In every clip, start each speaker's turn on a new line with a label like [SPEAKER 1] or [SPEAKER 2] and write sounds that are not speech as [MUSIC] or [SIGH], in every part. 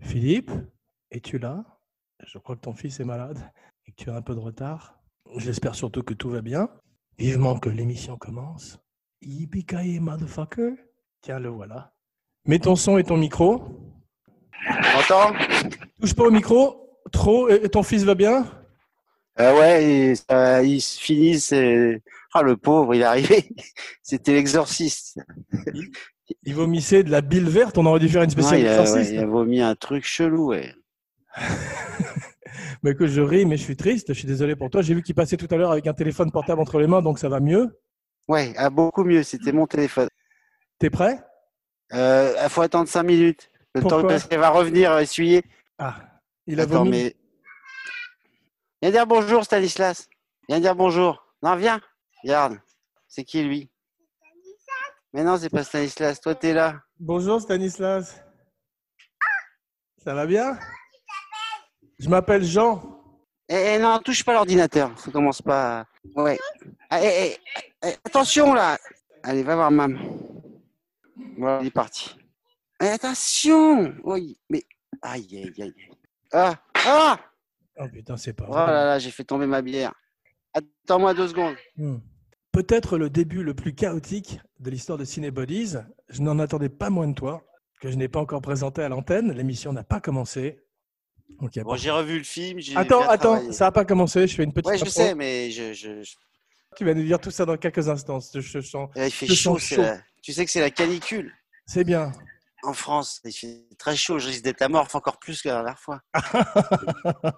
[SPEAKER 1] Philippe, es-tu là Je crois que ton fils est malade et que tu as un peu de retard. J'espère surtout que tout va bien. Vivement que l'émission commence. Yippee motherfucker Tiens, le voilà. Mets ton son et ton micro.
[SPEAKER 2] Entends
[SPEAKER 1] Touche pas au micro. Trop. Et ton fils va bien
[SPEAKER 2] Euh, Ouais, et, euh, ils se finissent. et- Ah, le pauvre, il est arrivé. [LAUGHS] C'était l'exorciste.
[SPEAKER 1] Il vomissait de la bile verte. On aurait dû faire une
[SPEAKER 2] Non,
[SPEAKER 1] spéciale
[SPEAKER 2] Ah, il, a, ouais,
[SPEAKER 1] exorciste.
[SPEAKER 2] il a vomi un truc chelou. Ouais.
[SPEAKER 1] Mais que je ris, mais je suis triste. Je suis désolé pour toi. J'ai vu qu'il passait tout à l'heure avec un téléphone portable entre les mains, donc ça va mieux.
[SPEAKER 2] ouais, ah, beaucoup mieux. C'était mon téléphone.
[SPEAKER 1] T'es prêt
[SPEAKER 2] Il euh, faut attendre 5 minutes. Le
[SPEAKER 1] Pourquoi
[SPEAKER 2] temps parce qu'elle va revenir euh, essuyer.
[SPEAKER 1] Ah, il a
[SPEAKER 2] Attends,
[SPEAKER 1] vomi.
[SPEAKER 2] mais. Viens dire bonjour, Stanislas. Viens dire bonjour. Non, viens. Regarde. C'est qui lui Mais non, c'est pas Stanislas. Toi, t'es là.
[SPEAKER 1] Bonjour Stanislas.
[SPEAKER 2] Ah
[SPEAKER 1] Ça va bien Je m'appelle Jean.
[SPEAKER 2] Eh, eh, non, touche pas l'ordinateur. Ça commence pas. à- Ouais. Ah, eh, eh, eh, attention là. Allez, va voir maman. Voilà, il est parti. Eh, attention. Oui, mais aïe, aïe, aïe. Ah, ah.
[SPEAKER 1] Oh putain, c'est pas
[SPEAKER 2] Oh
[SPEAKER 1] vrai.
[SPEAKER 2] là là, j'ai fait tomber ma bière. Attends-moi deux secondes.
[SPEAKER 1] Hmm. Peut-être le début le plus chaotique de l'histoire de Cinebodies. Je n'en attendais pas moins de toi, que je n'ai pas encore présenté à l'antenne. L'émission n'a pas commencé. Donc, il y a
[SPEAKER 2] Bon, j'ai revu le film. j'ai
[SPEAKER 1] Attends,
[SPEAKER 2] bien
[SPEAKER 1] attends,
[SPEAKER 2] travaillé.
[SPEAKER 1] ça n'a pas commencé. Je fais une petite.
[SPEAKER 2] Ouais, je
[SPEAKER 1] intro.
[SPEAKER 2] sais, mais je, je, je-
[SPEAKER 1] Tu vas nous dire tout ça dans quelques instants. Je, je sens.
[SPEAKER 2] eh, il fait
[SPEAKER 1] Je
[SPEAKER 2] chaud.
[SPEAKER 1] sens
[SPEAKER 2] c'est
[SPEAKER 1] chaud.
[SPEAKER 2] la- Tu sais que c'est la canicule
[SPEAKER 1] C'est bien. [LAUGHS]
[SPEAKER 2] en France. Il fait très chaud. Je risque d'être amorphe encore plus que la dernière fois.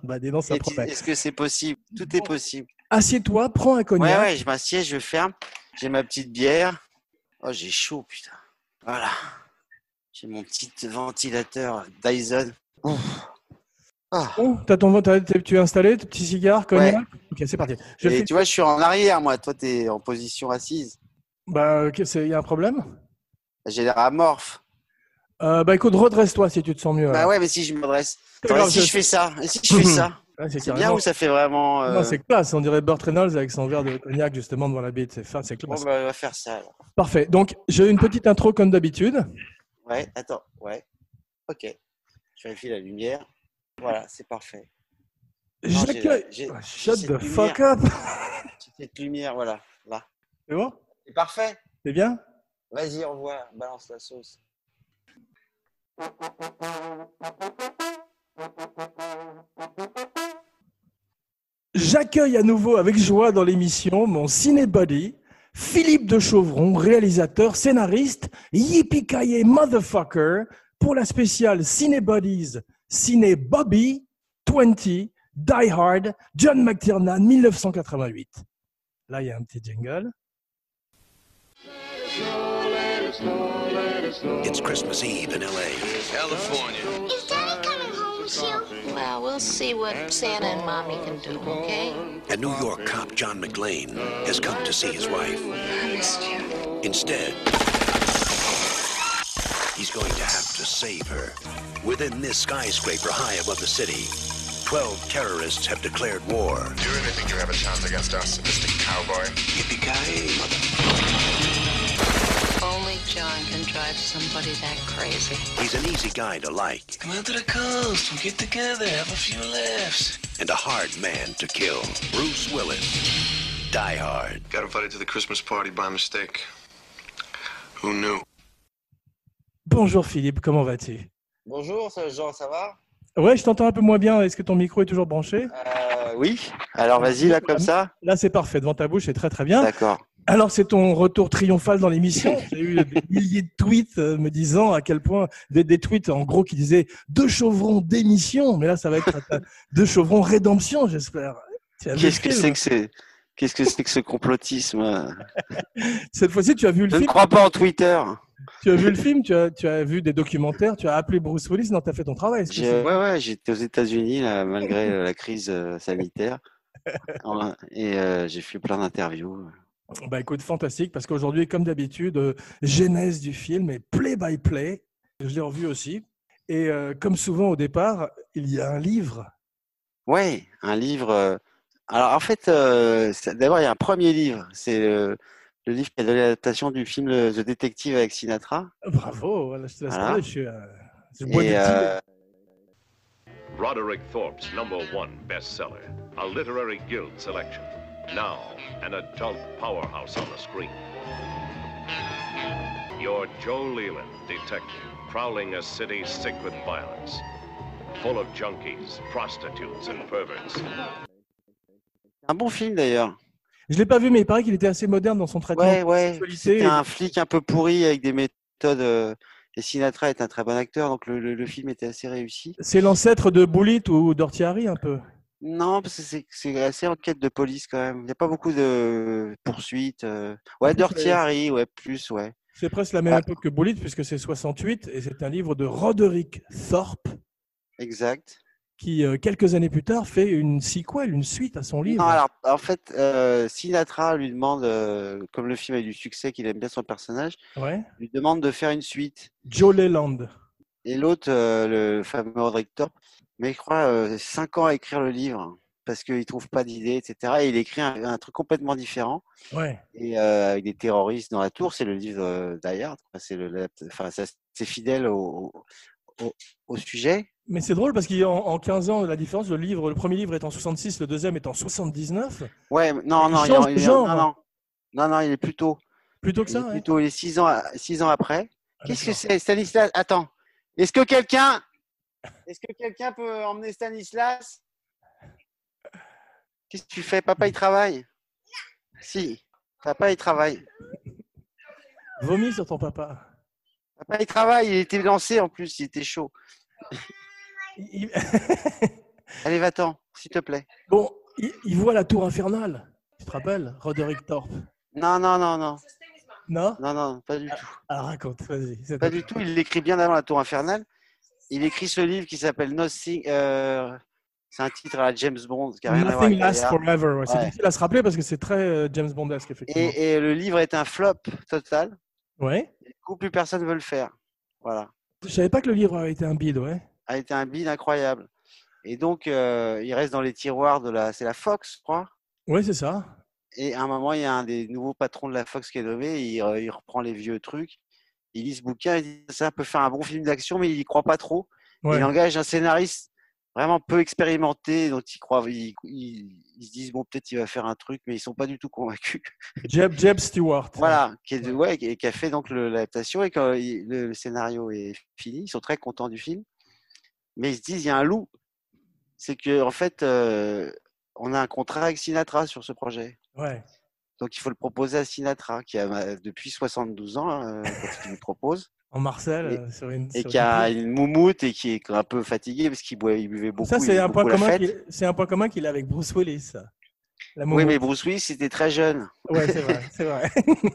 [SPEAKER 1] bah, dis donc, ça
[SPEAKER 2] Est-il-
[SPEAKER 1] promet.
[SPEAKER 2] Est-ce que c'est possible Tout est possible.
[SPEAKER 1] Assieds-toi, prends un
[SPEAKER 2] Ouais,
[SPEAKER 1] cognac.
[SPEAKER 2] ouais, je m'assieds, je ferme. J'ai ma petite bière. Oh, j'ai chaud, putain. Voilà. J'ai mon petit ventilateur Dyson. Ouf. Ah.
[SPEAKER 1] Bon, t'as ton, t'as- t'es- tu es installé, ton petit cigare, cognac. Ok, c'est parti. Je
[SPEAKER 2] Et
[SPEAKER 1] fais-
[SPEAKER 2] tu vois, je suis en arrière, moi. Toi, t'es en position assise.
[SPEAKER 1] Bah, ok, c'est- il y a un problème.
[SPEAKER 2] J'ai l'air amorphe.
[SPEAKER 1] Euh, bah, écoute, redresse-toi si tu te sens mieux. hein.
[SPEAKER 2] Bah
[SPEAKER 1] alors.
[SPEAKER 2] ouais, mais si je me dresse.
[SPEAKER 1] C'est
[SPEAKER 2] Attends,
[SPEAKER 1] grave,
[SPEAKER 2] et si
[SPEAKER 1] je-
[SPEAKER 2] je fais ça Et si je
[SPEAKER 1] [LAUGHS]
[SPEAKER 2] fais ça
[SPEAKER 1] Ouais, c'est
[SPEAKER 2] C'est bien
[SPEAKER 1] carrément-
[SPEAKER 2] ou ça fait vraiment. euh,
[SPEAKER 1] Non, c'est classe. On dirait Burt Reynolds avec son verre de cognac justement devant la bite. C'est fin, c'est
[SPEAKER 2] Bon,
[SPEAKER 1] classe.
[SPEAKER 2] bah, on va faire ça. alors.
[SPEAKER 1] Parfait. Donc, j'ai une petite intro comme d'habitude.
[SPEAKER 2] Ouais, attends. Ouais. Ok. Je vérifie la lumière. Voilà, c'est parfait. Non, j'ai la-
[SPEAKER 1] J'accueille.
[SPEAKER 2] j'ai-
[SPEAKER 1] Oh,
[SPEAKER 2] j'ai
[SPEAKER 1] Shut
[SPEAKER 2] cette
[SPEAKER 1] the fuck
[SPEAKER 2] lumière.
[SPEAKER 1] up. [LAUGHS]
[SPEAKER 2] J'ai Cette lumière, voilà. Là.
[SPEAKER 1] C'est bon
[SPEAKER 2] C'est parfait.
[SPEAKER 1] C'est bien
[SPEAKER 2] Vas-y, revois, balance la sauce.
[SPEAKER 1] J'accueille à nouveau avec joie dans l'émission mon cinébody, Philippe de Chauvron, réalisateur, scénariste, yippee motherfucker, pour la spéciale Cinébodies, Ciné Bobby 20, Die Hard, John McTiernan, 1988. Là, il y a un petit jingle.
[SPEAKER 3] It's Christmas Eve in LA.
[SPEAKER 4] California.
[SPEAKER 5] Is Daddy coming home soon?
[SPEAKER 6] Well, we'll see what Santa and Mommy can do, okay?
[SPEAKER 3] A New York cop, John McLean, has come to see his wife.
[SPEAKER 6] I missed you.
[SPEAKER 3] Instead, he's going to have to save her. Within this skyscraper high above the city, 12 terrorists have declared war.
[SPEAKER 4] Do you really think you have a chance against our sadistic cowboy?
[SPEAKER 3] Yippee-ki-yay, mother...
[SPEAKER 6] Only John can drive somebody that crazy.
[SPEAKER 3] He's an easy guy to like
[SPEAKER 7] Come out to the coast. We'll get together, have a few laughs.
[SPEAKER 3] and a hard man to kill. Bruce Willis. Die Hard.
[SPEAKER 8] Got invited to the Christmas party by mistake. Who knew?
[SPEAKER 1] Bonjour Philippe, comment vas-tu
[SPEAKER 2] Bonjour, ça- Jean, ça va
[SPEAKER 1] Ouais, je t'entends un peu moins bien. Est-ce que ton micro est toujours branché
[SPEAKER 2] Euh, Oui. Alors, vas-y, là, comme ça
[SPEAKER 1] Là, c'est parfait. Devant ta bouche, c'est très très bien.
[SPEAKER 2] D'accord.
[SPEAKER 1] Alors, c'est ton retour triomphal dans
[SPEAKER 2] [LAUGHS]
[SPEAKER 1] l'émission. J'ai eu des milliers de tweets euh, me disant à quel point, des, des tweets en gros qui disaient deux Chauvron démission, mais là, ça va être un- [LAUGHS] deux Chauvron rédemption, j'espère. Tu as vu
[SPEAKER 2] Qu'est-ce
[SPEAKER 1] le
[SPEAKER 2] que
[SPEAKER 1] film
[SPEAKER 2] c'est que c'est Qu'est-ce que c'est que ce complotisme
[SPEAKER 1] Cette fois-ci, tu as vu le
[SPEAKER 2] Je ne
[SPEAKER 1] film,
[SPEAKER 2] crois pas en Twitter.
[SPEAKER 1] tu as vu le film, tu as, tu as vu des documentaires, tu as appelé Bruce Willis, non, tu as fait ton travail. est-ce que
[SPEAKER 2] J'ai- Ouais, ouais, j'étais aux États-Unis là, malgré euh, la crise
[SPEAKER 1] [LAUGHS]
[SPEAKER 2] euh, sanitaire, En- et euh, j'ai fait plein d'interviews.
[SPEAKER 1] c'est- Bah écoute, fantastique, parce qu'aujourd'hui, comme d'habitude, euh, genèse du film et play by play, je l'ai revu aussi. Et euh, comme souvent au départ, il y a un livre
[SPEAKER 2] Ouais, un livre. euh, Alors en fait, euh, ça- d'abord il y a un premier livre, c'est euh, le livre qui est de l'adaptation du film euh, The Detective avec Sinatra.
[SPEAKER 1] Bravo, voilà, je te laisse
[SPEAKER 2] Voilà.
[SPEAKER 1] parler, je suis euh, je bois
[SPEAKER 2] Et,
[SPEAKER 1] du thé.
[SPEAKER 2] euh,
[SPEAKER 9] Roderick Thorpe's number one bestseller, a literary guild selection. Now, an adult powerhouse on the screen. Your Joe Leland, detective, prowling a city sick with violence, full of junkies, prostitutes, and perverts.
[SPEAKER 2] Un bon film d'ailleurs.
[SPEAKER 1] Je l'ai pas vu, mais il paraît qu'il était assez moderne dans son traitement.
[SPEAKER 2] Ouais, ouais.
[SPEAKER 1] sexualité.
[SPEAKER 2] C'était un flic un peu pourri avec des méthodes. euh, Et Sinatra est un très bon acteur, donc le, le- le film était assez réussi.
[SPEAKER 1] C'est l'ancêtre de Bullitt ou d'Ortiari un peu.
[SPEAKER 2] Non, parce que c'est- c'est assez enquête de police quand même. Il n'y a pas beaucoup de poursuites. euh. Ouais,
[SPEAKER 1] plus,
[SPEAKER 2] Dirty
[SPEAKER 1] euh,
[SPEAKER 2] Harry, ouais, plus, ouais.
[SPEAKER 1] C'est presque la même
[SPEAKER 2] Ah.
[SPEAKER 1] époque que Bullitt puisque c'est 68 et c'est un livre de Roderick Thorpe
[SPEAKER 2] Exact.
[SPEAKER 1] qui euh, quelques années plus tard fait une sequel, une suite à son livre.
[SPEAKER 2] Non, alors, en fait, euh, Sinatra lui demande, euh, comme le film a eu du succès, qu'il aime bien son personnage,
[SPEAKER 1] Ouais.
[SPEAKER 2] lui demande de faire une suite.
[SPEAKER 1] Joe Leland.
[SPEAKER 2] Et l'autre, euh, le fameux Roderick Thorpe, mais il croit euh, cinq ans à écrire le livre parce qu'il trouve pas d'idée, etc. Et il écrit un, un truc complètement différent
[SPEAKER 1] Ouais.
[SPEAKER 2] et euh, avec des terroristes dans la tour. C'est le livre euh, d'I. Hard, quoi. C'est le, la- enfin, ça- c'est fidèle au, au, au sujet.
[SPEAKER 1] Mais c'est drôle parce qu'en en 15 ans, la différence, le livre, le premier livre est en 66, le deuxième est en 79.
[SPEAKER 2] Ouais, mais- non,
[SPEAKER 1] Il
[SPEAKER 2] non,
[SPEAKER 1] change
[SPEAKER 2] est-
[SPEAKER 1] de
[SPEAKER 2] est-
[SPEAKER 1] genre,
[SPEAKER 2] non, non, non, non, il est plutôt,
[SPEAKER 1] Plutôt que
[SPEAKER 2] il est
[SPEAKER 1] ça. ouais.
[SPEAKER 2] plutôt, il est six ans, à- six ans après.
[SPEAKER 1] Ah,
[SPEAKER 2] Qu'est-ce que
[SPEAKER 1] d'accord.
[SPEAKER 2] c'est, Stanislas Attends, est-ce que quelqu'un, est-ce que quelqu'un peut emmener Stanislas Qu'est-ce que tu fais Papa, il travaille. Si, papa, il travaille.
[SPEAKER 1] Vomis sur ton papa.
[SPEAKER 2] Papa, il travaille. Il était lancé en plus, il était chaud.
[SPEAKER 1] Il-
[SPEAKER 2] Allez, va-t'en, s'il te plaît.
[SPEAKER 1] Bon, il, il voit la tour infernale. Tu te rappelles, Roderick Thorpe
[SPEAKER 2] Non, non, non, non,
[SPEAKER 1] Non
[SPEAKER 2] non, non, pas du tout.
[SPEAKER 1] Ah, raconte, vas-y. c'est à
[SPEAKER 2] Pas
[SPEAKER 1] toi.
[SPEAKER 2] du tout. Il l'écrit bien avant la Tour infernale. Il écrit ce livre qui s'appelle Nothing. euh, c'est un titre à la James Bond qui a rien à voir.
[SPEAKER 1] Nothing
[SPEAKER 2] avec
[SPEAKER 1] lasts
[SPEAKER 2] la-
[SPEAKER 1] forever. ouais. C'est
[SPEAKER 2] Ouais.
[SPEAKER 1] difficile à se rappeler parce que c'est très euh, James Bondesque, effectivement.
[SPEAKER 2] Et, et le livre est un flop total.
[SPEAKER 1] Ouais.
[SPEAKER 2] Du coup, plus personne veut le faire. Voilà.
[SPEAKER 1] Je savais pas que le livre avait été un bide, ouais.
[SPEAKER 2] a été un bid incroyable. Et donc, euh, il reste dans les tiroirs de la, c'est la Fox, je crois.
[SPEAKER 1] Ouais, c'est ça.
[SPEAKER 2] Et à un moment, il y a un des nouveaux patrons de la Fox qui est nommé, il, re- il reprend les vieux trucs, il lit ce bouquin, il dit ça peut faire un bon film d'action, mais il y croit pas trop.
[SPEAKER 1] Ouais.
[SPEAKER 2] Il engage un scénariste vraiment peu expérimenté, dont il croit, ils il, ils se disent bon peut-être il va faire un truc, mais ils sont pas du tout convaincus.
[SPEAKER 1] Jeb, Jeb Stewart.
[SPEAKER 2] Voilà, qui, est de- ouais, qui- qui a fait donc le- l'adaptation et quand il- le, le scénario est fini, ils sont très contents du film, mais ils se disent il y a un loup, c'est que en fait euh, on a un contrat avec Sinatra sur ce projet,
[SPEAKER 1] Ouais.
[SPEAKER 2] donc il faut le proposer à Sinatra qui a euh, depuis 72 ans euh, quand il le
[SPEAKER 1] [LAUGHS]
[SPEAKER 2] propose
[SPEAKER 1] En Marcel,
[SPEAKER 2] Et-
[SPEAKER 1] euh, sur une.
[SPEAKER 2] et
[SPEAKER 1] sur
[SPEAKER 2] qui
[SPEAKER 1] une
[SPEAKER 2] a
[SPEAKER 1] île.
[SPEAKER 2] une moumoute et qui est un peu fatigué parce qu'il boit- il buvait beaucoup.
[SPEAKER 1] Ça,
[SPEAKER 2] il
[SPEAKER 1] c'est
[SPEAKER 2] aimait
[SPEAKER 1] un, point
[SPEAKER 2] beaucoup la
[SPEAKER 1] commun
[SPEAKER 2] fête.
[SPEAKER 1] qu'il- c'est un point commun qu'il a avec Bruce Willis. ça. La
[SPEAKER 2] Oui,
[SPEAKER 1] moumoute.
[SPEAKER 2] mais Bruce Willis était très jeune.
[SPEAKER 1] [LAUGHS] Ouais, c'est vrai, c'est vrai.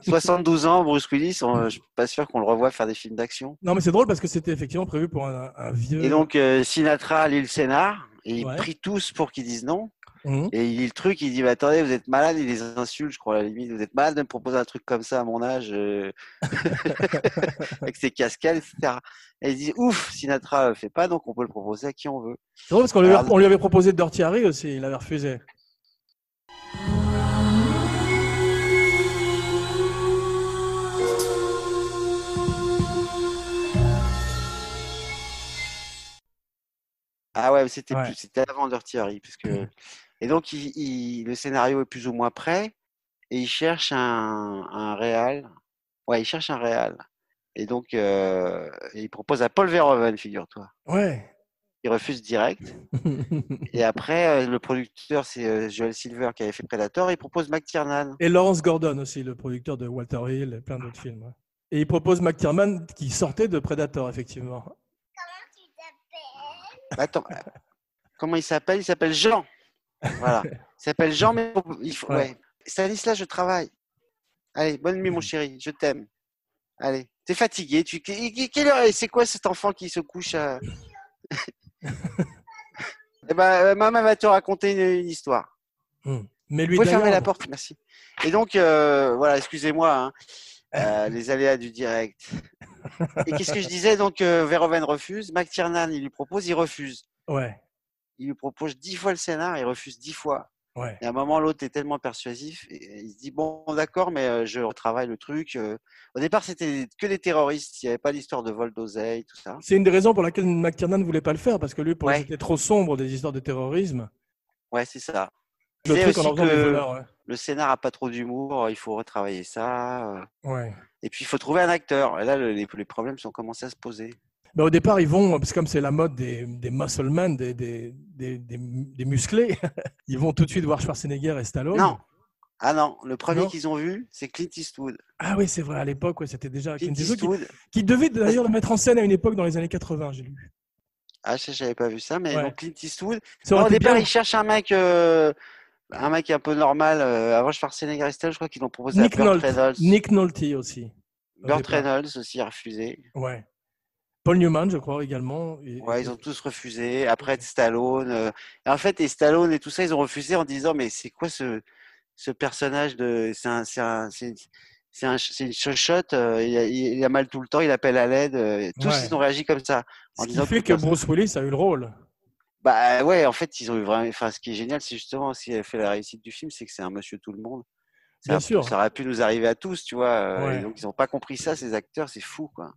[SPEAKER 2] 72 ans, Bruce Willis, on- je suis pas sûr qu'on le revoie faire des films d'action.
[SPEAKER 1] Non, mais c'est drôle parce que c'était effectivement prévu pour un, un vieux.
[SPEAKER 2] Et donc, euh, Sinatra lit le scénar, et il
[SPEAKER 1] Mm. Ouais.
[SPEAKER 2] prie tous pour qu'ils disent non.
[SPEAKER 1] Mhm.
[SPEAKER 2] Et il lit le truc, il dit bah, Attendez, vous êtes malade, il les insulte, je crois, à la limite. Vous êtes malade de me proposer un truc comme ça à mon âge, euh, [LAUGHS] avec ses cascades, etc. Et il dit Ouf, Sinatra ne fait pas, donc on peut le proposer à qui on veut.
[SPEAKER 1] C'est drôle parce qu'on lui, avait-
[SPEAKER 2] Alors-
[SPEAKER 1] on lui avait proposé Dirty Harry aussi, il avait refusé.
[SPEAKER 2] Ah ouais, mais c'était
[SPEAKER 1] Ouais.
[SPEAKER 2] plus- c'était avant Dirty Harry. Parce que... Et donc, il, il- le scénario est plus ou moins prêt, et il cherche un, un réal. Ouais, il cherche un réal. Et donc, euh, et il propose à Paul Verhoeven, figure-toi.
[SPEAKER 1] Ouais.
[SPEAKER 2] Il refuse direct. Et après, euh, le producteur, c'est euh, Joel Silver qui avait fait Predator, il propose McTiernan.
[SPEAKER 1] Et Lawrence Gordon aussi, le producteur de Walter Hill et plein
[SPEAKER 2] Ah.
[SPEAKER 1] d'autres films. ouais. Et il propose McTiernan qui sortait de Predator, effectivement.
[SPEAKER 2] Attends, [LAUGHS] euh, comment il s'appelle Il s'appelle Jean. Voilà. Il s'appelle Jean, mais faut- il faut.
[SPEAKER 1] Ouais.
[SPEAKER 2] Ouais. Stanislas, je travaille. Allez, bonne nuit, mon chéri. Je t'aime. Allez, t'es fatigué. Tu... que- que- Quelle heure est- C'est quoi cet enfant qui se couche à. [LAUGHS] Eh ben, euh, maman va te raconter une- une histoire.
[SPEAKER 1] Mais lui,
[SPEAKER 2] Vous pouvez fermer la
[SPEAKER 1] d'ailleurs,
[SPEAKER 2] porte, merci. Et donc, euh, voilà, excusez-moi, hein,
[SPEAKER 1] [LAUGHS]
[SPEAKER 2] euh, les aléas du direct. Et qu'est-ce que je disais Donc, euh, Verhoeven refuse, McTiernan, il lui propose, il refuse.
[SPEAKER 1] Ouais.
[SPEAKER 2] Il lui propose dix fois le scénar, il refuse dix fois.
[SPEAKER 1] Ouais.
[SPEAKER 2] Et à un moment, l'autre est tellement persuasif, et- et il se dit bon, d'accord, mais euh, je retravaille le truc. euh. Au départ, c'était que des terroristes. Il n'y avait pas d'histoire de vol d'oseille, tout ça.
[SPEAKER 1] C'est une des raisons pour laquelle McTiernan ne voulait pas le faire, parce que lui, pour lui,
[SPEAKER 2] Ouais.
[SPEAKER 1] c'était trop sombre des histoires de terrorisme.
[SPEAKER 2] Ouais, c'est ça. Il
[SPEAKER 1] Le
[SPEAKER 2] disait
[SPEAKER 1] truc en
[SPEAKER 2] aussi
[SPEAKER 1] enlevant les
[SPEAKER 2] que-
[SPEAKER 1] voleurs. ouais.
[SPEAKER 2] Le scénar a pas trop d'humour. Il faut retravailler ça. euh.
[SPEAKER 1] Ouais.
[SPEAKER 2] Et puis, il faut trouver un acteur. Et là, le- les, les problèmes sont commencés à se poser.
[SPEAKER 1] Ben, au départ, ils vont, parce que comme c'est la mode des, des musclemen, des, des, des, des- des musclés, [LAUGHS] ils vont tout de suite voir Schwarzenegger et Stallone.
[SPEAKER 2] Non. Ah non, le premier
[SPEAKER 1] Non.
[SPEAKER 2] qu'ils ont vu, c'est Clint Eastwood.
[SPEAKER 1] Ah oui, c'est vrai, à l'époque, ouais, c'était déjà
[SPEAKER 2] Clint
[SPEAKER 1] Clint Eastwood qui,
[SPEAKER 2] Eastwood.
[SPEAKER 1] qui devait d'ailleurs le mettre en scène à une époque dans les années 80, j'ai lu.
[SPEAKER 2] Ah, je j'avais pas vu ça, mais
[SPEAKER 1] Ouais.
[SPEAKER 2] donc Clint Eastwood.
[SPEAKER 1] Ça aurait
[SPEAKER 2] au
[SPEAKER 1] été
[SPEAKER 2] départ,
[SPEAKER 1] bien.
[SPEAKER 2] ils cherchent un mec, euh, un mec un peu normal. euh, avant Schwarzenegger et Stallone, je crois qu'ils l'ont proposé
[SPEAKER 1] Nick
[SPEAKER 2] à Burt
[SPEAKER 1] Nolte.
[SPEAKER 2] Reynolds.
[SPEAKER 1] Nick Nolte aussi. au
[SPEAKER 2] Burt
[SPEAKER 1] départ.
[SPEAKER 2] Reynolds aussi a refusé.
[SPEAKER 1] Ouais. Paul Newman, je crois également. Et-
[SPEAKER 2] Ouais, ils ont tous refusé. Après, Stallone. euh, et en fait, et Stallone et tout ça, ils ont refusé en disant Mais c'est quoi ce, ce personnage de. C'est un, c'est un, c'est c'est un, c'est une chochotte. euh, il, a, il a mal tout le temps. Il appelle à l'aide. euh, tous,
[SPEAKER 1] Ouais.
[SPEAKER 2] ils ont réagi comme ça. En
[SPEAKER 1] Ce qui
[SPEAKER 2] disant
[SPEAKER 1] fait
[SPEAKER 2] Putain,
[SPEAKER 1] que Bruce Willis a eu le rôle.
[SPEAKER 2] Bah ouais, en fait, ils ont eu vraiment. Enfin, ce qui est génial, c'est justement ce qui a fait la réussite du film, c'est que c'est un monsieur tout le monde. Ça,
[SPEAKER 1] Bien
[SPEAKER 2] a-
[SPEAKER 1] sûr.
[SPEAKER 2] ça aurait pu nous arriver à tous, tu vois. euh,
[SPEAKER 1] Ouais.
[SPEAKER 2] et donc, ils n'ont pas compris ça, ces acteurs, c'est fou, quoi.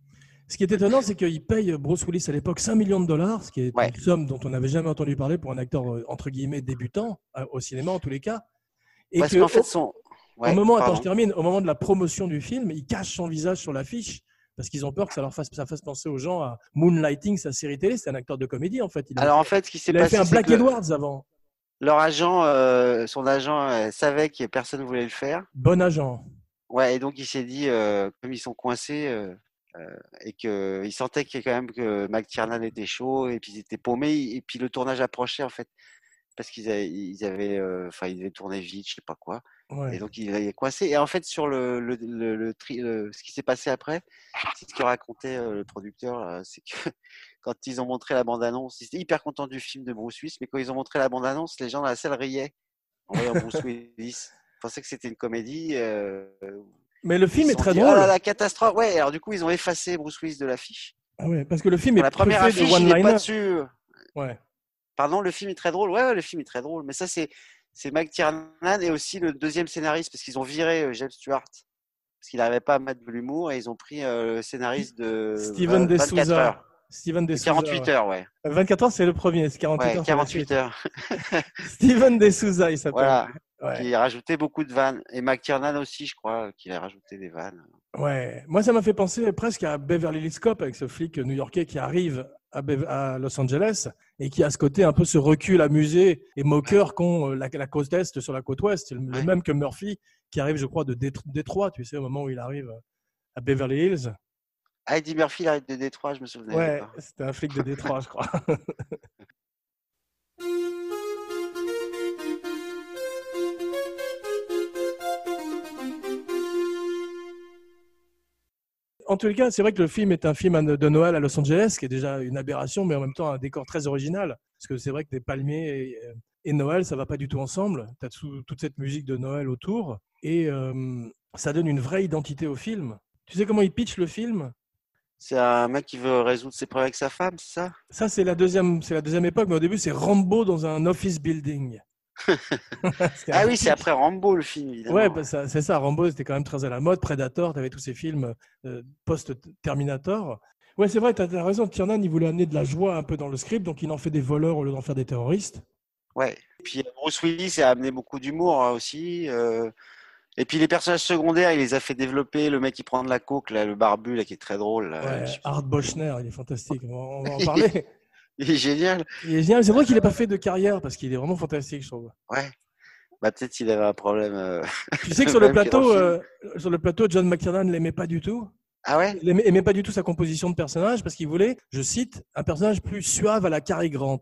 [SPEAKER 1] Ce qui est étonnant, c'est qu'il paye Bruce Willis à l'époque 5 millions de dollars, ce qui est
[SPEAKER 2] Ouais.
[SPEAKER 1] une somme dont on n'avait jamais entendu parler pour un acteur euh, entre guillemets débutant euh, au cinéma en tous les cas. Et
[SPEAKER 2] Parce
[SPEAKER 1] que,
[SPEAKER 2] qu'en fait,
[SPEAKER 1] au-
[SPEAKER 2] son.
[SPEAKER 1] au
[SPEAKER 2] Ouais,
[SPEAKER 1] moment, attends,
[SPEAKER 2] pardon.
[SPEAKER 1] je termine, au moment de la promotion du film, il cache son visage sur l'affiche parce qu'ils ont peur que ça leur fasse, ça fasse penser aux gens à Moonlighting, sa série télé. C'est un acteur de comédie en fait. Il, a-
[SPEAKER 2] Alors en fait, ce qui s'est
[SPEAKER 1] il avait
[SPEAKER 2] passé,
[SPEAKER 1] fait un
[SPEAKER 2] c'est
[SPEAKER 1] Black
[SPEAKER 2] que le-
[SPEAKER 1] Edwards avant.
[SPEAKER 2] leur agent, euh, son agent euh, savait que personne voulait le faire.
[SPEAKER 1] Bon agent.
[SPEAKER 2] Ouais, et donc il s'est dit, euh, comme ils sont coincés euh, euh, et que il sentait qu'il y a quand même que McTiernan était chaud et puis ils étaient paumés et puis le tournage approchait en fait parce qu'ils avaient, ils avaient, euh, enfin ils devaient tourner vite, je sais pas quoi.
[SPEAKER 1] Ouais.
[SPEAKER 2] Et donc il est coincé. Et en fait sur le, le, le, le tri- le- ce qui s'est passé après, c'est ce que racontait euh, le producteur, euh, c'est que [LAUGHS] quand ils ont montré la bande-annonce, ils étaient hyper contents du film de Bruce Willis, mais quand ils ont montré la bande-annonce, les gens dans la salle riaient en voyant Bruce Willis. Ils pensaient que c'était une comédie. euh,
[SPEAKER 1] Mais le film
[SPEAKER 2] ils
[SPEAKER 1] est
[SPEAKER 2] se sont
[SPEAKER 1] très
[SPEAKER 2] dit,
[SPEAKER 1] drôle.
[SPEAKER 2] Oh là là, catastrophe. Ouais, alors du coup, ils ont effacé Bruce Willis de l'affiche.
[SPEAKER 1] Ah ouais, parce que le film
[SPEAKER 2] Pour
[SPEAKER 1] est
[SPEAKER 2] La première
[SPEAKER 1] truffé
[SPEAKER 2] affiche,
[SPEAKER 1] de
[SPEAKER 2] il n'est pas
[SPEAKER 1] one-liners.
[SPEAKER 2] dessus. euh.
[SPEAKER 1] Ouais.
[SPEAKER 2] Pardon, le film est très drôle. Ouais, ouais, le film est très drôle. Mais ça, c'est c'est McTiernan et aussi le deuxième scénariste parce qu'ils ont viré euh, James Stewart parce qu'il n'arrivait pas à mettre de l'humour et ils ont pris euh, le scénariste de
[SPEAKER 1] Steven
[SPEAKER 2] 20- 24
[SPEAKER 1] D'Souza.
[SPEAKER 2] heures.
[SPEAKER 1] Steven
[SPEAKER 2] De
[SPEAKER 1] D'Souza.
[SPEAKER 2] 48
[SPEAKER 1] ouais.
[SPEAKER 2] heures, ouais.
[SPEAKER 1] 24 heures, c'est le premier. c'est 48
[SPEAKER 2] Ouais,
[SPEAKER 1] heures. c'est la
[SPEAKER 2] 48
[SPEAKER 1] suite.
[SPEAKER 2] heures.
[SPEAKER 1] Steven D'Souza, il s'appelle.
[SPEAKER 2] Voilà.
[SPEAKER 1] Ouais.
[SPEAKER 2] Qui a rajouté beaucoup de vannes. Et McTiernan aussi, je crois, qu'il a rajouté des vannes.
[SPEAKER 1] Ouais. Moi, ça m'a fait penser presque à Beverly Hills Cop avec ce flic new-yorkais qui arrive à, Bev- à Los Angeles et qui a ce côté un peu ce recul amusé et moqueur qu'ont euh, la, la côte est sur la côte ouest. C'est le, le
[SPEAKER 2] Ouais.
[SPEAKER 1] même que Murphy qui arrive, je crois, de Détr- Détroit, tu sais, au moment où il arrive à Beverly Hills.
[SPEAKER 2] Ah, Eddie Murphy, il arrive de Détroit, je me souvenais.
[SPEAKER 1] Ouais,
[SPEAKER 2] pas.
[SPEAKER 1] c'était un flic de Détroit, je crois. En tout cas, c'est vrai que le film est un film de Noël à Los Angeles, qui est déjà une aberration, mais en même temps un décor très original. Parce que c'est vrai que des palmiers et, et Noël, ça va pas du tout ensemble. Tu as toute cette musique de Noël autour. Et euh, ça donne une vraie identité au film. Tu sais comment il pitch le film
[SPEAKER 2] C'est un mec qui veut résoudre ses problèmes avec sa femme, c'est ça
[SPEAKER 1] Ça, c'est la deuxième, c'est la deuxième époque, mais au début, c'est Rambo dans un office
[SPEAKER 2] [LAUGHS]
[SPEAKER 1] building. C'était
[SPEAKER 2] Ah
[SPEAKER 1] un-
[SPEAKER 2] oui, c'est après Rambo le film, évidemment.
[SPEAKER 1] Ouais, bah, ça- c'est ça. Rambo, c'était quand même très à la mode. Predator, t'avais tous ces films euh, post-Terminator. Ouais, c'est vrai, t'as as raison. Tiernan, il voulait amener de la joie un peu dans le script, donc il en fait des voleurs au lieu d'en faire des terroristes.
[SPEAKER 2] Ouais. Et puis Bruce Willis a amené beaucoup d'humour hein, aussi. euh, Et puis les personnages secondaires, il les a fait développer. Le mec qui prend de la coke, là, le barbu, là, qui est très drôle. là,
[SPEAKER 1] Ouais,
[SPEAKER 2] je sais pas,
[SPEAKER 1] Art Bochner, il est fantastique. On va, on
[SPEAKER 2] [LAUGHS]
[SPEAKER 1] va en parler.
[SPEAKER 2] Il est génial.
[SPEAKER 1] Il est génial. C'est vrai qu'il n'a pas fait de carrière parce qu'il est vraiment fantastique, je trouve.
[SPEAKER 2] Ouais. Bah, peut-être qu'il avait un problème. euh,
[SPEAKER 1] Tu
[SPEAKER 2] [LAUGHS]
[SPEAKER 1] sais que sur le
[SPEAKER 2] Même qu'il est dans
[SPEAKER 1] plateau,
[SPEAKER 2] le
[SPEAKER 1] euh, sur le plateau, John McTiernan ne l'aimait pas du tout.
[SPEAKER 2] Ah ouais
[SPEAKER 1] Il aimait, aimait pas du tout sa composition de personnage parce qu'il voulait, je cite, un personnage plus suave à la Cary Grant.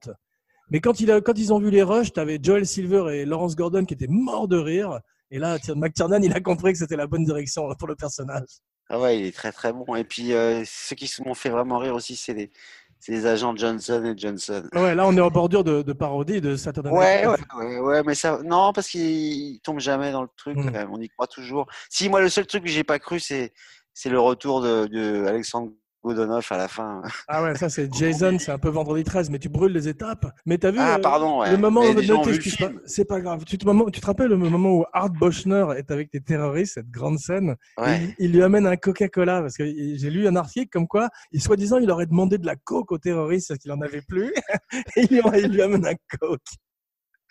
[SPEAKER 1] Mais quand, il a- quand ils ont vu les rushs, tu avais Joel Silver et Lawrence Gordon qui étaient morts de rire. Et là, tiens, McTiernan, il a compris que c'était la bonne direction pour le personnage.
[SPEAKER 2] Ah ouais, il est très très bon. Et puis euh, ceux qui se m'ont fait vraiment rire aussi, c'est les... c'est les agents Johnson et Johnson.
[SPEAKER 1] Ah Ouais, là, on est en bordure de, de parodie de Saturday Night
[SPEAKER 2] Ouais,
[SPEAKER 1] Live.
[SPEAKER 2] ouais, ouais, ouais, mais ça, non, parce qu'il tombe jamais dans le truc.
[SPEAKER 1] Mm.
[SPEAKER 2] quand même, On y croit toujours. Si moi, le seul truc que j'ai pas cru, c'est, c'est le retour de, de Alexandre Godonoff à la fin. hein.
[SPEAKER 1] Ah ouais, ça c'est Jason, c'est un peu vendredi 13, mais tu brûles les étapes. Mais t'as vu
[SPEAKER 2] Ah,
[SPEAKER 1] euh,
[SPEAKER 2] pardon. Ouais.
[SPEAKER 1] le moment
[SPEAKER 2] Mais
[SPEAKER 1] de
[SPEAKER 2] les gens ont vu le
[SPEAKER 1] t'excuse
[SPEAKER 2] film.
[SPEAKER 1] pas, c'est pas grave. Tu te, moment- tu te rappelles le moment où Art Boschner est avec des terroristes, cette grande scène
[SPEAKER 2] Ouais.
[SPEAKER 1] il, il lui amène un Coca-Cola parce que j'ai lu un article comme quoi, il soi-disant, il aurait demandé de la coke aux terroristes parce qu'il en avait plus. [LAUGHS] Et il lui, il lui amène un coke.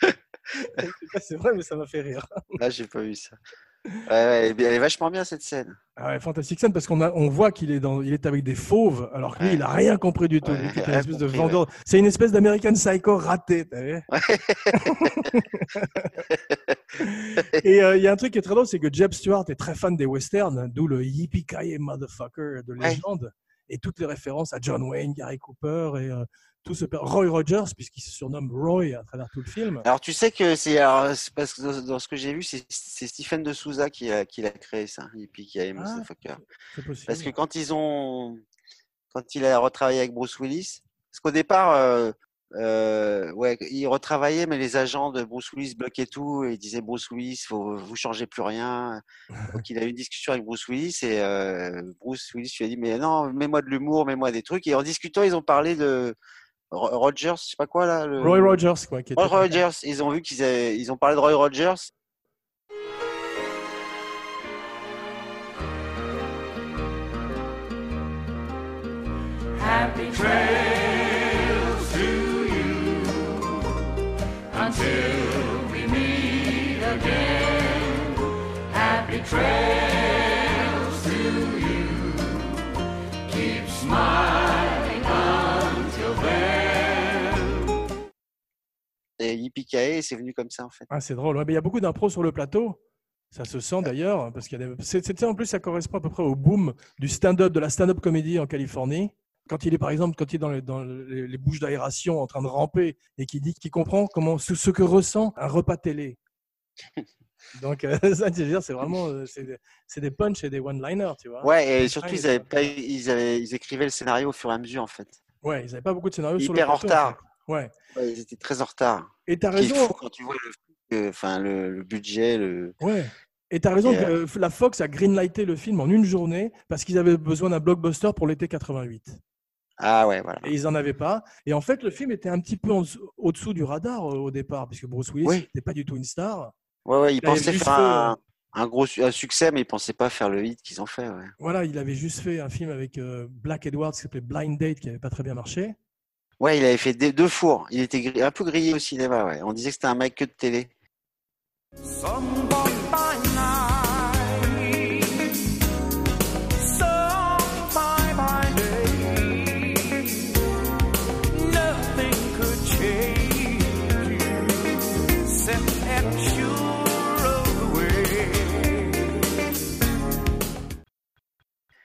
[SPEAKER 1] Je sais pas, C'est vrai, mais ça m'a fait rire.
[SPEAKER 2] Là, j'ai pas vu ça. Ouais, ouais, elle est- elle est vachement bien cette scène.
[SPEAKER 1] Ah ouais, Fantastic Sun, parce qu'on a- on voit qu'il est, dans, il est avec des fauves, alors que lui,
[SPEAKER 2] Ouais.
[SPEAKER 1] il a rien compris du tout.
[SPEAKER 2] Ouais,
[SPEAKER 1] Lui,
[SPEAKER 2] il a
[SPEAKER 1] c'est une
[SPEAKER 2] rien
[SPEAKER 1] espèce de
[SPEAKER 2] compris,
[SPEAKER 1] vendeur. C'est une espèce d'American Psycho raté, t'as vu
[SPEAKER 2] [LAUGHS]
[SPEAKER 1] Et euh, il y a un truc qui est très drôle, c'est que Jeb Stewart est très fan des westerns, d'où le yippee motherfucker de
[SPEAKER 2] Ouais.
[SPEAKER 1] légende, et toutes les références à John Wayne, Gary Cooper et euh, tout ce per- Roy Rogers, puisqu'il se surnomme Roy à travers tout le film.
[SPEAKER 2] Alors, tu sais que c'est alors, c'est parce que dans, dans ce que j'ai vu, c'est c'est Stephen de Souza qui a, qui l'a créé ça. Et puis qui a aimé
[SPEAKER 1] Ah.
[SPEAKER 2] Motherfucker.
[SPEAKER 1] C'est possible.
[SPEAKER 2] Parce que euh, quand ils ont, quand il a retravaillé avec Bruce Willis, parce qu'au départ, euh, euh, ouais, il retravaillait, mais les agents de Bruce Willis bloquaient tout et ils disaient Bruce Willis, faut, vous changez
[SPEAKER 1] [LAUGHS]
[SPEAKER 2] plus rien. Donc il a eu une discussion avec Bruce Willis et euh, Bruce Willis lui a dit mais non, mets-moi de l'humour, mets-moi des trucs. Et en discutant, ils ont parlé de Ro- Rogers, je sais pas quoi là. le-
[SPEAKER 1] Roy Rogers, quoi. Qui était-
[SPEAKER 2] Roy Rogers. Ils ont vu qu'ils avaient- ils ont parlé de Roy Rogers et Yippee c'est venu comme ça en fait.
[SPEAKER 1] Ah, c'est drôle. Ouais, mais il y a beaucoup d'impro sur le plateau. Ça se sent d'ailleurs, hein, parce qu'il y a des... c'est- c'est- en plus ça correspond à peu près au boom du stand-up, de la stand-up comédie en Californie. Quand il est par exemple, quand il est dans, le- dans les, les bouches d'aération en train de ramper et qu'il dit qu'il comprend comment ce, ce que ressent un repas
[SPEAKER 2] [LAUGHS]
[SPEAKER 1] télé. Donc euh, [LAUGHS] ça, tu veux dire, c'est vraiment euh, c'est des- c'est des punchs et des one-liners, tu vois.
[SPEAKER 2] Ouais, et surtout,
[SPEAKER 1] Ah, il
[SPEAKER 2] ils,
[SPEAKER 1] est
[SPEAKER 2] avaient
[SPEAKER 1] pas-
[SPEAKER 2] pas- ils, avaient- ils écrivaient le scénario au fur et à mesure, en fait.
[SPEAKER 1] Ouais, ils n'avaient pas beaucoup de scénarios sur le
[SPEAKER 2] Hyper en
[SPEAKER 1] plateau,
[SPEAKER 2] retard.
[SPEAKER 1] fait. Ouais.
[SPEAKER 2] Ouais, ils étaient très en retard.
[SPEAKER 1] Et t'as
[SPEAKER 2] Ce qui est
[SPEAKER 1] raison.
[SPEAKER 2] fou quand tu vois le, euh, enfin, le, le budget. Le...
[SPEAKER 1] Ouais. Et t'as raison,
[SPEAKER 2] Et,
[SPEAKER 1] que euh, la Fox a greenlighté le film en une journée parce qu'ils avaient besoin d'un blockbuster pour l'été 88.
[SPEAKER 2] Ah ouais, voilà.
[SPEAKER 1] Et ils n'en avaient pas. Et en fait, le film était un petit peu en dessous- au-dessous du radar euh, au départ, puisque Bruce Willis
[SPEAKER 2] Oui.
[SPEAKER 1] n'était pas du tout une star.
[SPEAKER 2] Ouais, ouais, ils
[SPEAKER 1] T'avais
[SPEAKER 2] pensaient
[SPEAKER 1] juste
[SPEAKER 2] faire
[SPEAKER 1] fait,
[SPEAKER 2] un, un gros su- un succès, mais ils pensaient pas faire le hit qu'ils ont fait. Ouais.
[SPEAKER 1] Voilà, il avait juste fait un film avec euh, Black Edwards qui s'appelait Blind Date, qui n'avait pas très bien marché.
[SPEAKER 2] ouais, il avait fait des- deux fours. Il était gri- un peu grillé au cinéma, ouais. On disait que c'était un mec que de télé.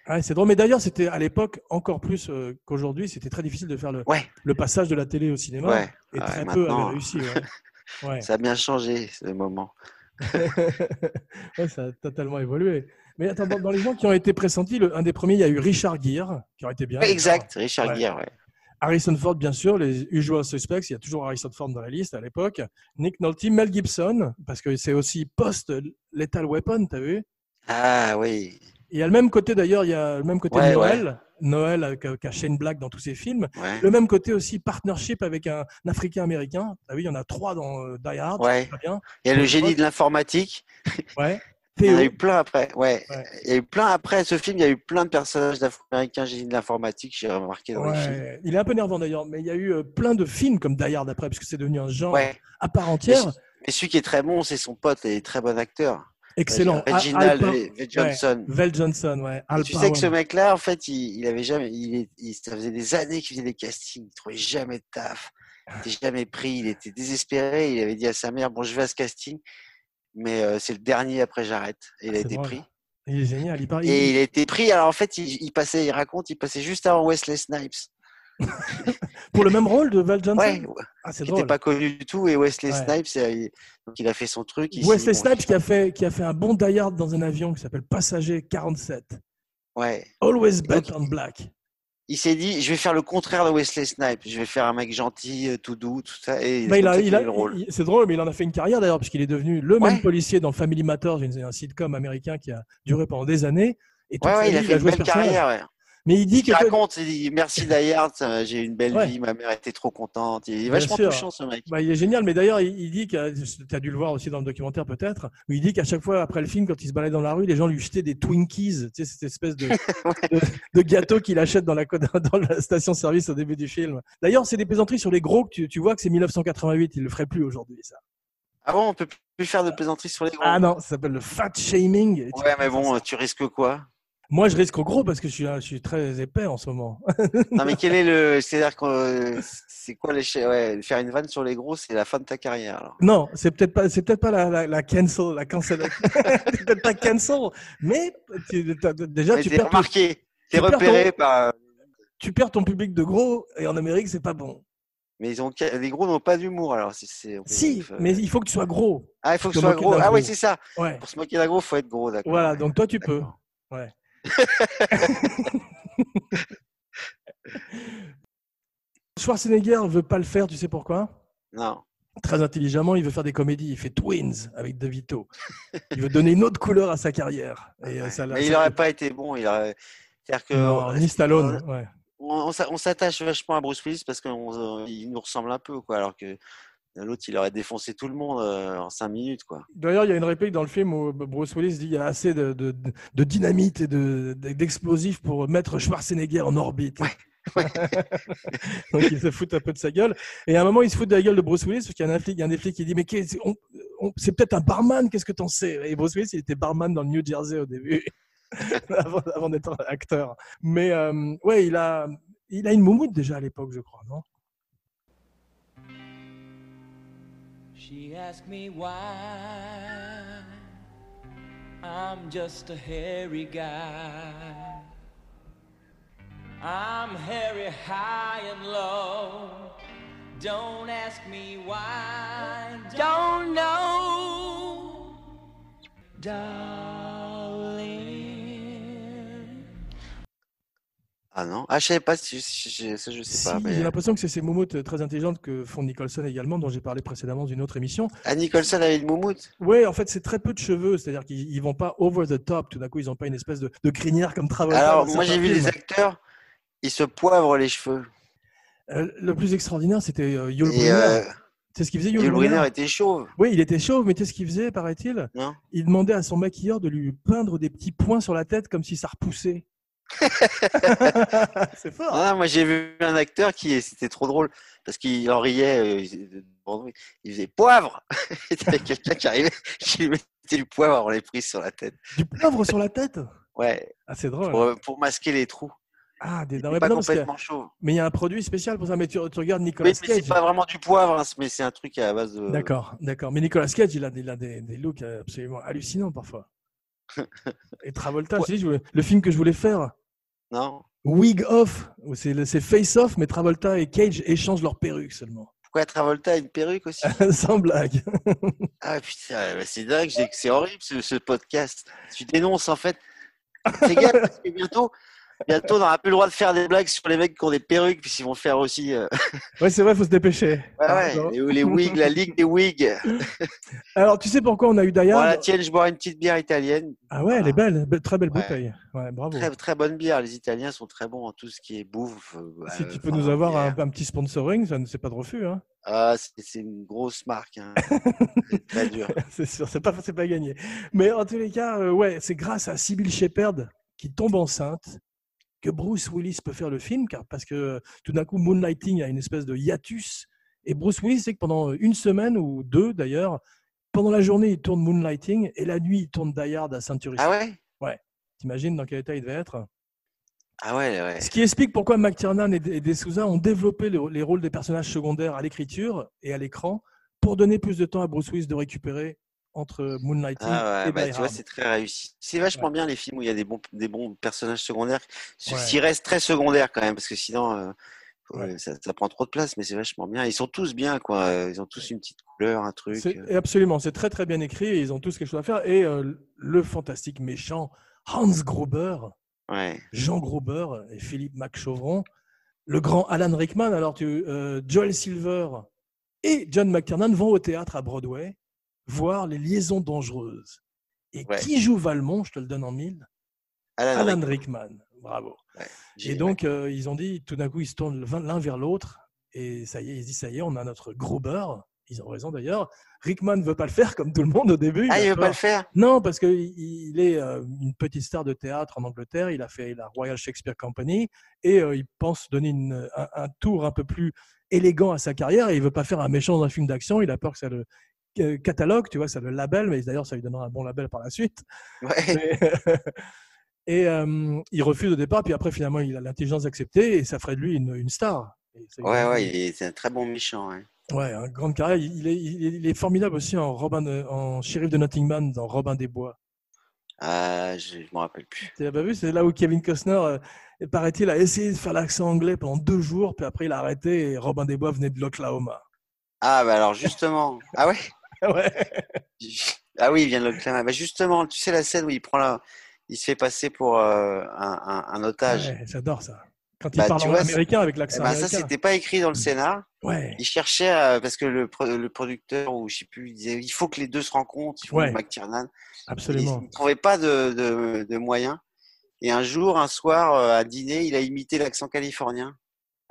[SPEAKER 1] Ouais, c'est drôle. Mais d'ailleurs, c'était à l'époque encore plus euh, qu'aujourd'hui, c'était très difficile de faire le,
[SPEAKER 2] Ouais.
[SPEAKER 1] le passage de la télé au cinéma.
[SPEAKER 2] Ouais,
[SPEAKER 1] Et
[SPEAKER 2] ouais,
[SPEAKER 1] très peu
[SPEAKER 2] maintenant,
[SPEAKER 1] avaient réussi.
[SPEAKER 2] [LAUGHS]
[SPEAKER 1] ouais. Ouais.
[SPEAKER 2] ça a bien changé, ce moment.
[SPEAKER 1] ouais, ça a totalement évolué. Mais attends, dans, dans les gens qui ont été pressentis, le- un des premiers, il y a eu Richard Gere, qui aurait été bien.
[SPEAKER 2] Ouais, exact, Richard
[SPEAKER 1] Ouais.
[SPEAKER 2] Gere, ouais.
[SPEAKER 1] Harrison Ford, bien sûr, les usual suspects, il y a toujours Harrison Ford dans la liste à l'époque. Nick Nolte, Mel Gibson, parce que c'est aussi post-Lethal Weapon, t'as vu
[SPEAKER 2] Ah oui.
[SPEAKER 1] Et à le même côté d'ailleurs, il y a le même côté
[SPEAKER 2] Ouais,
[SPEAKER 1] Noël, Noël euh, qu'a qu'a Shane Black dans tous ses films.
[SPEAKER 2] Ouais.
[SPEAKER 1] Le même côté aussi partnership avec un, Africain-Américain. T'as vu, il y en a trois dans euh, Die Hard,
[SPEAKER 2] Ouais.
[SPEAKER 1] c'est très bien.
[SPEAKER 2] Il y a le génie de l'informatique.
[SPEAKER 1] Ouais.
[SPEAKER 2] Il y en
[SPEAKER 1] Théo,
[SPEAKER 2] a eu plein après. Ouais.
[SPEAKER 1] Ouais.
[SPEAKER 2] Il y a eu plein après ce film. Il y a eu plein de personnages d'Africains génie de l'informatique. J'ai remarqué dans les films.
[SPEAKER 1] Ouais, il est un peu nerveux d'ailleurs, mais il y a eu euh, plein de films comme Die Hard après, parce que c'est devenu un genre
[SPEAKER 2] Ouais.
[SPEAKER 1] à part entière.
[SPEAKER 2] Mais Mais celui qui est très bon, c'est son pote et très bon acteur.
[SPEAKER 1] Excellent. Al-
[SPEAKER 2] Reginald
[SPEAKER 1] Al-
[SPEAKER 2] V. Johnson.
[SPEAKER 1] Val Johnson, ouais. Al
[SPEAKER 2] Tu sais que ce
[SPEAKER 1] Powell.
[SPEAKER 2] mec-là, en fait, il, il avait jamais, il, est- il- ça faisait des années qu'il faisait des castings, il trouvait jamais de taf, il n'était jamais pris, il était désespéré, il avait dit à sa mère, bon, je vais à ce casting, mais euh, c'est le dernier, après j'arrête. Et il
[SPEAKER 1] Ah,
[SPEAKER 2] a
[SPEAKER 1] c'est
[SPEAKER 2] été
[SPEAKER 1] drôle.
[SPEAKER 2] pris.
[SPEAKER 1] Il est génial. Il parle.
[SPEAKER 2] Et il a été pris, alors en fait, il, il passait, il raconte, il passait juste avant Wesley Snipes.
[SPEAKER 1] Pour le même rôle de Val Johnson
[SPEAKER 2] Ouais,
[SPEAKER 1] Ah, c'est
[SPEAKER 2] qui n'était
[SPEAKER 1] drôle.
[SPEAKER 2] pas connu du tout. Et Wesley
[SPEAKER 1] Ouais.
[SPEAKER 2] Snipes, euh, il, donc il a fait son truc. il s'est
[SPEAKER 1] Wesley
[SPEAKER 2] dit, bon,
[SPEAKER 1] Snipes qui a, fait, qui a fait un bon Die Hard dans un avion qui s'appelle Passager 47.
[SPEAKER 2] ouais.
[SPEAKER 1] Always bet
[SPEAKER 2] Donc,
[SPEAKER 1] on black.
[SPEAKER 2] Il s'est dit, je vais faire le contraire de Wesley Snipes. Je vais faire un mec gentil, euh, tout doux, tout ça. Et
[SPEAKER 1] Mais
[SPEAKER 2] c'est
[SPEAKER 1] Bah, il
[SPEAKER 2] comme
[SPEAKER 1] a,
[SPEAKER 2] ça
[SPEAKER 1] il
[SPEAKER 2] qu'il
[SPEAKER 1] a,
[SPEAKER 2] eu le rôle.
[SPEAKER 1] il- c'est drôle, mais il en a fait une carrière d'ailleurs, puisqu'il est devenu le
[SPEAKER 2] Ouais.
[SPEAKER 1] même policier dans Family Matters, une- un sitcom américain qui a duré pendant des années. Et toute
[SPEAKER 2] ouais,
[SPEAKER 1] sa
[SPEAKER 2] ouais, il a
[SPEAKER 1] vie,
[SPEAKER 2] fait une
[SPEAKER 1] joué ce
[SPEAKER 2] belle
[SPEAKER 1] personnage.
[SPEAKER 2] carrière. ouais.
[SPEAKER 1] Mais il dit
[SPEAKER 2] Il
[SPEAKER 1] que.
[SPEAKER 2] raconte, il dit merci Dayard, j'ai eu une belle
[SPEAKER 1] Ouais.
[SPEAKER 2] vie, ma mère était trop contente. Il est
[SPEAKER 1] Bien
[SPEAKER 2] vachement
[SPEAKER 1] sûr.
[SPEAKER 2] touchant ce mec.
[SPEAKER 1] Bah, il est génial, mais d'ailleurs, il, il dit que tu as dû le voir aussi dans le documentaire, peut-être. où Il dit qu'à chaque fois, après le film, quand il se balade dans la rue, les gens lui jetaient des Twinkies, tu sais, cette espèce
[SPEAKER 2] [LAUGHS]
[SPEAKER 1] de, de, de gâteau qu'il achète dans la, co- [LAUGHS] dans la station-service au début du film. D'ailleurs, c'est des plaisanteries sur les gros que tu, tu vois que c'est 1988, il le ferait plus aujourd'hui, ça.
[SPEAKER 2] Ah bon, on peut plus faire de plaisanteries sur les gros.
[SPEAKER 1] Ah non, ça s'appelle le fat shaming. Et tu-
[SPEAKER 2] ouais, mais
[SPEAKER 1] [LAUGHS]
[SPEAKER 2] bon, euh. tu risques quoi
[SPEAKER 1] Moi, je risque au gros parce que je suis, un- je suis très épais en ce moment. [LAUGHS]
[SPEAKER 2] Non, mais quel est le. C'est-à-dire que. euh, C'est quoi l'échelle Ouais, faire une vanne sur les gros, c'est la fin de ta carrière. Alors.
[SPEAKER 1] Non, c'est peut-être pas, c'est peut-être pas la, la, la cancel, la cancel, [LAUGHS] c'est peut-être pas cancel, mais tu- t'as- déjà
[SPEAKER 2] Mais
[SPEAKER 1] tu
[SPEAKER 2] t'es
[SPEAKER 1] perds, ton,
[SPEAKER 2] remarqué,
[SPEAKER 1] tu
[SPEAKER 2] t'es
[SPEAKER 1] perds
[SPEAKER 2] repéré par. euh,
[SPEAKER 1] tu perds ton public de gros et en Amérique c'est pas bon.
[SPEAKER 2] Mais ils ont... les gros n'ont pas d'humour alors. Si, c'est... on peut-
[SPEAKER 1] Si,
[SPEAKER 2] faut-
[SPEAKER 1] mais il faut que tu sois gros.
[SPEAKER 2] Ah, il faut que
[SPEAKER 1] te
[SPEAKER 2] ce soit
[SPEAKER 1] moquer
[SPEAKER 2] gros.
[SPEAKER 1] d'un
[SPEAKER 2] Ah, oui,
[SPEAKER 1] gros.
[SPEAKER 2] c'est ça.
[SPEAKER 1] Ouais.
[SPEAKER 2] Pour se moquer d'un gros, faut être gros, d'accord.
[SPEAKER 1] Voilà, donc toi tu peux. Ouais.
[SPEAKER 2] [LAUGHS]
[SPEAKER 1] Schwarzenegger veut pas le faire, tu sais pourquoi
[SPEAKER 2] Non.
[SPEAKER 1] Très intelligemment, il veut faire des comédies. Il fait Twins avec De Vito. Il veut donner une autre couleur à sa carrière. Et euh, ça, l'a-
[SPEAKER 2] mais il euh,
[SPEAKER 1] ça-
[SPEAKER 2] n'aurait pas été bon. Il aurait... C'est-à-dire que.
[SPEAKER 1] Non, ni Stallone. Ouais.
[SPEAKER 2] on, on s'a- on s'attache vachement à Bruce Willis parce qu'il nous ressemble un peu, quoi. Alors que l'autre, il aurait défoncé tout le monde euh, en cinq minutes, quoi.
[SPEAKER 1] D'ailleurs, il y a une réplique dans le film où Bruce Willis dit il y a assez de, de- de dynamite et de- de- d'explosifs pour mettre Schwarzenegger en orbite. [LAUGHS] Donc, ils se foutent un peu de sa gueule. Et à un moment, ils se foutent de la gueule de Bruce Willis parce qu'il y a un flic, il y a un des flics qui dit Mais qu'est- on- on- c'est peut-être un barman, qu'est-ce que t'en sais Et Bruce Willis, il était barman dans le New Jersey au début, [LAUGHS] avant, avant d'être acteur. Mais euh, ouais, il a, il a une moumoute déjà à l'époque, je crois, non
[SPEAKER 10] She asked me why I'm just a hairy guy. I'm hairy high and low. Don't ask me why. Don't know. Darling.
[SPEAKER 2] Ah non Ah, je savais pas si. si- si- ça, je sais
[SPEAKER 1] Si,
[SPEAKER 2] pas. mais- euh,
[SPEAKER 1] J'ai l'impression que c'est ces moumoutes très intelligentes que font Nicholson également, dont j'ai parlé précédemment d'une autre émission.
[SPEAKER 2] Ah, Nicholson avait une moumoute
[SPEAKER 1] Ouais, en fait, c'est très peu de cheveux, c'est-à-dire qu'ils ils vont pas over the top. Tout d'un coup, ils ont pas une espèce de, de crinière comme Travolta.
[SPEAKER 2] Alors,
[SPEAKER 1] dans
[SPEAKER 2] moi, j'ai
[SPEAKER 1] certains
[SPEAKER 2] vu des
[SPEAKER 1] films.
[SPEAKER 2] acteurs, ils se poivrent les cheveux.
[SPEAKER 1] Euh, le plus extraordinaire, c'était euh, Yul
[SPEAKER 2] Et
[SPEAKER 1] Brynner.
[SPEAKER 2] euh,
[SPEAKER 1] C'est ce qu'il faisait, Yul,
[SPEAKER 2] Yul
[SPEAKER 1] Brynner.
[SPEAKER 2] Brynner était chauve.
[SPEAKER 1] Oui, il était chauve, mais tu sais ce qu'il faisait, paraît-il
[SPEAKER 2] Non.
[SPEAKER 1] Il demandait à son maquilleur de lui peindre des petits points sur la tête comme si ça
[SPEAKER 2] [LAUGHS]
[SPEAKER 1] repoussait. c'est fort. hein?
[SPEAKER 2] Ah, moi, j'ai vu un acteur qui, c'était trop drôle, parce qu'il en riait. euh, bon, Il faisait poivre [LAUGHS] Et t'avais quelqu'un qui arrivait, [LAUGHS] qui lui mettait du poivre avant les prises sur la tête.
[SPEAKER 1] Du poivre sur la tête
[SPEAKER 2] Ouais,
[SPEAKER 1] Ah, c'est drôle.
[SPEAKER 2] pour, pour masquer les trous.
[SPEAKER 1] Ah, des...
[SPEAKER 2] Il
[SPEAKER 1] non,
[SPEAKER 2] était
[SPEAKER 1] mais
[SPEAKER 2] pas
[SPEAKER 1] non, parce que-
[SPEAKER 2] complètement chauve.
[SPEAKER 1] mais il y a un produit spécial pour ça. Mais tu, tu regardes Nicolas
[SPEAKER 2] Oui, mais
[SPEAKER 1] Cage.
[SPEAKER 2] c'est pas vraiment du poivre, hein, mais c'est un truc à la base de.
[SPEAKER 1] D'accord, d'accord. Mais Nicolas Cage, il a des, il a des, des looks euh, absolument hallucinants
[SPEAKER 2] [LAUGHS]
[SPEAKER 1] parfois. Et Travolta, je te dis, je voulais- le film que je voulais faire,
[SPEAKER 2] Non
[SPEAKER 1] Wig Off, où c'est le- c'est Face Off, mais Travolta et Cage échangent leur perruque seulement. [LAUGHS]
[SPEAKER 2] Pourquoi Travolta a une perruque aussi
[SPEAKER 1] Sans blague.
[SPEAKER 2] Ah putain, bah, c'est dingue, j'ai- c'est horrible ce, ce podcast. Tu dénonces en fait. Fais gaffe parce que bientôt, bientôt on n'aura plus le droit de faire des blagues sur les mecs qui ont des perruques, puis ils vont faire aussi. euh,
[SPEAKER 1] Ouais, c'est vrai, faut se dépêcher.
[SPEAKER 2] Ouais,
[SPEAKER 1] Ah,
[SPEAKER 2] ouais,
[SPEAKER 1] non.
[SPEAKER 2] les, les wigs, la ligue
[SPEAKER 1] [LAUGHS]
[SPEAKER 2] des wigs.
[SPEAKER 1] Alors, tu sais pourquoi on a eu Dayard
[SPEAKER 2] Voilà, tiens, je bois une petite bière italienne.
[SPEAKER 1] Ah ouais, elle est belle, be- très belle
[SPEAKER 2] Ouais.
[SPEAKER 1] bouteille. Ouais, bravo.
[SPEAKER 2] Très, très bonne bière. Les Italiens sont très bons en tout ce qui est bouffe. euh,
[SPEAKER 1] Si tu peux
[SPEAKER 2] enfin,
[SPEAKER 1] nous avoir un,
[SPEAKER 2] bière.
[SPEAKER 1] un petit sponsoring, ça ne s'est pas de refus. Hein.
[SPEAKER 2] Ah, c'est- c'est une grosse
[SPEAKER 1] [LAUGHS]
[SPEAKER 2] marque. hein. c'est très dur.
[SPEAKER 1] c'est sûr, c'est pas, c'est pas gagné. Mais en tous les cas, euh, ouais, c'est grâce à Sybil Shepherd qui tombe enceinte que Bruce Willis peut faire le film, car parce que euh, tout d'un coup, Moonlighting a une espèce de hiatus. Et Bruce Willis, c'est que pendant euh, une semaine ou deux d'ailleurs, pendant la journée, il tourne Moonlighting et la nuit, il tourne Die Hard à Century.
[SPEAKER 2] Ah ouais
[SPEAKER 1] T'imagines dans quel état il devait être
[SPEAKER 2] Ah ouais, ouais.
[SPEAKER 1] Ce qui explique pourquoi McTiernan et De- et De Souza ont développé le- les rôles des personnages secondaires à l'écriture et à l'écran pour donner plus de temps à Bruce Willis de récupérer entre Moonlighting
[SPEAKER 2] Ah ouais,
[SPEAKER 1] et
[SPEAKER 2] bah,
[SPEAKER 1] Die
[SPEAKER 2] tu vois,
[SPEAKER 1] Hard.
[SPEAKER 2] c'est très réussi. C'est vachement bien les films où il y a des bons, des bons personnages secondaires, ceux
[SPEAKER 1] Ouais.
[SPEAKER 2] qui restent très secondaires quand même, parce que sinon, euh,
[SPEAKER 1] Ouais.
[SPEAKER 2] euh, ça, ça prend trop de place, mais c'est vachement bien. Ils sont tous bien, quoi. Euh, Ils ont tous une petite couleur, un truc. euh,
[SPEAKER 1] C'est- et Absolument, c'est très très bien écrit et ils ont tous quelque chose à faire. Et euh, le fantastique méchant Hans Gruber,
[SPEAKER 2] Ouais.
[SPEAKER 1] Jean Gruber et Philippe McChauvron, le grand Alan Rickman, alors tu, euh, Joel Silver et John McTiernan vont au théâtre à Broadway voir les liaisons dangereuses. Et
[SPEAKER 2] Ouais.
[SPEAKER 1] qui joue Valmont, je te le donne en mille
[SPEAKER 2] Alan
[SPEAKER 1] Alan
[SPEAKER 2] Rickman.
[SPEAKER 1] Rickman. Bravo. Ah
[SPEAKER 2] Eh ben,
[SPEAKER 1] Et donc, euh, ils ont dit, tout d'un coup, ils se tournent l'un l'un vers l'autre. Et ça y est, ils se disent, ça y est, on a notre gros beurre. Ils ont raison d'ailleurs. Rickman ne veut pas le faire comme tout le monde au début.
[SPEAKER 2] Ah,
[SPEAKER 1] a
[SPEAKER 2] il veut
[SPEAKER 1] peur.
[SPEAKER 2] pas le faire [LAUGHS]
[SPEAKER 1] Non, parce qu'il est euh, une petite star de théâtre en Angleterre. Il a fait la Royal Shakespeare Company et euh, il pense donner une- un, un tour un peu plus élégant à sa carrière. Et il veut pas faire un méchant dans un film d'action. Il a peur que ça le euh, catalogue, tu vois, ça le label. Mais d'ailleurs, ça lui donnera un bon label par la suite.
[SPEAKER 2] Ouais.
[SPEAKER 1] Mais- [LAUGHS] et euh, il refuse au départ, puis après, finalement, il a l'intelligence d'accepter et ça ferait de lui une, une star. Et c'est-
[SPEAKER 2] Ouais, ouais, il est- c'est un très bon méchant. hein.
[SPEAKER 1] Ouais, hein, grande carrière. Il est, il est- il est formidable aussi en, Robin de- en shérif de Nottingham dans Robin des Bois.
[SPEAKER 2] Ah, je ne me rappelle plus.
[SPEAKER 1] Tu l'as pas vu C'est là où Kevin Costner, euh, paraît-il, a essayé de faire l'accent anglais pendant deux jours, puis après il a arrêté et Robin des Bois venait de l'Oklahoma. [LAUGHS]
[SPEAKER 2] Ah, bah alors justement. Ah ouais
[SPEAKER 1] ouais.
[SPEAKER 2] Ah oui, il vient de l'Oklahoma. Bah justement, tu sais la scène où il prend la... il se fait passer pour euh, un, un- un otage.
[SPEAKER 1] Ouais, J'adore ça. Quand il
[SPEAKER 2] Bah,
[SPEAKER 1] parle
[SPEAKER 2] tu
[SPEAKER 1] en
[SPEAKER 2] vois, c'est-
[SPEAKER 1] américain avec
[SPEAKER 2] Eh
[SPEAKER 1] l'accent
[SPEAKER 2] ben, ça,
[SPEAKER 1] américain.
[SPEAKER 2] c'était pas écrit dans le scénar.
[SPEAKER 1] ouais.
[SPEAKER 2] Il cherchait, à- parce que le, pro- le producteur ou je sais plus, il disait il faut que les deux se rencontrent, il faut
[SPEAKER 1] Ouais.
[SPEAKER 2] que McTiernan.
[SPEAKER 1] Absolument.
[SPEAKER 2] Il ne trouvait pas de, de, de moyens. Et un jour, un soir, euh, à dîner, il a imité l'accent californien.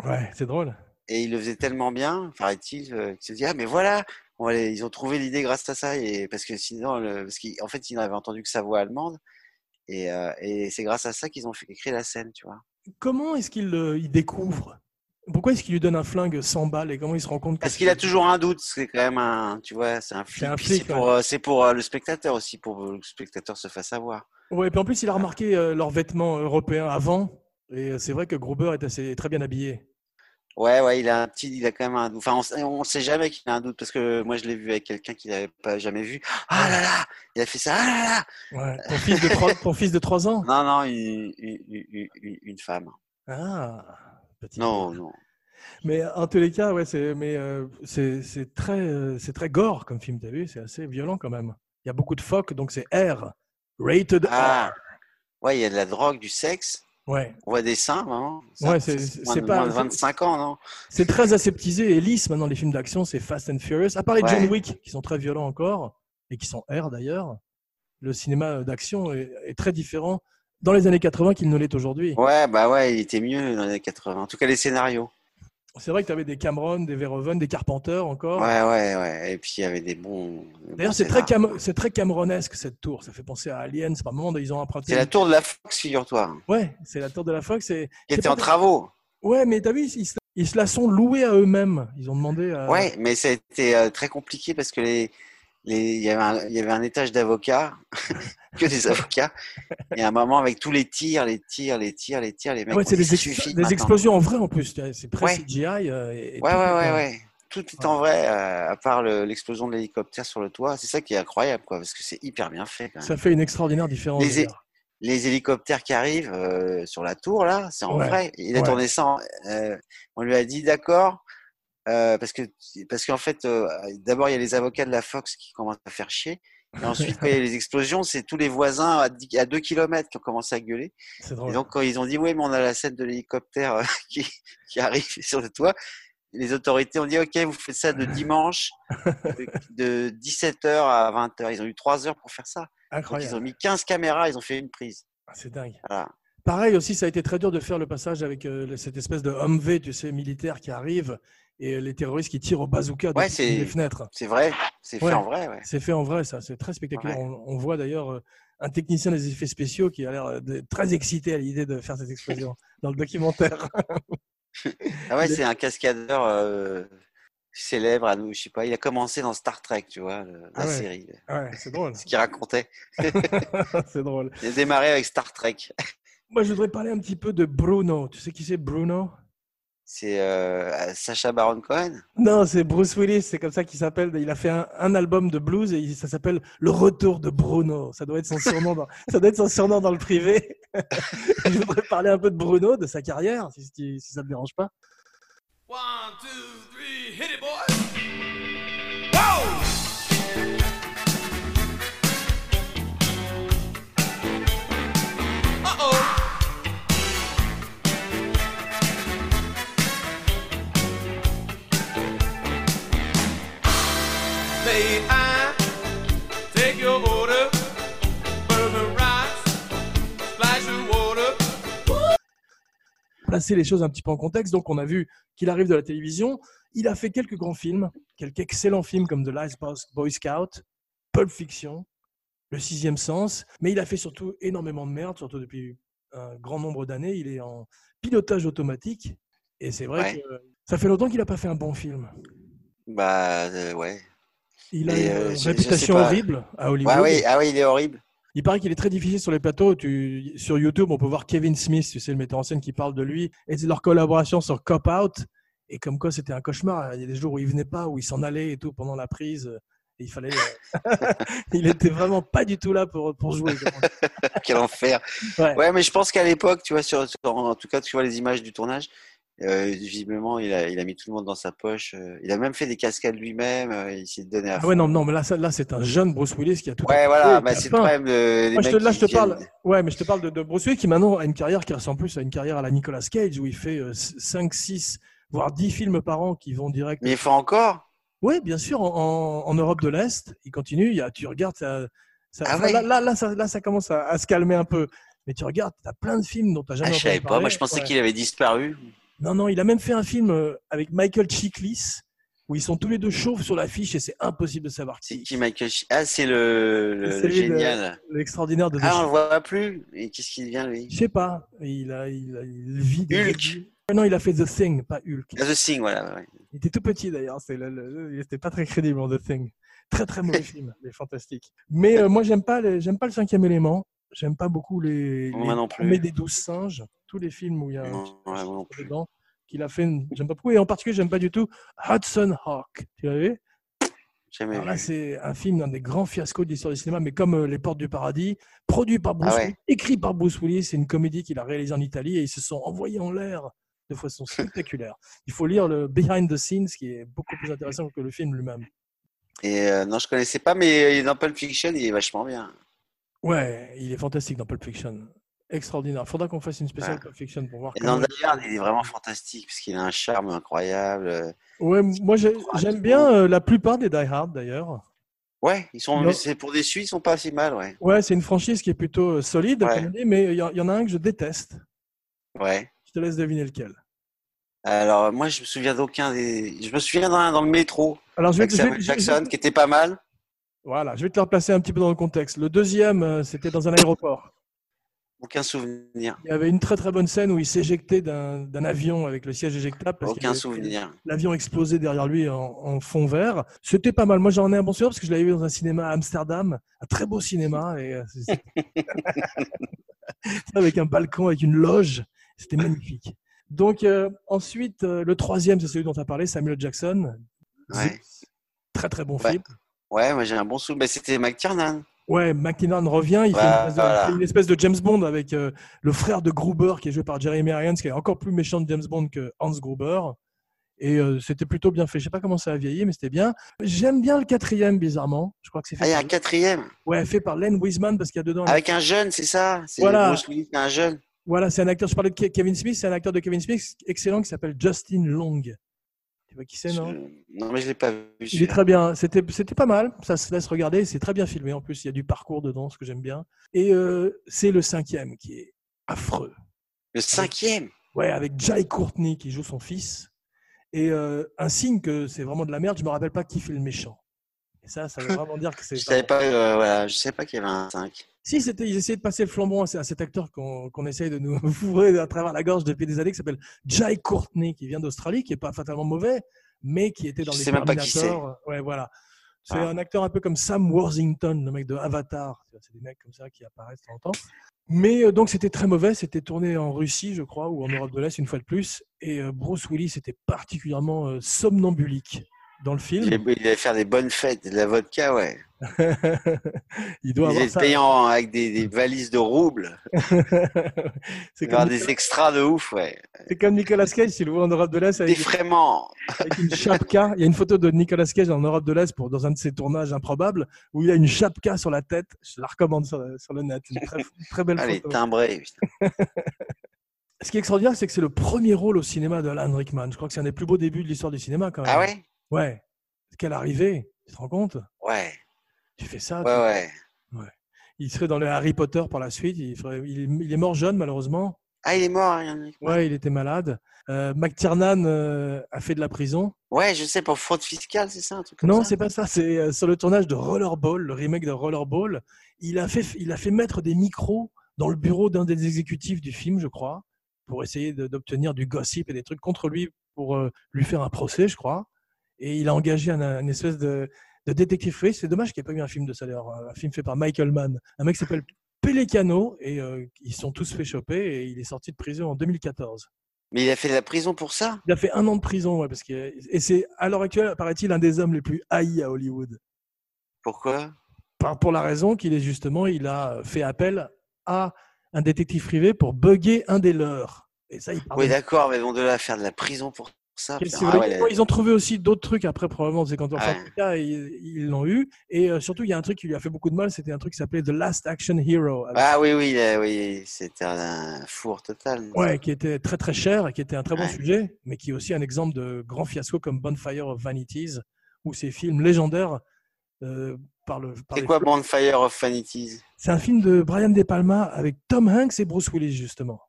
[SPEAKER 1] Ouais, c'est drôle.
[SPEAKER 2] Et il le faisait tellement bien, paraît-il, euh, qu'il se dit Ah, mais voilà on va les- Ils ont trouvé l'idée grâce à ça. Et, parce que sinon, le, parce qu'en fait, il n'avait entendu que sa voix allemande. Et, euh, et c'est grâce à ça qu'ils ont fait, écrit la scène, tu vois.
[SPEAKER 1] Comment est-ce qu'il euh, il découvre Pourquoi est-ce qu'il lui donne un flingue 100 balles et comment il se rend compte que
[SPEAKER 2] Parce qu'il a toujours un doute, c'est quand même un, tu vois, c'est un flic.
[SPEAKER 1] un
[SPEAKER 2] puis
[SPEAKER 1] flic,
[SPEAKER 2] C'est pour,
[SPEAKER 1] ouais.
[SPEAKER 2] euh, c'est pour euh, le spectateur aussi, pour que le spectateur se fasse avoir.
[SPEAKER 1] Ouais, puis en plus, il a remarqué euh, leurs vêtements européens avant. Et euh, c'est vrai que Gruber est assez, très bien habillé.
[SPEAKER 2] Ouais, ouais, il a un petit, il a quand même un doute. Enfin, on, sait- on sait jamais qu'il a un doute parce que moi je l'ai vu avec quelqu'un qui n'avait pas jamais vu. Ah là là, il a fait ça. Ah là là.
[SPEAKER 1] Ouais. Ton, fils de trois- ton fils de 3 ans
[SPEAKER 2] Non, non, une, une- une- une- une femme.
[SPEAKER 1] Ah, petit.
[SPEAKER 2] Non, non.
[SPEAKER 1] Mais en tous les cas, ouais, c'est mais euh, c'est c'est très euh, c'est très gore comme film, t'as vu, c'est assez violent quand même. Il y a beaucoup de phoques, donc c'est R, rated
[SPEAKER 2] Ah, ouais, il y a de la drogue, du sexe.
[SPEAKER 1] R. Ouais,
[SPEAKER 2] On voit des seins, vraiment. Ça,
[SPEAKER 1] Ouais,
[SPEAKER 2] ça,
[SPEAKER 1] c'est-
[SPEAKER 2] c'est
[SPEAKER 1] c'est
[SPEAKER 2] moins de-
[SPEAKER 1] pas-
[SPEAKER 2] moins de
[SPEAKER 1] c'est-
[SPEAKER 2] 25 ans, non
[SPEAKER 1] c'est très aseptisé et lisse maintenant les films d'action, c'est Fast and Furious. À part les John
[SPEAKER 2] Ouais.
[SPEAKER 1] Wick qui sont très violents encore et qui sont R d'ailleurs, le cinéma d'action est, est très différent dans les années 80 qu'il ne l'est aujourd'hui.
[SPEAKER 2] Ouais, bah ouais, il était mieux dans les années 80. En tout cas, les scénarios.
[SPEAKER 1] C'est vrai que tu avais des Cameron, des Verhoeven, des Carpenter encore.
[SPEAKER 2] Ouais, ouais, ouais. Et puis il y avait des bons. des bons
[SPEAKER 1] D'ailleurs, c'est très,
[SPEAKER 2] scénars.
[SPEAKER 1] Cam- c'est très Cameronesque cette tour. Ça fait penser à Aliens. Par moment, ils ont emprunté.
[SPEAKER 2] C'est la tour de la Fox, figure-toi, hein,
[SPEAKER 1] Ouais, c'est la tour de la Fox. Et
[SPEAKER 2] qui
[SPEAKER 1] C'est
[SPEAKER 2] était
[SPEAKER 1] pas
[SPEAKER 2] en
[SPEAKER 1] de-
[SPEAKER 2] travaux.
[SPEAKER 1] Ouais, mais t'as vu, ils se, ils se la sont loués à eux-mêmes. Ils ont demandé à.
[SPEAKER 2] Ouais, mais ça a été euh, très compliqué parce que les, les, il y avait un, il y avait un étage d'avocats, [LAUGHS] que des avocats, et un moment avec tous les tirs, les tirs, les tirs, les tirs, les mecs.
[SPEAKER 1] Ouais,
[SPEAKER 2] ont
[SPEAKER 1] c'est
[SPEAKER 2] dit,
[SPEAKER 1] des,
[SPEAKER 2] Ça
[SPEAKER 1] ex-
[SPEAKER 2] suffit
[SPEAKER 1] des
[SPEAKER 2] maintenant.
[SPEAKER 1] explosions en vrai en plus. tu vois, C'est
[SPEAKER 2] Ouais.
[SPEAKER 1] très CGI. euh, et- et
[SPEAKER 2] Ouais,
[SPEAKER 1] tout,
[SPEAKER 2] ouais, ouais,
[SPEAKER 1] quoi.
[SPEAKER 2] ouais. Tout est en vrai, euh, à part le- l'explosion de l'hélicoptère sur le toit. C'est ça qui est incroyable, quoi, parce que c'est hyper bien fait. Quand même.
[SPEAKER 1] Ça fait une extraordinaire différence.
[SPEAKER 2] Les é-
[SPEAKER 1] d'ailleurs.
[SPEAKER 2] Les hélicoptères qui arrivent euh, sur la tour, là, c'est en
[SPEAKER 1] Ouais,
[SPEAKER 2] vrai. Il a
[SPEAKER 1] ouais.
[SPEAKER 2] tourné ça. en- euh, on lui a dit d'accord, euh, parce que parce qu'en fait, euh, d'abord il y a les avocats de la Fox qui commencent à faire chier.
[SPEAKER 1] [LAUGHS]
[SPEAKER 2] Et ensuite, quand il y a eu les explosions, c'est tous les voisins à, 10 à 2 km qui ont commencé à gueuler.
[SPEAKER 1] C'est
[SPEAKER 2] Et
[SPEAKER 1] drôle.
[SPEAKER 2] donc, quand ils ont dit, oui, mais on a la scène de l'hélicoptère euh, [LAUGHS] qui, qui arrive [LAUGHS] sur le toit, les autorités ont dit, OK, vous faites ça de dimanche, de, 17h à 20h. Ils ont eu 3 heures pour faire ça. Donc, ils
[SPEAKER 1] Incroyable.
[SPEAKER 2] ont mis 15 caméras, ils ont fait une prise.
[SPEAKER 1] Ah, C'est dingue.
[SPEAKER 2] Voilà.
[SPEAKER 1] Pareil aussi, ça a été très dur de faire le passage avec euh, cette espèce de Humvee, tu sais, militaire qui arrive et euh, les terroristes qui tirent au bazooka
[SPEAKER 2] Ouais,
[SPEAKER 1] depuis
[SPEAKER 2] c'est-
[SPEAKER 1] les fenêtres.
[SPEAKER 2] C'est vrai, c'est
[SPEAKER 1] Ouais.
[SPEAKER 2] fait en vrai, ouais.
[SPEAKER 1] C'est fait en vrai, ça. C'est très spectaculaire.
[SPEAKER 2] Ouais.
[SPEAKER 1] On, on voit d'ailleurs euh, un technicien des effets spéciaux qui a l'air euh, de- très excité à l'idée de faire cette
[SPEAKER 2] [LAUGHS]
[SPEAKER 1] explosion dans le documentaire.
[SPEAKER 2] Ah ouais,
[SPEAKER 1] Le-
[SPEAKER 2] c'est un cascadeur euh, célèbre à nous, je sais pas. Il a commencé dans Star Trek, tu vois, le- la
[SPEAKER 1] Ah ouais.
[SPEAKER 2] série, le-
[SPEAKER 1] Ouais, c'est drôle.
[SPEAKER 2] ce qu'il racontait.
[SPEAKER 1] [LAUGHS] c'est drôle.
[SPEAKER 2] Il a démarré avec Star Trek. [LAUGHS]
[SPEAKER 1] Moi, je voudrais parler un petit peu de Bruno. Tu sais qui c'est Bruno
[SPEAKER 2] C'est euh, Sacha Baron Cohen.
[SPEAKER 1] Non, c'est Bruce Willis. C'est comme ça qu'il s'appelle. Il a fait un, un album de blues et il- ça s'appelle Le Retour de Bruno. Ça doit être son surnom. Dans, ça doit être son surnom dans le privé. [LAUGHS] je voudrais parler un peu de Bruno, de sa carrière, si, si- si ça ne te dérange pas.
[SPEAKER 10] One, two, three, hit it, boy. Whoa! Uh-oh. May I take your order? Bourbon rocks, splashing water. Woo!
[SPEAKER 1] placer les choses un petit peu en contexte. Donc, on a vu qu'il arrive de la télévision. Il a fait quelques grands films, quelques excellents films comme The Last Boy Scout, Pulp Fiction, Le Sixième Sens. Mais il a fait surtout énormément de merde, surtout depuis un grand nombre d'années. Il est en pilotage automatique. Et c'est vrai
[SPEAKER 2] Ouais.
[SPEAKER 1] que ça fait longtemps qu'il n'a pas fait un bon film.
[SPEAKER 2] Bah, euh, ouais.
[SPEAKER 1] Il a
[SPEAKER 2] Et,
[SPEAKER 1] une
[SPEAKER 2] euh, je- je sais
[SPEAKER 1] réputation
[SPEAKER 2] pas.
[SPEAKER 1] horrible à Hollywood.
[SPEAKER 2] Ouais, oui, ah oui, il est horrible.
[SPEAKER 1] Il paraît qu'il est très difficile sur les plateaux. Tu, sur YouTube, on peut voir Kevin Smith, tu sais, le metteur en scène qui parle de lui et de leur collaboration sur Cop Out. Et comme quoi, c'était un cauchemar. Il y a des jours où il venait pas, où il s'en allait et tout pendant la prise. euh, et il fallait. euh, [LAUGHS] il était vraiment pas du tout là pour, pour jouer. comme on dit.
[SPEAKER 2] Quel enfer.
[SPEAKER 1] [LAUGHS] Ouais.
[SPEAKER 2] Ouais. mais je pense qu'à l'époque, tu vois, sur, sur- en tout cas, tu vois les images du tournage. euh, visiblement, il a, il a mis tout le monde dans sa poche. euh, il a même fait des cascades lui-même. euh, il s'est donné à
[SPEAKER 1] Ah
[SPEAKER 2] fond.
[SPEAKER 1] ouais, non, non, mais là, ça- là c'est un jeune Bruce Willis qui a tout.
[SPEAKER 2] Ouais,
[SPEAKER 1] à
[SPEAKER 2] voilà,
[SPEAKER 1] fait,
[SPEAKER 2] bah,
[SPEAKER 1] qui a
[SPEAKER 2] c'est le
[SPEAKER 1] faim.
[SPEAKER 2] problème. euh, les
[SPEAKER 1] Moi, je te,
[SPEAKER 2] mecs
[SPEAKER 1] là,
[SPEAKER 2] qui
[SPEAKER 1] je te parle.
[SPEAKER 2] viennent-
[SPEAKER 1] Ouais, mais je te parle de, de Bruce Willis qui maintenant a une carrière qui ressemble plus à une carrière à la Nicolas Cage où il fait 5, 6, voire 10 films par an qui vont direct.
[SPEAKER 2] Mais il faut encore.
[SPEAKER 1] Oui, bien sûr, en, en- en Europe de l'Est, il continue. Il y a, tu regardes, ça, ça-
[SPEAKER 2] Ah
[SPEAKER 1] ça-
[SPEAKER 2] ouais.
[SPEAKER 1] là, là, là, ça, là, ça commence à, à se calmer un peu. Mais tu regardes, tu as plein de films dont tu jamais
[SPEAKER 2] Ah, je
[SPEAKER 1] entendu
[SPEAKER 2] savais pas.
[SPEAKER 1] parler.
[SPEAKER 2] Moi, je pensais
[SPEAKER 1] Ouais.
[SPEAKER 2] qu'il avait disparu.
[SPEAKER 1] Non, non, il a même fait un film euh, avec Michael Chiklis où ils sont tous les deux chauves sur l'affiche et c'est impossible de savoir
[SPEAKER 2] C'est
[SPEAKER 1] qui.
[SPEAKER 2] qui Michael Ch- Ah, c'est le, le-
[SPEAKER 1] C'est
[SPEAKER 2] le
[SPEAKER 1] lui, le-
[SPEAKER 2] génial.
[SPEAKER 1] L'extraordinaire de The
[SPEAKER 2] Ah, on
[SPEAKER 1] Shield.
[SPEAKER 2] le voit plus. Et qu'est-ce qui devient
[SPEAKER 1] Je
[SPEAKER 2] lui
[SPEAKER 1] sais pas. Il, a, il, a- il vit des-
[SPEAKER 2] Hulk.
[SPEAKER 1] Ouais, Non, il a fait The Thing, pas Hulk.
[SPEAKER 2] Ah, The Thing, voilà. ouais.
[SPEAKER 1] Il était tout petit d'ailleurs, c'est le- le- il n'était pas très crédible en The Thing. Très très mauvais
[SPEAKER 2] [LAUGHS]
[SPEAKER 1] film, mais fantastique. Mais euh, moi j'aime pas, les- j'aime pas le cinquième élément, j'aime pas beaucoup les,
[SPEAKER 2] Moi
[SPEAKER 1] les
[SPEAKER 2] non plus.
[SPEAKER 1] Armée des douze singes, tous les films où il y a un
[SPEAKER 2] Non,
[SPEAKER 1] petit
[SPEAKER 2] ouais,
[SPEAKER 1] singe
[SPEAKER 2] moi non plus.
[SPEAKER 1] dedans, qu'il a fait, j'aime pas beaucoup, et en particulier j'aime pas du tout Hudson Hawk, tu l'as vu
[SPEAKER 2] Jamais
[SPEAKER 1] Alors Ah, là
[SPEAKER 2] vu.
[SPEAKER 1] c'est un film d'un des grands fiascos de l'histoire du cinéma, mais comme euh, Les Portes du Paradis, produit par Bruce
[SPEAKER 2] Ah ouais.
[SPEAKER 1] Willis, écrit par Bruce Willis, c'est une comédie qu'il a réalisée en Italie, et ils se sont envoyés en l'air de façon spectaculaire. Il faut lire le behind the scenes qui est beaucoup plus intéressant que le film lui-même.
[SPEAKER 2] Et euh, non, je connaissais pas, mais euh, dans Pulp Fiction, il est vachement bien.
[SPEAKER 1] Ouais, il est fantastique dans Pulp Fiction. Extraordinaire. Faudra qu'on fasse une spéciale
[SPEAKER 2] Ouais.
[SPEAKER 1] Pulp Fiction pour voir.
[SPEAKER 2] Et dans
[SPEAKER 1] comment-
[SPEAKER 2] Die Hard, il est vraiment fantastique parce qu'il a un charme incroyable. euh.
[SPEAKER 1] Ouais, moi j'ai- j'aime bien euh, la plupart des Die Hard d'ailleurs.
[SPEAKER 2] Ouais, ils sont.
[SPEAKER 1] Non.
[SPEAKER 2] C'est pour des suites, ils sont pas si mal, ouais.
[SPEAKER 1] Ouais, c'est une franchise qui est plutôt euh, solide,
[SPEAKER 2] Ouais.
[SPEAKER 1] comme on dit, mais il y, en- il y en a un que je déteste.
[SPEAKER 2] Ouais.
[SPEAKER 1] Je te laisse deviner lequel.
[SPEAKER 2] Alors moi, je me souviens d'aucun des. Je me souviens d'un dans le métro
[SPEAKER 1] Alors je vais,
[SPEAKER 2] avec
[SPEAKER 1] te- je,
[SPEAKER 2] Samuel
[SPEAKER 1] vais- je-
[SPEAKER 2] Jackson,
[SPEAKER 1] je-
[SPEAKER 2] qui était pas mal.
[SPEAKER 1] voilà, je vais te le replacer un petit peu dans le contexte. Le deuxième, euh, c'était dans un aéroport.
[SPEAKER 2] Aucun souvenir.
[SPEAKER 1] Il y avait une très très bonne scène où il s'éjectait d'un d'un avion avec le siège éjectable. parce qu'il
[SPEAKER 2] Aucun
[SPEAKER 1] avait-
[SPEAKER 2] souvenir.
[SPEAKER 1] l'avion explosé derrière lui en, en fond vert. C'était pas mal. Moi, j'en ai un bon souvenir parce que je l'avais vu dans un cinéma à Amsterdam, un très beau cinéma, et euh, c'est-
[SPEAKER 2] [LAUGHS]
[SPEAKER 1] c'est- [LAUGHS] avec un balcon, avec une loge. C'était magnifique. Donc, euh, ensuite, euh, le troisième, c'est celui dont tu as parlé, Samuel Jackson.
[SPEAKER 2] Ouais.
[SPEAKER 1] Zeus. Très, très bon
[SPEAKER 2] Ouais.
[SPEAKER 1] film.
[SPEAKER 2] Ouais, moi j'ai un bon souvenir. Bah, C'était McTiernan.
[SPEAKER 1] Ouais, McKinnon revient, il fait une espèce de-
[SPEAKER 2] Voilà.
[SPEAKER 1] fait une espèce de James Bond avec euh, le frère de Gruber qui est joué par Jeremy Irons, qui est encore plus méchant de James Bond que Hans Gruber. Et euh, c'était plutôt bien fait. Je sais pas comment ça a vieilli, mais c'était bien. J'aime bien le quatrième, bizarrement. Je crois que c'est
[SPEAKER 2] Ah, il y
[SPEAKER 1] fait,
[SPEAKER 2] a un Ah,
[SPEAKER 1] par...
[SPEAKER 2] quatrième.
[SPEAKER 1] ouais, fait par Len Wiseman parce qu'il y a dedans.
[SPEAKER 2] Avec un jeune, c'est ça C'est
[SPEAKER 1] Voilà.
[SPEAKER 2] Bruce Willis, c'est un jeune.
[SPEAKER 1] Voilà, c'est un acteur. Je parlais de Ke- Kevin Smith, c'est un acteur de Kevin Smith excellent qui s'appelle Justin Long. Tu vois qui c'est, non
[SPEAKER 2] Je- non, mais je l'ai pas vu.
[SPEAKER 1] Il est
[SPEAKER 2] celui-là.
[SPEAKER 1] très bien. C'était, c'était pas mal. Ça se laisse regarder. C'est très bien filmé. En plus, il y a du parcours dedans, ce que j'aime bien. Et euh, c'est le cinquième qui est affreux.
[SPEAKER 2] Le cinquième.
[SPEAKER 1] Ouais, avec Jai Courtney qui joue son fils. Et euh, un signe que c'est vraiment de la merde. Je me rappelle pas qui fait le méchant. Et ça, ça
[SPEAKER 2] [LAUGHS]
[SPEAKER 1] veut vraiment dire que c'est.
[SPEAKER 2] Je savais pas, euh, voilà, je savais pas qu'il y avait un 5.
[SPEAKER 1] Si, c'était, ils essayaient de passer le flambon à, ce- à cet acteur qu'on, qu'on essaye de nous [LAUGHS] fourrer à travers la gorge depuis des années, qui s'appelle Jai Courtney, qui vient d'Australie, qui est pas fatalement mauvais, mais qui était dans
[SPEAKER 2] Je
[SPEAKER 1] les
[SPEAKER 2] sais même pas qui
[SPEAKER 1] Terminator. Ouais, voilà. C'est
[SPEAKER 2] Ah.
[SPEAKER 1] un acteur un peu comme Sam Worthington, le mec de Avatar. C'est des mecs comme ça qui apparaissent de temps en temps. Mais euh, donc, c'était très mauvais. C'était tourné en Russie, je crois, ou en Europe de l'Est, une fois de plus. Et euh, Bruce Willis était particulièrement euh, somnambulique dans le
[SPEAKER 2] Il,
[SPEAKER 1] film.
[SPEAKER 2] est- il allait faire des bonnes fêtes, de la vodka, ouais.
[SPEAKER 1] [LAUGHS] Il
[SPEAKER 2] Il
[SPEAKER 1] doit avoir [LAUGHS]
[SPEAKER 2] allait
[SPEAKER 1] ça.
[SPEAKER 2] payer en- avec des, des valises de roubles.
[SPEAKER 1] c'est,
[SPEAKER 2] Il allait avoir
[SPEAKER 1] comme,
[SPEAKER 2] des extras de ouf, ouais.
[SPEAKER 1] c'est comme Nicolas Cage, s'il le voit en Europe de l'Est
[SPEAKER 2] Des
[SPEAKER 1] avec
[SPEAKER 2] fréments.
[SPEAKER 1] avec une chapka. Il y a une photo de Nicolas Cage en Europe de l'Est pour dans un de ses tournages improbables où il a une chapka sur la tête. Je la recommande sur, sur le net. Une très, très belle
[SPEAKER 2] Allez,
[SPEAKER 1] photo.
[SPEAKER 2] timbrés. putain.
[SPEAKER 1] Ce qui est extraordinaire, c'est que c'est le premier rôle au cinéma de Alan Rickman. Je crois que c'est un des plus beaux débuts de l'histoire du cinéma quand même.
[SPEAKER 2] Ah ouais
[SPEAKER 1] Ouais. Quelle arrivée Tu te rends compte
[SPEAKER 2] Ouais,
[SPEAKER 1] Tu fais ça
[SPEAKER 2] ouais,
[SPEAKER 1] tu-
[SPEAKER 2] ouais.
[SPEAKER 1] Il serait dans le Harry Potter par la suite. Il, ferait- il est- il est mort jeune malheureusement.
[SPEAKER 2] Ah, il est mort. Ian Hickman.
[SPEAKER 1] Ouais, il était malade. Euh, McTiernan euh, a fait de la prison.
[SPEAKER 2] Ouais, je sais, pour fraude fiscale, c'est ça, un truc comme
[SPEAKER 1] Non,
[SPEAKER 2] ça
[SPEAKER 1] c'est pas ça. C'est euh, sur le tournage de Rollerball, le remake de Rollerball. Il a fait, il a fait mettre des micros dans le bureau d'un des exécutifs du film, je crois, pour essayer de- d'obtenir du gossip et des trucs contre lui pour euh, lui faire un procès, je crois. Et il a engagé un, un espèce de, de détective privé. C'est dommage qu'il n'y ait pas eu un film de ça d'ailleurs. Un film fait par Michael Mann. Un mec qui s'appelle Pelecano et euh, ils se sont tous fait choper et il est sorti de prison en 2014.
[SPEAKER 2] Mais il a fait de la prison pour ça
[SPEAKER 1] Il a fait un an de prison, ouais, parce que et c'est à l'heure actuelle, paraît-il, un des hommes les plus haïs à Hollywood.
[SPEAKER 2] Pourquoi
[SPEAKER 1] Par- pour la raison qu'il est justement, il a fait appel à un détective privé pour bugger un des leurs. Et ça, il
[SPEAKER 2] Oui, d'accord, mais bon, de là à faire de la prison pour ça.
[SPEAKER 1] Ah, Qu'est-ce
[SPEAKER 2] putain,
[SPEAKER 1] que vous
[SPEAKER 2] ah
[SPEAKER 1] voulez
[SPEAKER 2] ouais, Ah
[SPEAKER 1] dire Ils ont trouvé aussi d'autres trucs après, probablement. C'est quand enfin,
[SPEAKER 2] Ouais.
[SPEAKER 1] en tout cas, ils ils l'ont eu. Et euh, surtout, il y a un truc qui lui a fait beaucoup de mal. C'était un truc qui s'appelait The Last Action Hero. avec-
[SPEAKER 2] Ah oui, oui, là, oui c'était un four total.
[SPEAKER 1] Ouais, qui était très très cher et qui était un très bon
[SPEAKER 2] Ouais.
[SPEAKER 1] sujet, mais qui est aussi un exemple de grand fiasco comme Bonfire of Vanities, où ces films légendaires euh, par le. par
[SPEAKER 2] C'est
[SPEAKER 1] les
[SPEAKER 2] quoi
[SPEAKER 1] flops.
[SPEAKER 2] Bonfire of Vanities
[SPEAKER 1] C'est un film de Brian De Palma avec Tom Hanks et Bruce Willis justement.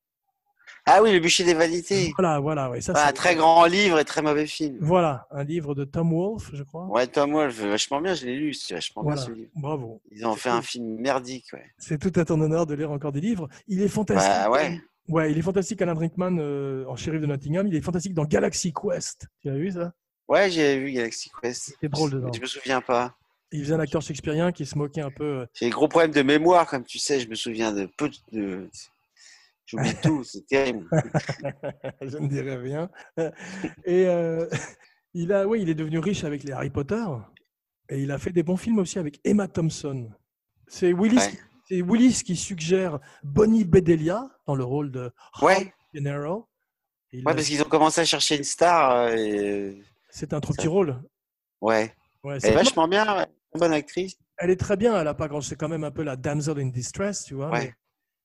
[SPEAKER 2] Ah oui, Le bûcher des vanités.
[SPEAKER 1] Voilà, voilà, ouais, ça.
[SPEAKER 2] Ah,
[SPEAKER 1] c'est-
[SPEAKER 2] très grand livre et très mauvais film.
[SPEAKER 1] Voilà, un livre de Tom Wolfe, je crois.
[SPEAKER 2] Ouais, Tom Wolfe, vachement bien, je l'ai lu, c'est vachement
[SPEAKER 1] Voilà.
[SPEAKER 2] bien ce livre.
[SPEAKER 1] Bravo.
[SPEAKER 2] Ils ont fait un film merdique, ouais.
[SPEAKER 1] C'est tout à ton honneur de lire encore des livres. Il est fantastique.
[SPEAKER 2] Bah ouais.
[SPEAKER 1] Ouais, il est fantastique, Alan Rickman, euh, en shérif de Nottingham. Il est fantastique dans Galaxy Quest. Tu as vu ça
[SPEAKER 2] Ouais, j'ai vu Galaxy Quest.
[SPEAKER 1] C'est drôle dedans.
[SPEAKER 2] Je me souviens pas.
[SPEAKER 1] Il faisait un acteur shakespearien qui se moquait un peu. euh,
[SPEAKER 2] J'ai des gros problèmes de mémoire, comme tu sais, je me souviens de peu de- de.
[SPEAKER 1] [LAUGHS]
[SPEAKER 2] J'oublie tout, c'est terrible.
[SPEAKER 1] euh, je ne dirais rien. [LAUGHS] Et euh, il, a, oui, il est devenu riche avec les Harry Potter. Et il a fait des bons films aussi avec Emma Thompson. C'est Willis,
[SPEAKER 2] Ouais.
[SPEAKER 1] c'est Willis qui suggère Bonnie Bedelia dans le rôle de
[SPEAKER 2] Ouais,
[SPEAKER 1] Gennaro. Et il
[SPEAKER 2] ouais
[SPEAKER 1] a-
[SPEAKER 2] parce qu'ils ont commencé à chercher une star. euh, et...
[SPEAKER 1] C'est un trop petit rôle.
[SPEAKER 2] Ouais.
[SPEAKER 1] Ouais,
[SPEAKER 2] Elle
[SPEAKER 1] c'est
[SPEAKER 2] est vachement bien, ouais. bonne actrice.
[SPEAKER 1] elle est très bien. Elle a pas grand. C'est quand même un peu la damsel in distress, tu vois.
[SPEAKER 2] Ouais.
[SPEAKER 1] mais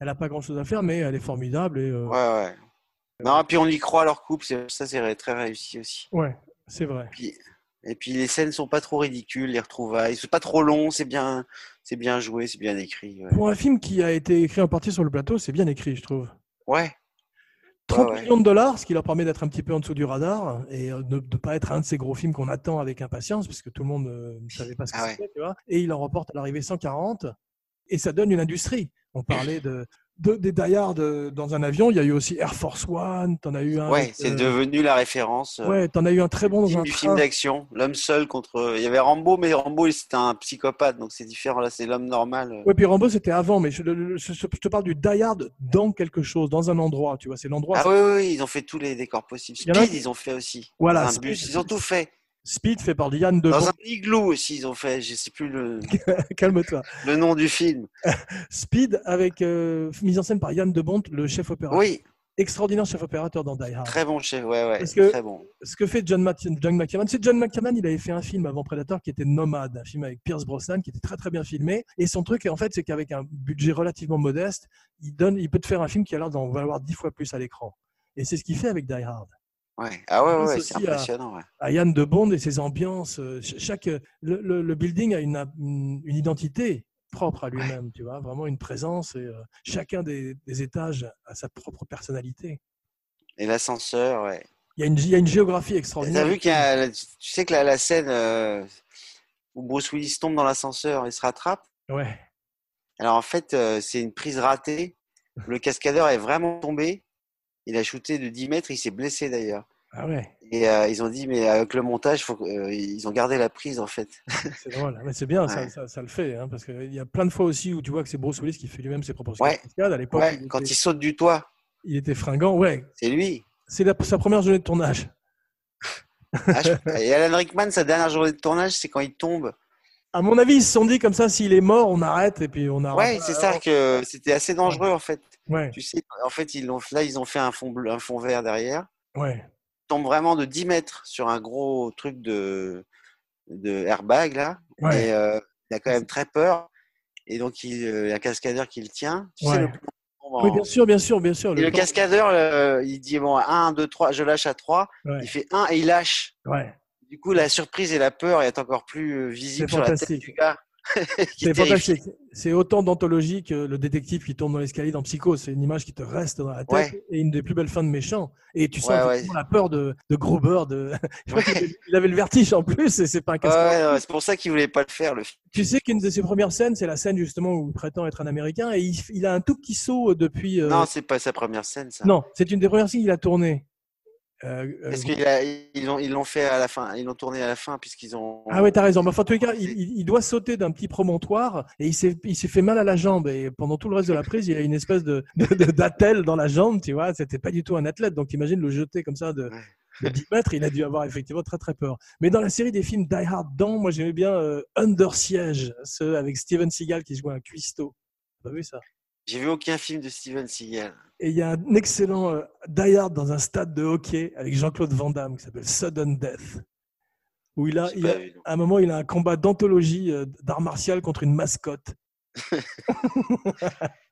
[SPEAKER 1] Elle n'a pas grand chose à faire, mais elle est formidable. Et, euh,
[SPEAKER 2] Ouais, ouais. Non, et puis on y croit leur couple, c'est- ça c'est très réussi aussi.
[SPEAKER 1] ouais, c'est vrai.
[SPEAKER 2] Et puis les scènes sont pas trop ridicules, les retrouvailles, c'est pas trop long, c'est bien, c'est bien joué, c'est bien écrit. Ouais.
[SPEAKER 1] Pour un film qui a été écrit en partie sur le plateau, c'est bien écrit, je trouve.
[SPEAKER 2] Ouais.
[SPEAKER 1] 30
[SPEAKER 2] ouais.
[SPEAKER 1] millions de dollars, ce qui leur permet d'être un petit peu en dessous du radar et euh, de ne pas être un de ces gros films qu'on attend avec impatience, parce que tout le monde euh, ne savait pas ce que
[SPEAKER 2] Ah ouais.
[SPEAKER 1] c'était, tu vois. Et il en remporte à l'arrivée 140, et ça donne une industrie. On parlait de, de- des Die Hard, euh, dans un avion, il y a eu aussi Air Force One, t'en as eu un.
[SPEAKER 2] Ouais,
[SPEAKER 1] avec,
[SPEAKER 2] c'est
[SPEAKER 1] euh,
[SPEAKER 2] devenu la référence. euh,
[SPEAKER 1] Ouais, t'en as eu un très bon dans
[SPEAKER 2] film
[SPEAKER 1] un
[SPEAKER 2] du film
[SPEAKER 1] train.
[SPEAKER 2] d'action, l'homme seul contre. Il y avait Rambo, mais Rambo c'était un psychopathe, donc c'est différent. Là, c'est l'homme normal. euh.
[SPEAKER 1] Ouais, puis Rambo, c'était avant, mais je, le- le- je- je te parle du Die Hard dans quelque chose, dans un endroit, tu vois, c'est l'endroit.
[SPEAKER 2] Ah oui, oui, oui, ils ont fait tous les décors possibles.
[SPEAKER 1] Il y en a-
[SPEAKER 2] Speed, ils ont fait aussi.
[SPEAKER 1] Voilà,
[SPEAKER 2] Dans un
[SPEAKER 1] Speed,
[SPEAKER 2] bus, ils ont tout fait.
[SPEAKER 1] Speed fait par Yann de
[SPEAKER 2] Dans un igloo aussi, ils ont fait. Je sais
[SPEAKER 1] [LAUGHS]
[SPEAKER 2] plus le,
[SPEAKER 1] Calme-toi.
[SPEAKER 2] le nom du film.
[SPEAKER 1] Speed avec euh, mise en scène par Yann de Bont, le chef opérateur.
[SPEAKER 2] Oui,
[SPEAKER 1] Extraordinaire chef opérateur dans Die Hard.
[SPEAKER 2] très bon chef. Ouais, ouais.
[SPEAKER 1] Parce que-
[SPEAKER 2] Très bon.
[SPEAKER 1] Ce que fait John, Mat- John McTiernan, c'est John McTiernan, il avait fait un film avant Predator qui était Nomade, un film avec Pierce Brosnan qui était très très bien filmé. Et son truc, en fait, c'est qu'avec un budget relativement modeste, il, donne, il peut te faire un film qui a l'air d'en valoir dix fois plus à l'écran. Et c'est ce qu'il fait avec Die Hard.
[SPEAKER 2] Ouais. Ah ouais,
[SPEAKER 1] Je
[SPEAKER 2] ouais,
[SPEAKER 1] pense
[SPEAKER 2] ouais, c'est
[SPEAKER 1] aussi à-
[SPEAKER 2] impressionnant. ouais.
[SPEAKER 1] à Yann de Bond et ses ambiances. euh, ch- Chaque, euh, le, le- le building a une, a- une une identité propre à lui-même, tu vois, vraiment une présence. Et, euh, chacun des, des étages a sa propre personnalité.
[SPEAKER 2] Et l'ascenseur, ouais.
[SPEAKER 1] Il y a une, il y a une géographie
[SPEAKER 2] Et
[SPEAKER 1] extraordinaire.
[SPEAKER 2] T'as vu qu'il y a, la- tu sais que la, la scène euh, où Bruce Willis tombe dans l'ascenseur et se rattrape.
[SPEAKER 1] Ouais,
[SPEAKER 2] Alors en fait, euh, c'est une prise ratée. Le cascadeur est vraiment tombé. Il a shooté de 10 mètres. Il s'est blessé d'ailleurs.
[SPEAKER 1] ah ouais,
[SPEAKER 2] Et euh, ils ont dit, mais avec le montage, faut que- euh, ils ont gardé la prise en fait.
[SPEAKER 1] c'est drôle. Mais c'est bien, ça,
[SPEAKER 2] Ouais.
[SPEAKER 1] ça, ça le fait, hein, parce qu'il y a plein de fois aussi où tu vois que c'est Bruce Willis qui fait lui-même ses propres
[SPEAKER 2] Ouais.
[SPEAKER 1] cascades. À l'époque,
[SPEAKER 2] Ouais,
[SPEAKER 1] il,
[SPEAKER 2] quand
[SPEAKER 1] était-
[SPEAKER 2] il saute du toit,
[SPEAKER 1] il était fringant. Ouais,
[SPEAKER 2] c'est lui.
[SPEAKER 1] c'est la- sa première journée de tournage.
[SPEAKER 2] Ah,
[SPEAKER 1] [LAUGHS]
[SPEAKER 2] je- Et Alan Rickman, sa dernière journée de tournage, c'est quand il tombe.
[SPEAKER 1] À mon avis, ils se sont dit comme ça, s'il est mort, on arrête et puis on arrête.
[SPEAKER 2] Ouais, c'est ça que c'était assez dangereux en fait.
[SPEAKER 1] Ouais,
[SPEAKER 2] Tu sais, en fait, ils l'ont là, ils ont fait un fond bleu, un fond vert derrière.
[SPEAKER 1] ouais.
[SPEAKER 2] tombe vraiment de 10 mètres sur un gros truc de, de airbag là.
[SPEAKER 1] Ouais.
[SPEAKER 2] Et euh, il a quand même très peur. Et donc, il, euh, il y a un cascadeur qui le tient. Tu
[SPEAKER 1] Ouais.
[SPEAKER 2] sais, le plan tombe en-
[SPEAKER 1] Oui, bien sûr, bien sûr, bien sûr.
[SPEAKER 2] Et le
[SPEAKER 1] temps-
[SPEAKER 2] cascadeur, euh, il dit bon, 1, 2, 3, je lâche à 3.
[SPEAKER 1] Ouais.
[SPEAKER 2] Il fait 1 et il lâche.
[SPEAKER 1] Ouais.
[SPEAKER 2] Du coup, la surprise et la peur est encore plus euh, visible
[SPEAKER 1] C'est
[SPEAKER 2] sur la tête
[SPEAKER 1] fantastique.
[SPEAKER 2] du gars. [LAUGHS]
[SPEAKER 1] C'est fantastique. C'est autant d'anthologie que le détective qui tombe dans l'escalier dans Psycho. C'est une image qui te reste dans la tête et une des plus belles fins de méchants. Et tu sens
[SPEAKER 2] Ouais, ouais.
[SPEAKER 1] effectivement la peur de, de Gruber. De... [LAUGHS] Je crois qu'il avait- il avait le vertige en plus et c'est pas un
[SPEAKER 2] Ouais,
[SPEAKER 1] casque.
[SPEAKER 2] non, c'est pour ça qu'il voulait pas le faire, le film.
[SPEAKER 1] Tu sais qu'une de ses premières scènes, c'est la scène justement où il prétend être un Américain et il, il a un tout petit saut depuis. euh,
[SPEAKER 2] Non, c'est pas sa première scène, ça.
[SPEAKER 1] non, c'est une des premières scènes qu'il a tournées. Euh, euh,
[SPEAKER 2] Parce qu'ils a- ils l'ont ils l'ont fait à la fin, ils l'ont tourné à la fin puisqu'ils ont.
[SPEAKER 1] Ah ouais, t'as raison. Mais enfin, en tous les cas, il, il- il doit sauter d'un petit promontoire et il s'est, il s'est fait mal à la jambe. Et pendant tout le reste de la prise, il a une espèce de, de- de- d'attelle dans la jambe, tu vois. C'était pas du tout un athlète. Donc, imagine le jeter comme ça de, de
[SPEAKER 2] [LAUGHS]
[SPEAKER 1] 10 mètres. Il a dû avoir effectivement très, très peur. Mais dans la série des films Die Hard dans, moi, j'aimais bien euh, Under Siege, ceux avec Steven Seagal qui joue un cuistot. T'as pas vu ça?
[SPEAKER 2] J'ai vu aucun film de Steven Seagal.
[SPEAKER 1] Et il y a un excellent euh, Die Hard dans un stade de hockey avec Jean-Claude Van Damme qui s'appelle Sudden Death. Où il a,
[SPEAKER 2] J'ai
[SPEAKER 1] il
[SPEAKER 2] pas
[SPEAKER 1] a-
[SPEAKER 2] vu, non.
[SPEAKER 1] à un moment, il a un combat d'anthologie euh, d'art martial contre une mascotte.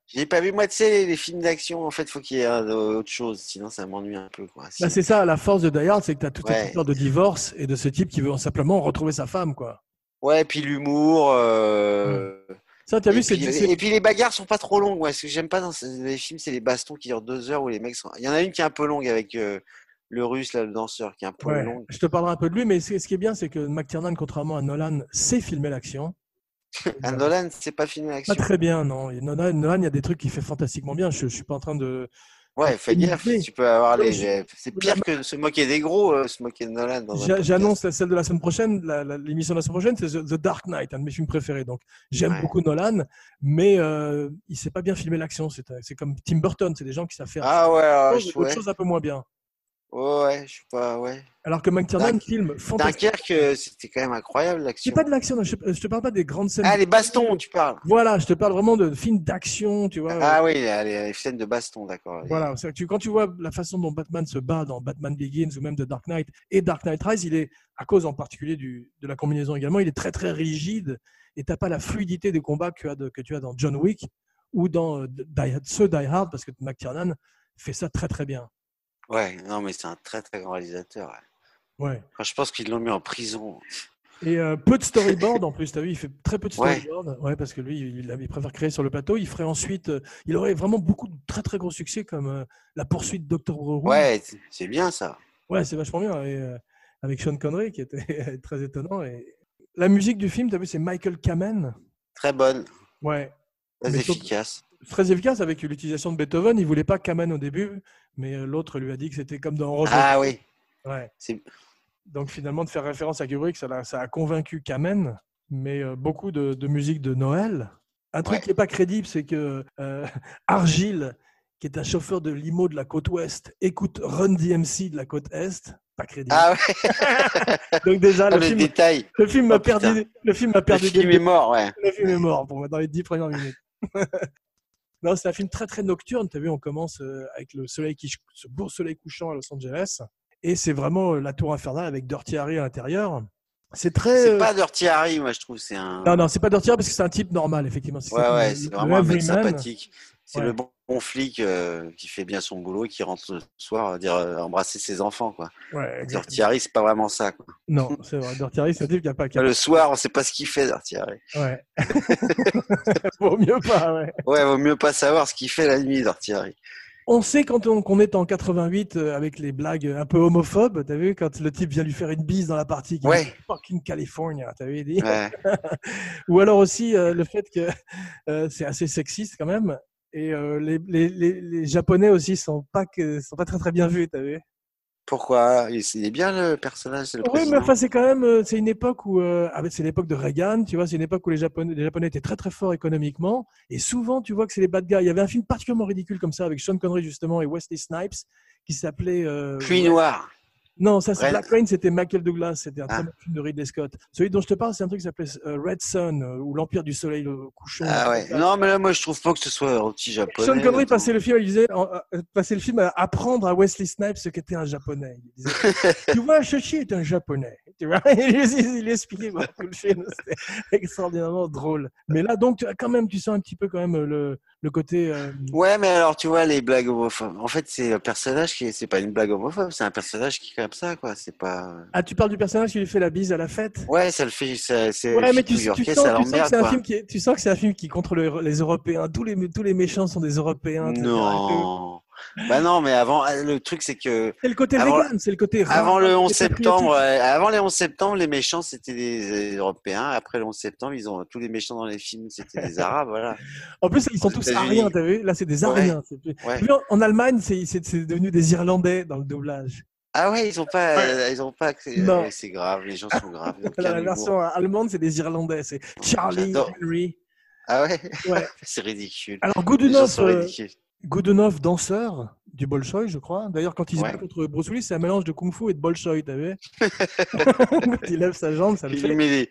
[SPEAKER 2] J'ai pas vu moi, tu sais, les, les films d'action. En fait, faut qu'il y ait euh, autre chose, sinon ça m'ennuie un peu, quoi.
[SPEAKER 1] Bah, c'est ça, la force de Die Hard, c'est que tu as toute
[SPEAKER 2] Ouais.
[SPEAKER 1] cette histoire de divorce et de ce type qui veut simplement retrouver sa femme. quoi.
[SPEAKER 2] Ouais, puis l'humour. euh,
[SPEAKER 1] Ça, tu as
[SPEAKER 2] et
[SPEAKER 1] Mmh. vu, c'est
[SPEAKER 2] puis-
[SPEAKER 1] c'est-
[SPEAKER 2] Et puis les bagarres sont pas trop longues. Ouais. Ce que j'aime pas dans ces- les films, c'est les bastons qui durent deux heures où les mecs sont. Il y en a une qui est un peu longue avec euh, le russe, là, le danseur, qui est un peu
[SPEAKER 1] Ouais,
[SPEAKER 2] longue.
[SPEAKER 1] je te parlerai un peu de lui, mais ce ce qui est bien, c'est que McTiernan, contrairement à Nolan, sait filmer
[SPEAKER 2] [LAUGHS]
[SPEAKER 1] l'action.
[SPEAKER 2] Un Nolan, c'est pas filmé
[SPEAKER 1] Pas
[SPEAKER 2] l'action.
[SPEAKER 1] très bien, non. Et Nolan, Nolan, il y a des trucs qu'il fait fantastiquement bien. Je ne suis pas en train de,
[SPEAKER 2] Ouais, fais gaffe.
[SPEAKER 1] idée.
[SPEAKER 2] Tu peux avoir
[SPEAKER 1] Ouais,
[SPEAKER 2] les.
[SPEAKER 1] je-
[SPEAKER 2] les- C'est pire que se moquer des gros, euh, se moquer de Nolan. dans un
[SPEAKER 1] J'a-
[SPEAKER 2] podcast.
[SPEAKER 1] J'annonce la- celle de la semaine prochaine, la- la- l'émission de la semaine prochaine, c'est The The Dark Knight, un de mes films préférés. Donc j'aime
[SPEAKER 2] Ouais.
[SPEAKER 1] beaucoup Nolan, mais euh, il sait pas bien filmer l'action. C'est un- c'est comme Tim Burton, c'est des gens qui savent faire
[SPEAKER 2] Ah ouais,
[SPEAKER 1] autre
[SPEAKER 2] alors,
[SPEAKER 1] chose,
[SPEAKER 2] je-
[SPEAKER 1] autre
[SPEAKER 2] ouais,
[SPEAKER 1] chose un peu moins bien.
[SPEAKER 2] ouais, ouais, je suis pas, ouais.
[SPEAKER 1] Alors que McTiernan
[SPEAKER 2] Dunker-
[SPEAKER 1] filme fantastique.
[SPEAKER 2] Dunkerque, euh, c'était quand même incroyable
[SPEAKER 1] C'est
[SPEAKER 2] l'action.
[SPEAKER 1] pas de l'action, je, je te parle pas des grandes scènes.
[SPEAKER 2] Ah, les bastons, tu parles.
[SPEAKER 1] Voilà, je te parle vraiment de films d'action, tu vois.
[SPEAKER 2] Ah oui, les, les- les scènes de baston, d'accord.
[SPEAKER 1] Voilà, c'est-à-dire que tu- quand tu vois la façon dont Batman se bat dans Batman Begins ou même de Dark Knight et Dark Knight Rise, il est, à cause en particulier du, de la combinaison également, il est très très rigide et t'as pas la fluidité des combats que, tu as de- que tu as dans John Wick ou dans euh, Die- ce Die Hard parce que McTiernan fait ça très très bien.
[SPEAKER 2] Ouais, non, mais c'est un très très grand réalisateur. ouais.
[SPEAKER 1] Ouais.
[SPEAKER 2] Enfin, je pense qu'ils l'ont mis en prison.
[SPEAKER 1] Et euh, peu de storyboard en plus, t'as vu, il fait très peu de
[SPEAKER 2] Ouais.
[SPEAKER 1] storyboard, ouais. parce que lui, il, il préfère créer sur le plateau. Il ferait ensuite, euh, il aurait vraiment beaucoup de très très gros succès comme euh, la poursuite Doctor Who.
[SPEAKER 2] Ouais, c'est- c'est bien ça.
[SPEAKER 1] Ouais, c'est vachement bien. Et, euh, avec Sean Connery, qui était [LAUGHS] très étonnant. Et... La musique du film, tu as vu, c'est Michael Kamen.
[SPEAKER 2] Très bonne,
[SPEAKER 1] Ouais.
[SPEAKER 2] très
[SPEAKER 1] Mais surtout-
[SPEAKER 2] efficace.
[SPEAKER 1] Très efficace avec l'utilisation de Beethoven. Il voulait pas Kamen au début, mais euh, l'autre lui a dit que c'était comme dans Roger.
[SPEAKER 2] Ah oui,
[SPEAKER 1] Ouais.
[SPEAKER 2] c'est-
[SPEAKER 1] Donc finalement, de faire référence à Kubrick, ça, l'a- ça a convaincu Kamen, mais euh, beaucoup de, de musique de Noël. Un truc
[SPEAKER 2] Ouais.
[SPEAKER 1] qui n'est pas crédible, c'est que euh, [LAUGHS] Argyle, qui est un chauffeur de limo de la côte ouest, écoute Run DMC de la côte est. Pas crédible.
[SPEAKER 2] ah ouais,
[SPEAKER 1] Donc déjà,
[SPEAKER 2] [LAUGHS] le,
[SPEAKER 1] le film,
[SPEAKER 2] détail.
[SPEAKER 1] le film m'a
[SPEAKER 2] Oh, putain.
[SPEAKER 1] perdu. Le film m'a
[SPEAKER 2] Le
[SPEAKER 1] perdu. dès
[SPEAKER 2] film est mort, ouais.
[SPEAKER 1] le film est mort pour moi dans les dix premières minutes. [LAUGHS] non, c'est un film très très nocturne. Tu as vu, on commence euh, avec le soleil qui, ch- ce beau soleil couchant à Los Angeles, et c'est vraiment euh, la tour infernale avec Dirty Harry à l'intérieur. C'est très.
[SPEAKER 2] C'est
[SPEAKER 1] euh,
[SPEAKER 2] pas Dirty Harry, moi je trouve. C'est un.
[SPEAKER 1] Non, non, c'est pas Dirty Harry parce que c'est un type normal, effectivement. C'est
[SPEAKER 2] Ouais,
[SPEAKER 1] comme
[SPEAKER 2] ouais,
[SPEAKER 1] le-
[SPEAKER 2] c'est
[SPEAKER 1] le
[SPEAKER 2] vraiment un mec
[SPEAKER 1] everyman.
[SPEAKER 2] sympathique. C'est
[SPEAKER 1] Ouais.
[SPEAKER 2] le bon, bon flic euh, qui fait bien son boulot, qui rentre le soir euh, dire, euh, embrasser ses enfants. Quoi.
[SPEAKER 1] Ouais, exact.
[SPEAKER 2] Dirty Harry, c'est pas vraiment ça. Quoi.
[SPEAKER 1] Non, c'est vrai. Dirty Harry, c'est un type qui a pas. qui a-
[SPEAKER 2] Le soir, on sait pas ce qu'il fait, Dirty Harry.
[SPEAKER 1] Ouais. [LAUGHS] Vaut mieux pas, ouais.
[SPEAKER 2] Ouais, vaut mieux pas savoir ce qu'il fait la nuit,
[SPEAKER 1] [LAUGHS]
[SPEAKER 2] Dirty Harry.
[SPEAKER 1] On sait quand on, qu'on est en 88 euh, avec les blagues un peu homophobes, t'as vu, quand le type vient lui faire une bise dans la partie qui
[SPEAKER 2] Ouais.
[SPEAKER 1] dit fucking California, t'as vu, il dit.
[SPEAKER 2] Ouais.
[SPEAKER 1] Ou alors aussi euh, le fait que euh, c'est assez sexiste quand même. Et euh, les, les, les, les Japonais aussi sont pas que sont pas très très bien vus, t'as vu.
[SPEAKER 2] Pourquoi il, il est bien le personnage, c'est le
[SPEAKER 1] Oui, mais
[SPEAKER 2] président.
[SPEAKER 1] enfin c'est quand même euh, c'est une époque où euh, ah, mais c'est l'époque de Reagan, tu vois, c'est une époque où les Japonais les Japonais étaient très très forts économiquement et souvent tu vois que c'est les bad guys. Il y avait un film particulièrement ridicule comme ça avec Sean Connery justement et Wesley Snipes qui s'appelait euh,
[SPEAKER 2] Pluie noire.
[SPEAKER 1] Non, ça c'est
[SPEAKER 2] Red-
[SPEAKER 1] Black Rain, c'était Michael Douglas, c'était un
[SPEAKER 2] Ah.
[SPEAKER 1] très bon film de Ridley Scott. Celui dont je te parle, c'est un truc qui s'appelait euh, Red Sun euh, ou l'Empire du Soleil euh, couchant.
[SPEAKER 2] Ah ouais. Non, mais là, moi, je trouve pas que ce soit un petit japonais.
[SPEAKER 1] Sean Connery
[SPEAKER 2] là, tout.
[SPEAKER 1] passait le film, il disait, en- euh, passait le
[SPEAKER 2] [LAUGHS]
[SPEAKER 1] film à apprendre à Wesley Snipes ce qu'était un japonais. Il disait, tu vois, ceci est un japonais. tu vois. [LAUGHS] Il, il- il expliquait quoi, tout le film. C'était extraordinairement drôle. Mais là, donc, tu- quand même, tu sens un petit peu quand même euh, le, le côté. euh,
[SPEAKER 2] Ouais, mais alors tu vois les blagues homophobes. En fait, c'est un personnage qui, c'est pas une blague homophobe, c'est un personnage qui est comme ça, quoi. C'est pas.
[SPEAKER 1] Ah, tu parles du personnage qui lui fait la bise à la fête
[SPEAKER 2] Ouais, ça le fait, ça- c'est.
[SPEAKER 1] Ouais, mais tu, tu sens, tu
[SPEAKER 2] new-yorkais, ça
[SPEAKER 1] sens que
[SPEAKER 2] l'emmerde,
[SPEAKER 1] c'est un
[SPEAKER 2] quoi.
[SPEAKER 1] film qui, est- tu sens que c'est un film qui contre le- les Européens. Tous les, tous les méchants sont des Européens. etc.
[SPEAKER 2] Non. bah non, mais avant, le truc c'est que
[SPEAKER 1] [LAUGHS] C'est le côté
[SPEAKER 2] Avant-
[SPEAKER 1] vegan, c'est le côté. rare,
[SPEAKER 2] avant le 11
[SPEAKER 1] c'est patriotique.
[SPEAKER 2] septembre, euh, avant les 11 septembre, les méchants c'était des Européens. Après le 11 septembre, ils ont tous les méchants dans les films, c'était des Arabes, voilà.
[SPEAKER 1] En plus, ils sont tous
[SPEAKER 2] États-Unis.
[SPEAKER 1] ariens, t'as vu Là, c'est des
[SPEAKER 2] Ouais.
[SPEAKER 1] ariens. c'est plus-
[SPEAKER 2] Ouais.
[SPEAKER 1] T'as vu, en- en Allemagne, c'est c'est- c'est devenu des Irlandais dans le doublage.
[SPEAKER 2] Ah ouais, ils ont pas, euh, ils ont pas. accès-
[SPEAKER 1] Non.
[SPEAKER 2] Ouais, C'est grave, les gens sont graves. ils ont
[SPEAKER 1] [LAUGHS] La,
[SPEAKER 2] aucun humour.
[SPEAKER 1] version allemande, c'est des Irlandais. C'est Charlie,
[SPEAKER 2] J'adore.
[SPEAKER 1] Henry.
[SPEAKER 2] Ah ouais.
[SPEAKER 1] Ouais.
[SPEAKER 2] [LAUGHS] c'est ridicule.
[SPEAKER 1] Alors,
[SPEAKER 2] Les gens
[SPEAKER 1] Goodenough,
[SPEAKER 2] sont
[SPEAKER 1] euh,
[SPEAKER 2] ridicules.
[SPEAKER 1] Goodenough, danseur du Bolshoi, je crois. D'ailleurs, quand il se
[SPEAKER 2] Ouais.
[SPEAKER 1] bat contre Bruce Willis, c'est un mélange de Kung Fu et de Bolshoi, t'as
[SPEAKER 2] [LAUGHS]
[SPEAKER 1] vu [LAUGHS] Quand il lève sa jambe, ça le
[SPEAKER 2] Il
[SPEAKER 1] fait.
[SPEAKER 2] met les-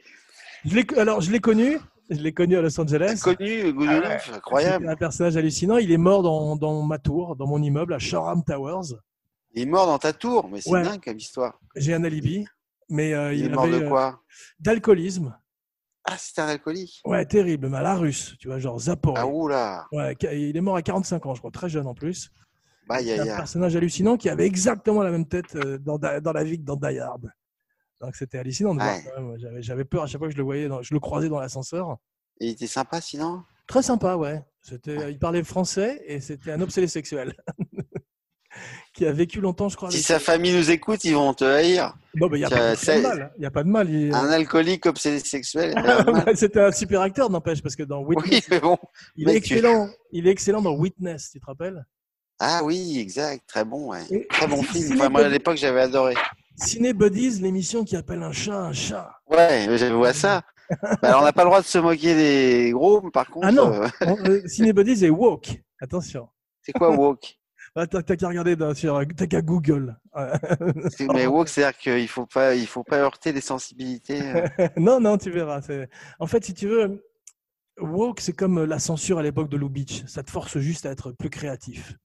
[SPEAKER 1] Je l'ai- alors, je l'ai connu. Je l'ai connu à Los Angeles.
[SPEAKER 2] connu, Goodenough,
[SPEAKER 1] C'était
[SPEAKER 2] incroyable.
[SPEAKER 1] un personnage hallucinant. Il est mort dans, dans ma tour, dans mon immeuble à Shoreham Towers.
[SPEAKER 2] Il est mort dans ta tour, mais c'est
[SPEAKER 1] Ouais.
[SPEAKER 2] dingue comme histoire.
[SPEAKER 1] J'ai un alibi, mais euh,
[SPEAKER 2] Il,
[SPEAKER 1] il,
[SPEAKER 2] est mort
[SPEAKER 1] avait
[SPEAKER 2] de
[SPEAKER 1] euh,
[SPEAKER 2] quoi
[SPEAKER 1] d'alcoolisme.
[SPEAKER 2] Ah, c'était un alcoolique.
[SPEAKER 1] Ouais, terrible, mais à la russe, tu vois, genre Zapor.
[SPEAKER 2] Ah oula,
[SPEAKER 1] Ouais, ca- il est mort à 45 ans, je crois, très jeune en plus.
[SPEAKER 2] bah
[SPEAKER 1] C'est un personnage hallucinant qui avait exactement la même tête euh, dans, Da- dans la vie que dans Die Hard. Donc c'était hallucinant de voir.
[SPEAKER 2] Ouais.
[SPEAKER 1] ça. Moi, J'avais, j'avais peur à chaque fois que je le voyais, dans- je le croisais dans l'ascenseur.
[SPEAKER 2] Il était sympa sinon.
[SPEAKER 1] Très sympa, ouais. C'était, Il parlait français et c'était un obsédé sexuel [LAUGHS] qui a vécu longtemps, je crois.
[SPEAKER 2] Si
[SPEAKER 1] avec-
[SPEAKER 2] sa famille nous écoute, ils vont te haïr.
[SPEAKER 1] Non, mais il n'y a,
[SPEAKER 2] que
[SPEAKER 1] pas
[SPEAKER 2] c'est-
[SPEAKER 1] de mal. Il y a pas de mal. il- [LAUGHS]
[SPEAKER 2] Un alcoolique obsédé sexuel. euh, mal.
[SPEAKER 1] c'était un super acteur, n'empêche, parce que dans Witness,
[SPEAKER 2] oui, mais bon.
[SPEAKER 1] il est
[SPEAKER 2] mec, tu-
[SPEAKER 1] excellent. Il est excellent dans Witness, tu te rappelles
[SPEAKER 2] Ah oui, exact, très bon, ouais.
[SPEAKER 1] Et- [LAUGHS]
[SPEAKER 2] Très bon
[SPEAKER 1] si- si
[SPEAKER 2] film.
[SPEAKER 1] les
[SPEAKER 2] Enfin, moi, à
[SPEAKER 1] bonnes-
[SPEAKER 2] l'époque, j'avais adoré.
[SPEAKER 1] Ciné Buddies, l'émission qui appelle un chat un chat.
[SPEAKER 2] Ouais, mais j'avais vois ça. Bah, alors, on n'a pas le droit de se moquer des gros, mais par contre.
[SPEAKER 1] Ah non.
[SPEAKER 2] euh,
[SPEAKER 1] Bon, euh, Ciné Buddies est woke. Attention.
[SPEAKER 2] c'est quoi woke
[SPEAKER 1] Ah, T'as t'as qu'à regarder, dans- sur- t'as qu'à Google. Euh,
[SPEAKER 2] C'est-
[SPEAKER 1] [LAUGHS]
[SPEAKER 2] Mais woke, c'est-à-dire qu'il faut pas, il faut pas heurter les sensibilités. euh.
[SPEAKER 1] non, non, tu verras. c'est- En fait, si tu veux, woke, c'est comme la censure à l'époque de Lou Beach. Ça te force juste à être plus créatif.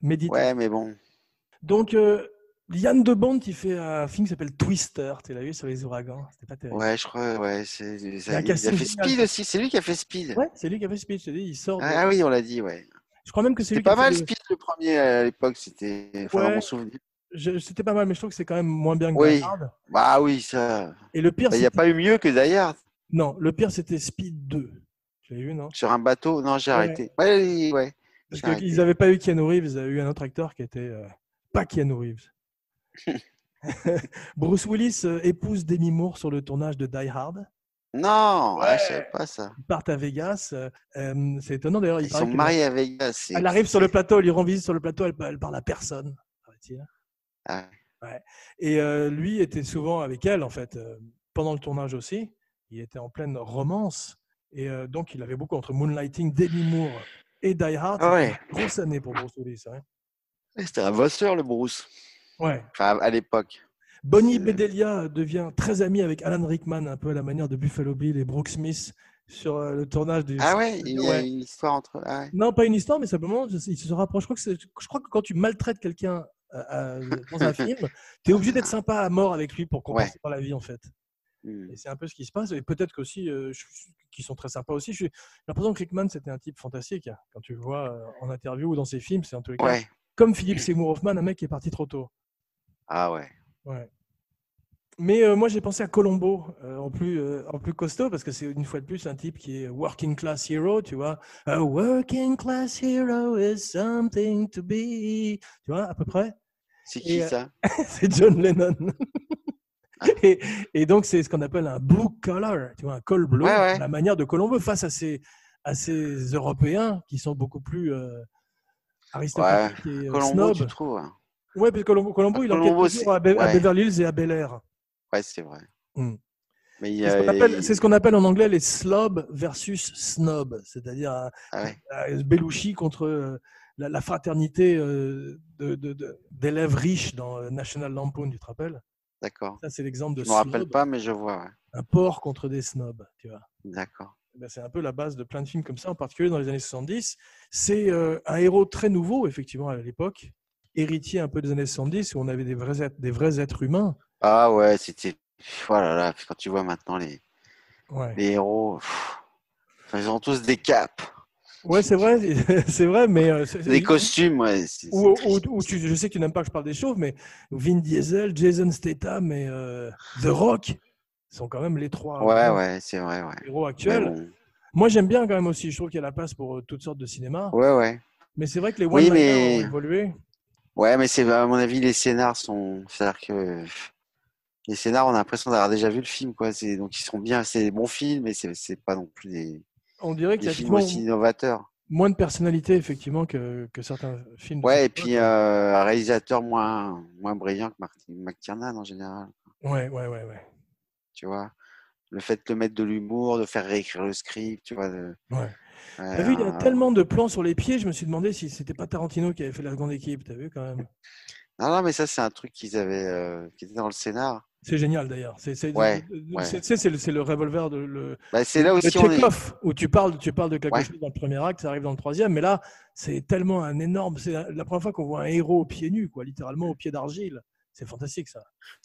[SPEAKER 1] Médite.
[SPEAKER 2] Ouais, mais bon.
[SPEAKER 1] Donc, euh, Yann de Bond, il fait un film qui s'appelle Twister. Tu l'as vu sur les ouragans C'était pas terrible.
[SPEAKER 2] Ouais, je crois, ouais. c'est- c'est-
[SPEAKER 1] a un
[SPEAKER 2] il a
[SPEAKER 1] casting
[SPEAKER 2] fait
[SPEAKER 1] génial.
[SPEAKER 2] Speed aussi, c'est lui qui a fait Speed.
[SPEAKER 1] Ouais, c'est lui qui a fait Speed. je te dis, il sort. de-
[SPEAKER 2] Ah, ah oui, on l'a dit, ouais.
[SPEAKER 1] Je crois même que c'est
[SPEAKER 2] C'était
[SPEAKER 1] lui qui a
[SPEAKER 2] pas
[SPEAKER 1] fait
[SPEAKER 2] mal
[SPEAKER 1] le-
[SPEAKER 2] Speed le premier à l'époque, c'était enfin, dans
[SPEAKER 1] Ouais.
[SPEAKER 2] mon souvenir.
[SPEAKER 1] Je- C'était pas mal, mais je trouve que c'est quand même moins bien que
[SPEAKER 2] Oui.
[SPEAKER 1] Die Hard.
[SPEAKER 2] Bah oui, ça.
[SPEAKER 1] Et le pire,
[SPEAKER 2] Il n'y
[SPEAKER 1] c'est
[SPEAKER 2] a pas eu mieux que d'ailleurs
[SPEAKER 1] Non, le pire, c'était Speed 2. Tu l'as vu, non
[SPEAKER 2] sur un bateau. Non, j'ai
[SPEAKER 1] Ouais.
[SPEAKER 2] arrêté. Ouais, ouais.
[SPEAKER 1] Parce
[SPEAKER 2] J'ai arrêté.
[SPEAKER 1] qu'ils n'avaient pas eu Keanu Reeves, ils avaient eu un autre acteur qui était euh, pas Keanu
[SPEAKER 2] [LAUGHS]
[SPEAKER 1] Reeves. Bruce Willis euh, épouse Demi Moore sur le tournage de Die Hard.
[SPEAKER 2] Non, ah, je savais pas ça.
[SPEAKER 1] Ils partent à Vegas. euh, euh, c'est étonnant d'ailleurs. il
[SPEAKER 2] Ils
[SPEAKER 1] paraît
[SPEAKER 2] sont
[SPEAKER 1] que-
[SPEAKER 2] mariés à Vegas. c'est-
[SPEAKER 1] Elle arrive sur le plateau, elle lui rend visite sur le plateau, elle, elle parle à personne. paraît-il.
[SPEAKER 2] Ah.
[SPEAKER 1] Ouais. Et euh, lui était souvent avec elle, en fait, euh, pendant le tournage aussi. Il était en pleine romance. Et euh, donc, il avait beaucoup entre Moonlighting, Demi Moore et Die Hard.
[SPEAKER 2] Ah ouais.
[SPEAKER 1] C'était une Grosse année pour Bruce Willis. hein.
[SPEAKER 2] C'était un bosseur, le Bruce.
[SPEAKER 1] Ouais.
[SPEAKER 2] Enfin, à l'époque.
[SPEAKER 1] Bonnie Bedelia devient très amie avec Alan Rickman, un peu à la manière de Buffalo Bill et Brooke Smith sur euh, le tournage du.
[SPEAKER 2] Ah ouais, il y a
[SPEAKER 1] Ouais.
[SPEAKER 2] une histoire entre. Ah ouais.
[SPEAKER 1] Non, pas une histoire, mais simplement, je- ils se rapprochent. Je crois que, c'est- je crois que quand tu maltraites quelqu'un euh, euh, dans
[SPEAKER 2] [LAUGHS]
[SPEAKER 1] un film, tu es obligé d'être sympa à mort avec lui pour compenser par la vie, en fait.
[SPEAKER 2] Hmm.
[SPEAKER 1] Et c'est un peu ce qui se passe. Et peut-être qu'aussi, euh, je- qu'ils sont très sympas aussi. Je suis- J'ai l'impression que Rickman, c'était un type fantastique. hein. Quand tu le vois euh, en interview ou dans ses films, c'est en tous les cas.
[SPEAKER 2] Ouais.
[SPEAKER 1] Comme Philippe Seymour Hoffman, un mec qui est parti trop tôt.
[SPEAKER 2] Ah ouais.
[SPEAKER 1] Ouais. Mais euh, moi, j'ai pensé à Colombo euh, en, plus, euh, en plus costaud parce que c'est une fois de plus un type qui est working class hero, tu vois. A working class hero is something to be. Tu vois, à peu près. [LAUGHS]
[SPEAKER 2] C'est
[SPEAKER 1] Et,
[SPEAKER 2] qui
[SPEAKER 1] euh,
[SPEAKER 2] ça
[SPEAKER 1] c'est John Lennon.
[SPEAKER 2] Ah.
[SPEAKER 1] Et, et donc, c'est ce qu'on appelle un blue collar, tu vois, un col bleu,
[SPEAKER 2] Ouais, ouais.
[SPEAKER 1] la manière de Colombo face à ces, à ces Européens qui sont beaucoup plus euh, aristocratiques et euh,
[SPEAKER 2] Colombo, tu
[SPEAKER 1] snobs.
[SPEAKER 2] trouves hein
[SPEAKER 1] Ouais, parce que Colombo, Colombo,
[SPEAKER 2] Ah,
[SPEAKER 1] il
[SPEAKER 2] Colombo,
[SPEAKER 1] enquête toujours
[SPEAKER 2] c'est-
[SPEAKER 1] à, Be- à
[SPEAKER 2] ouais.
[SPEAKER 1] Beverly Hills et à Bel Air.
[SPEAKER 2] Ouais, c'est vrai.
[SPEAKER 1] Hmm.
[SPEAKER 2] Mais il y
[SPEAKER 1] C'est ce
[SPEAKER 2] a-
[SPEAKER 1] qu'on appelle-
[SPEAKER 2] il-
[SPEAKER 1] C'est ce qu'on appelle en anglais les slobs versus snob, c'est-à-dire un-
[SPEAKER 2] Ah ouais.
[SPEAKER 1] un Belushi contre euh, la, la fraternité euh, de- de- de- d'élèves riches dans euh, National Lampoon, tu te rappelles
[SPEAKER 2] D'accord.
[SPEAKER 1] Ça, c'est l'exemple de
[SPEAKER 2] Je me rappelle
[SPEAKER 1] snob.
[SPEAKER 2] pas, mais je vois. ouais.
[SPEAKER 1] un porc contre des snobs, tu vois.
[SPEAKER 2] D'accord.
[SPEAKER 1] Eh ben, c'est un peu la base de plein de films comme ça, en particulier dans les années 70. C'est euh, un héros très nouveau, effectivement, à l'époque, héritier un peu des années 70, où on avait des vrais êtres, des vrais êtres humains.
[SPEAKER 2] Ah ouais, c'était Pff, Oh là là, puis quand tu vois maintenant les,
[SPEAKER 1] Ouais,
[SPEAKER 2] les héros, pff, enfin, ils ont tous des capes,
[SPEAKER 1] ouais c'est vrai, [LAUGHS] c'est vrai, mais euh, c'est-
[SPEAKER 2] des costumes. Ouais, c'est-
[SPEAKER 1] Ou,
[SPEAKER 2] c'est
[SPEAKER 1] ou-
[SPEAKER 2] triste.
[SPEAKER 1] ou tu- je sais que tu n'aimes pas que je parle des chauves, mais Vin Diesel, Jason Statham et euh, The Rock sont quand même les trois
[SPEAKER 2] ouais,
[SPEAKER 1] euh,
[SPEAKER 2] ouais, c'est vrai. Ouais.
[SPEAKER 1] héros
[SPEAKER 2] Mais
[SPEAKER 1] actuels.
[SPEAKER 2] bon.
[SPEAKER 1] Moi, j'aime bien quand même aussi. Je trouve qu'il y a la place pour euh, toutes sortes de cinéma.
[SPEAKER 2] ouais, ouais.
[SPEAKER 1] Mais c'est vrai que les
[SPEAKER 2] Oui,
[SPEAKER 1] one
[SPEAKER 2] mais-
[SPEAKER 1] ont évolué.
[SPEAKER 2] Ouais, mais c'est à mon avis, les scénars sont. C'est-à-dire que pff, les scénars, on a l'impression d'avoir déjà vu le film, quoi. C'est donc ils sont bien, c'est des bons films, mais c'est c'est pas non plus des,
[SPEAKER 1] On dirait qu'il y
[SPEAKER 2] des
[SPEAKER 1] a
[SPEAKER 2] films
[SPEAKER 1] moins,
[SPEAKER 2] aussi innovateurs.
[SPEAKER 1] moins de personnalité, effectivement, que, que certains films. de
[SPEAKER 2] Ouais, et
[SPEAKER 1] cette
[SPEAKER 2] puis
[SPEAKER 1] époque.
[SPEAKER 2] euh, un réalisateur moins moins brillant que Martin McTiernan en général,
[SPEAKER 1] Ouais, ouais, ouais, ouais.
[SPEAKER 2] tu vois. Le fait de mettre de l'humour, de faire réécrire le script, tu vois. De,
[SPEAKER 1] Ouais.
[SPEAKER 2] Ouais,
[SPEAKER 1] T'as vu, il y a
[SPEAKER 2] un-
[SPEAKER 1] tellement de plans sur les pieds, je me suis demandé si c'était pas Tarantino qui avait fait la grande équipe. T'as vu, quand même.
[SPEAKER 2] Non, non, mais ça, c'est un truc qu'ils avaient, euh, qui était dans le scénar.
[SPEAKER 1] C'est génial, d'ailleurs. C'est c'est-
[SPEAKER 2] Ouais,
[SPEAKER 1] c'est-
[SPEAKER 2] ouais.
[SPEAKER 1] tu sais, c'est le, c'est le revolver de le,
[SPEAKER 2] Bah, c'est là
[SPEAKER 1] Le
[SPEAKER 2] aussi on est.
[SPEAKER 1] Tchekhov, où tu parles, tu parles de quelque
[SPEAKER 2] Ouais.
[SPEAKER 1] chose dans le premier acte, ça arrive dans le troisième, mais là, c'est tellement un énorme. C'est la, la première fois qu'on voit un héros pieds nus, quoi, littéralement au pied d'argile. C'est fantastique, ça.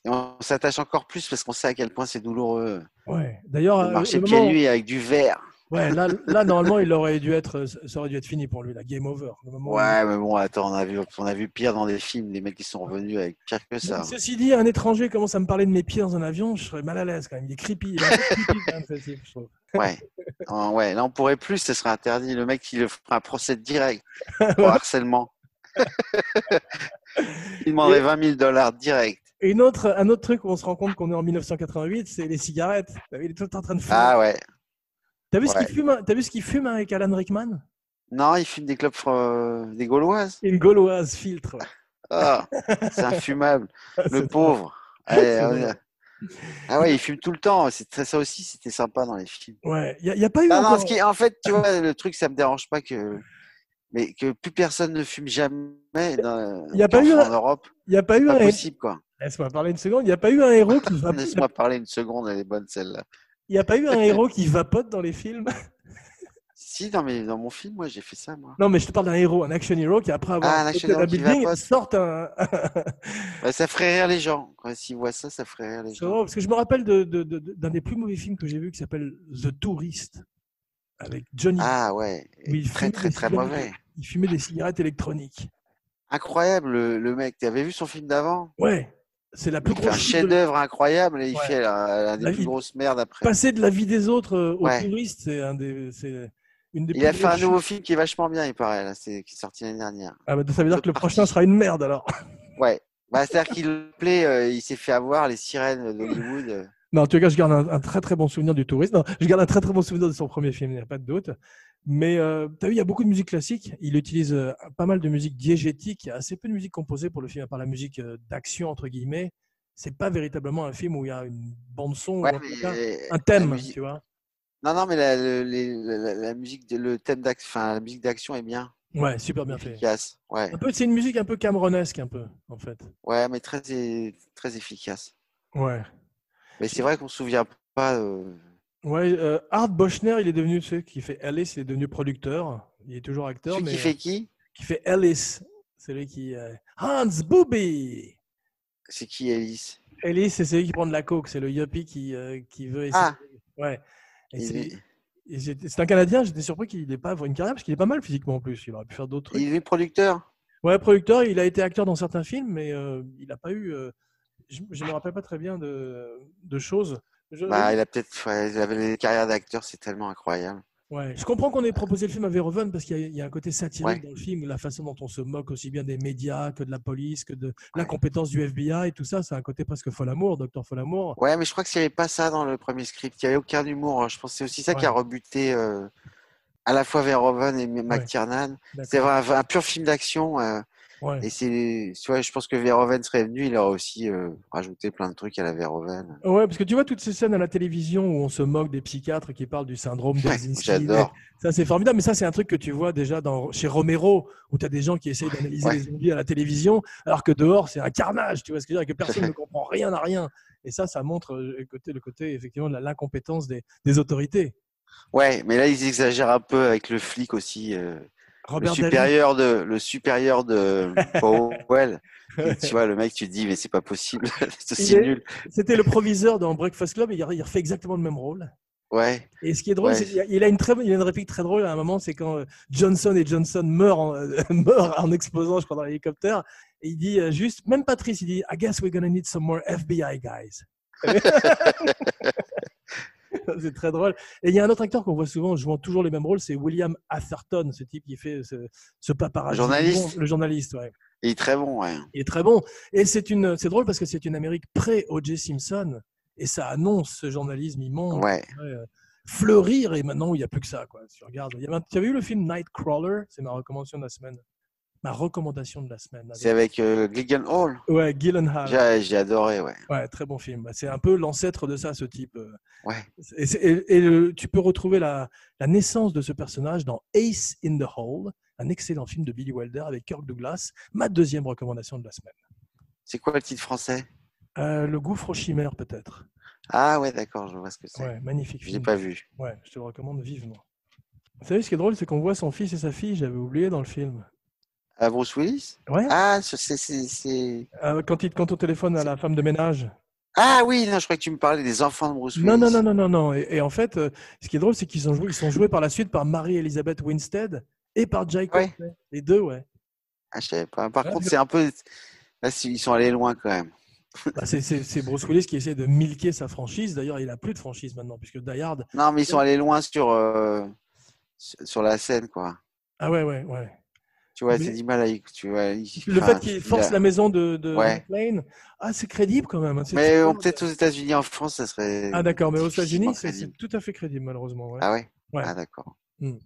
[SPEAKER 2] Et on s'attache encore plus parce qu'on sait à quel point c'est douloureux
[SPEAKER 1] Ouais. D'ailleurs,
[SPEAKER 2] de
[SPEAKER 1] euh,
[SPEAKER 2] marcher
[SPEAKER 1] au
[SPEAKER 2] pieds
[SPEAKER 1] moment-
[SPEAKER 2] nus avec du verre.
[SPEAKER 1] ouais, là, là, normalement, il aurait dû être, euh, ça aurait dû être fini pour lui, la game over. Le moment où-
[SPEAKER 2] Ouais, mais bon, attends, on a vu, on a vu pire dans des films, les mecs qui sont revenus avec pire que ça.
[SPEAKER 1] [LAUGHS] Donc, Ceci dit, un étranger commence à me parler de mes pieds dans un avion, je serais mal à l'aise quand même. Il est creepy. il est un peu creepy, quand même, ce type, je trouve.
[SPEAKER 2] Ouais. Ah, ouais, là on pourrait plus, ce serait interdit. Le mec, il le fera un procès
[SPEAKER 1] [LAUGHS]
[SPEAKER 2] direct pour harcèlement. [LAUGHS] il demanderait 20 000 dollars direct.
[SPEAKER 1] Et une autre, un autre truc où on se rend compte qu'on est en 1988, c'est les cigarettes. T'as vu, Il est tout le temps en train de fumer.
[SPEAKER 2] Ah ouais.
[SPEAKER 1] T'as vu ce
[SPEAKER 2] ouais.
[SPEAKER 1] qu'il fume, hein T'as vu ce qu'il fume avec Alan Rickman
[SPEAKER 2] Non, il fume des clubs des Gauloises.
[SPEAKER 1] Une gauloise filtre.
[SPEAKER 2] Ah,
[SPEAKER 1] [LAUGHS]
[SPEAKER 2] c'est infumable.
[SPEAKER 1] C'est
[SPEAKER 2] Le pauvre. Allez,
[SPEAKER 1] [LAUGHS] C'est
[SPEAKER 2] on y
[SPEAKER 1] drôle.
[SPEAKER 2] va. Ah ouais, il fume tout le temps. C'est ça- ça aussi, c'était sympa dans les films.
[SPEAKER 1] Ouais, il n'y a, pas eu.
[SPEAKER 2] Non, non,
[SPEAKER 1] encore-
[SPEAKER 2] ce qui, en fait, tu vois, le truc, ça me dérange pas que, mais que plus personne ne fume jamais dans,
[SPEAKER 1] Il y a pas eu
[SPEAKER 2] en
[SPEAKER 1] un-
[SPEAKER 2] Europe.
[SPEAKER 1] y a pas eu
[SPEAKER 2] Pas
[SPEAKER 1] un.
[SPEAKER 2] possible, quoi.
[SPEAKER 1] Laisse-moi parler une seconde. Il n'y a pas eu un héros qui vapote.
[SPEAKER 2] [LAUGHS] Laisse-moi parler une seconde, elle est bonne celle-là.
[SPEAKER 1] Il y a pas eu un héros qui vapote dans les films.
[SPEAKER 2] Si, dans, mes, dans mon film, moi, j'ai fait ça, moi.
[SPEAKER 1] Non, mais je te parle d'un héros, un action hero qui après avoir
[SPEAKER 2] Ah, un action
[SPEAKER 1] sauté d'un
[SPEAKER 2] hero qui
[SPEAKER 1] building
[SPEAKER 2] vapote.
[SPEAKER 1] sort un.
[SPEAKER 2] Ouais, ça ferait rire les gens. Quand s'ils voient ça, ça ferait rire les
[SPEAKER 1] C'est
[SPEAKER 2] gens.
[SPEAKER 1] drôle, parce que je me rappelle de- de- de- de- d'un des plus mauvais films que j'ai vu qui s'appelle The Tourist avec Johnny.
[SPEAKER 2] Ah ouais,
[SPEAKER 1] Oui, il
[SPEAKER 2] très
[SPEAKER 1] fume
[SPEAKER 2] très
[SPEAKER 1] des
[SPEAKER 2] très
[SPEAKER 1] cigarettes.
[SPEAKER 2] mauvais.
[SPEAKER 1] Il fumait des cigarettes électroniques.
[SPEAKER 2] Incroyable le, le mec. Tu avais vu son film d'avant
[SPEAKER 1] Ouais, c'est la plus
[SPEAKER 2] Il fait un
[SPEAKER 1] grosse. chute de-
[SPEAKER 2] chef-d'œuvre incroyable et il
[SPEAKER 1] Ouais.
[SPEAKER 2] fait la- l'un
[SPEAKER 1] La
[SPEAKER 2] des
[SPEAKER 1] vie-
[SPEAKER 2] plus grosses merdes après.
[SPEAKER 1] Passer de la vie des autres euh, aux
[SPEAKER 2] Ouais.
[SPEAKER 1] touristes, c'est un des. c'est Une des
[SPEAKER 2] Il
[SPEAKER 1] plus
[SPEAKER 2] a fait un
[SPEAKER 1] grosses
[SPEAKER 2] nouveau film qui est vachement bien, il paraît, là, c'est, qui est sorti l'année dernière.
[SPEAKER 1] Ah bah, ça veut dire que le
[SPEAKER 2] Parti.
[SPEAKER 1] prochain sera une merde alors.
[SPEAKER 2] Ouais. Bah, c'est-à-dire qu'il plaît, euh, il s'est fait avoir les sirènes d'Hollywood. euh.
[SPEAKER 1] Non, en tout cas, je garde un, un très très bon souvenir du touriste. Non, je garde un très très bon souvenir de son premier film, il n'y a pas de doute. Mais tu as vu, il y a beaucoup de musique classique. Il utilise euh, pas mal de musique diégétique. Il y a assez peu de musique composée pour le film, à part la musique euh, d'action, entre guillemets. C'est pas véritablement un film où il y a une bande-son
[SPEAKER 2] Ouais,
[SPEAKER 1] ou en tout cas,
[SPEAKER 2] mais euh,
[SPEAKER 1] un
[SPEAKER 2] la
[SPEAKER 1] thème,
[SPEAKER 2] musique-
[SPEAKER 1] tu vois.
[SPEAKER 2] Non, non, mais la, le- les- la- la- la musique, de- le thème d'action, enfin, la musique d'action est bien,
[SPEAKER 1] Ouais, super bien
[SPEAKER 2] [LAUGHS]
[SPEAKER 1] fait.
[SPEAKER 2] efficace. Ouais,
[SPEAKER 1] Un peu, c'est une musique un peu camerounaise, un peu, en fait.
[SPEAKER 2] ouais, mais très, é- très efficace.
[SPEAKER 1] Ouais.
[SPEAKER 2] Mais c'est vrai qu'on se souvient pas. euh,
[SPEAKER 1] Ouais, euh, Art Boschner, il est devenu, tu sais, qui fait Alice, il est devenu producteur. Il est toujours acteur,
[SPEAKER 2] Celui
[SPEAKER 1] mais. euh,
[SPEAKER 2] qui fait qui
[SPEAKER 1] qui fait Ellis, celui qui. euh, Hans Booby
[SPEAKER 2] C'est qui Alice
[SPEAKER 1] Ellis, c'est celui qui prend de la coke, c'est le yuppie qui, euh, qui veut essayer.
[SPEAKER 2] Ah,
[SPEAKER 1] ouais. Et
[SPEAKER 2] il
[SPEAKER 1] c'est-
[SPEAKER 2] est,
[SPEAKER 1] et j'étais- c'est un Canadien, j'étais surpris qu'il n'ait pas une carrière, parce qu'il est pas mal physiquement en plus, il aurait pu faire d'autres trucs.
[SPEAKER 2] il est producteur.
[SPEAKER 1] Ouais, producteur, il a été acteur dans certains films, mais euh, il n'a pas eu. euh, je ne me rappelle pas très bien de, de choses. Je,
[SPEAKER 2] Bah, il a peut-être, ouais, il avait une carrière d'acteur, c'est tellement incroyable.
[SPEAKER 1] ouais. je comprends qu'on ait proposé le film à Verhoeven parce qu'il y, a- il y a un côté satirique
[SPEAKER 2] Ouais.
[SPEAKER 1] dans le film, la façon dont on se moque aussi bien des médias que de la police, que de l'incompétence du FBI et tout ça. C'est un côté presque Folamour, Docteur Folamour.
[SPEAKER 2] Ouais, mais je crois que s'il n'y avait pas ça dans le premier script, il n'y avait aucun humour. hein. Je pense que c'est aussi ça qui a rebuté euh, à la fois Verhoeven et McTiernan. C'est
[SPEAKER 1] D'accord.
[SPEAKER 2] un, un pur film d'action. euh,
[SPEAKER 1] Ouais.
[SPEAKER 2] Et c'est, tu vois, je pense que Verhoeven serait venu, il aurait aussi euh, rajouté plein de trucs à la Verhoeven.
[SPEAKER 1] Ah Ouais, parce que tu vois toutes ces scènes à la télévision où on se moque des psychiatres qui parlent du syndrome de
[SPEAKER 2] Ouais,
[SPEAKER 1] Kaczynski.
[SPEAKER 2] J'adore.
[SPEAKER 1] Ça, c'est formidable, mais ça, c'est un truc que tu vois déjà dans, chez Romero, où tu as des gens qui essayent d'analyser
[SPEAKER 2] Ouais.
[SPEAKER 1] les zombies à la télévision, alors que dehors, c'est un carnage, tu vois ce que je veux dire, et que
[SPEAKER 2] [LAUGHS]
[SPEAKER 1] personne ne comprend rien à rien. Et ça, ça montre euh, le côté, le côté effectivement, de la- l'incompétence des, des autorités.
[SPEAKER 2] Ouais, mais là, ils exagèrent un peu avec le flic aussi. euh, Le
[SPEAKER 1] Robert Daly.
[SPEAKER 2] supérieur de, le
[SPEAKER 1] [LAUGHS]
[SPEAKER 2] supérieur de Powell. Et tu vois, le mec, tu te dis, mais c'est pas possible, [LAUGHS] c'est
[SPEAKER 1] Il
[SPEAKER 2] aussi
[SPEAKER 1] est-
[SPEAKER 2] nul.
[SPEAKER 1] C'était le proviseur dans Breakfast Club et il il refait exactement le même rôle.
[SPEAKER 2] Ouais,
[SPEAKER 1] Et ce qui est drôle,
[SPEAKER 2] Ouais.
[SPEAKER 1] c'est qu'il a- il a une très, bonne- il a une réplique très drôle à un moment, c'est quand euh, Johnson et Johnson meurent en, [LAUGHS] meurent en explosant, je crois, dans l'hélicoptère. Et il dit euh, juste, même Patrice, il dit, I guess we're gonna need some more FBI guys. [LAUGHS] c'est très drôle. Et il y a un autre acteur qu'on voit souvent jouant toujours les mêmes rôles, c'est William Atherton, ce type qui fait ce, ce paparazzi.
[SPEAKER 2] Le journaliste.
[SPEAKER 1] Le journaliste, ouais.
[SPEAKER 2] il est très bon, ouais.
[SPEAKER 1] Il est très bon. Et c'est une, c'est drôle parce que c'est une Amérique pré-O.J. Simpson. Et ça annonce ce journalisme immonde
[SPEAKER 2] Ouais,
[SPEAKER 1] pourrait, euh, fleurir et maintenant il n'y a plus que ça. Quoi. Tu, regardes, il y avait un- tu avais vu le film Nightcrawler C'est ma recommandation de la semaine. Ma recommandation de la semaine.
[SPEAKER 2] c'est avec euh, Gyllenhaal.
[SPEAKER 1] Bah, Ah, Ouais, Gyllenhaal.
[SPEAKER 2] J'ai j'ai adoré, ouais.
[SPEAKER 1] Ouais, très bon film. Bah, C'est un peu l'ancêtre de ça, ce type. euh.
[SPEAKER 2] Ouais.
[SPEAKER 1] Et, c'est- et- et le- tu peux retrouver la, la naissance de ce personnage dans Ace in the Hole, un excellent film de Billy Wilder avec Kirk Douglas. Ma deuxième recommandation de la semaine.
[SPEAKER 2] C'est quoi le titre français
[SPEAKER 1] Euh, le gouffre aux chimères, peut-être.
[SPEAKER 2] Ah ouais, d'accord, je vois ce que c'est.
[SPEAKER 1] Ouais, magnifique
[SPEAKER 2] Je l'ai
[SPEAKER 1] film.
[SPEAKER 2] pas vu.
[SPEAKER 1] Ouais, je te le recommande vivement. Vous savez, ce qui est drôle, c'est qu'on voit son fils et sa fille, j'avais oublié dans le film.
[SPEAKER 2] Ah, Bruce Willis
[SPEAKER 1] Ouais,
[SPEAKER 2] Ah, ce- c'est- c'est. c'est-
[SPEAKER 1] euh, quand, il, quand on téléphone à la femme de ménage.
[SPEAKER 2] Ah oui, non, je croyais que tu me parlais des enfants de Bruce Willis.
[SPEAKER 1] Non, non, non, non, non, non. Et, et en fait, euh, ce qui est drôle, c'est qu'ils ont joué, ils sont joués par la suite par Marie-Elisabeth Winstead et par Jai
[SPEAKER 2] Ouais.
[SPEAKER 1] Courtney. Les deux, ouais.
[SPEAKER 2] Ah, je savais pas. Par
[SPEAKER 1] Ouais,
[SPEAKER 2] contre,
[SPEAKER 1] je-
[SPEAKER 2] c'est un peu. Là, c'est- ils sont allés loin quand même.
[SPEAKER 1] Bah, c'est- c'est c'est Bruce Willis qui essaie de milquer sa franchise. D'ailleurs, il a plus de franchise maintenant, puisque Die Hard.
[SPEAKER 2] Non, mais ils sont allés loin sur, euh, sur la scène, quoi.
[SPEAKER 1] Ah ouais, ouais, ouais.
[SPEAKER 2] Tu vois,
[SPEAKER 1] Mais-
[SPEAKER 2] c'est du mal à y- tu vois, il-
[SPEAKER 1] Le
[SPEAKER 2] enfin,
[SPEAKER 1] fait qu'il
[SPEAKER 2] il
[SPEAKER 1] force
[SPEAKER 2] a-
[SPEAKER 1] la maison de, de
[SPEAKER 2] Ouais.
[SPEAKER 1] McLean, ah, c'est crédible quand même. hein. C'est-
[SPEAKER 2] Mais
[SPEAKER 1] c'est-
[SPEAKER 2] euh, peut-être aux États-Unis, en France, ça serait.
[SPEAKER 1] Ah d'accord, mais aux
[SPEAKER 2] difficilement
[SPEAKER 1] États-Unis, c'est c'est
[SPEAKER 2] crédible.
[SPEAKER 1] tout à fait crédible, malheureusement. ouais.
[SPEAKER 2] Ah ouais.
[SPEAKER 1] Ouais.
[SPEAKER 2] Ah d'accord.
[SPEAKER 1] Hmm.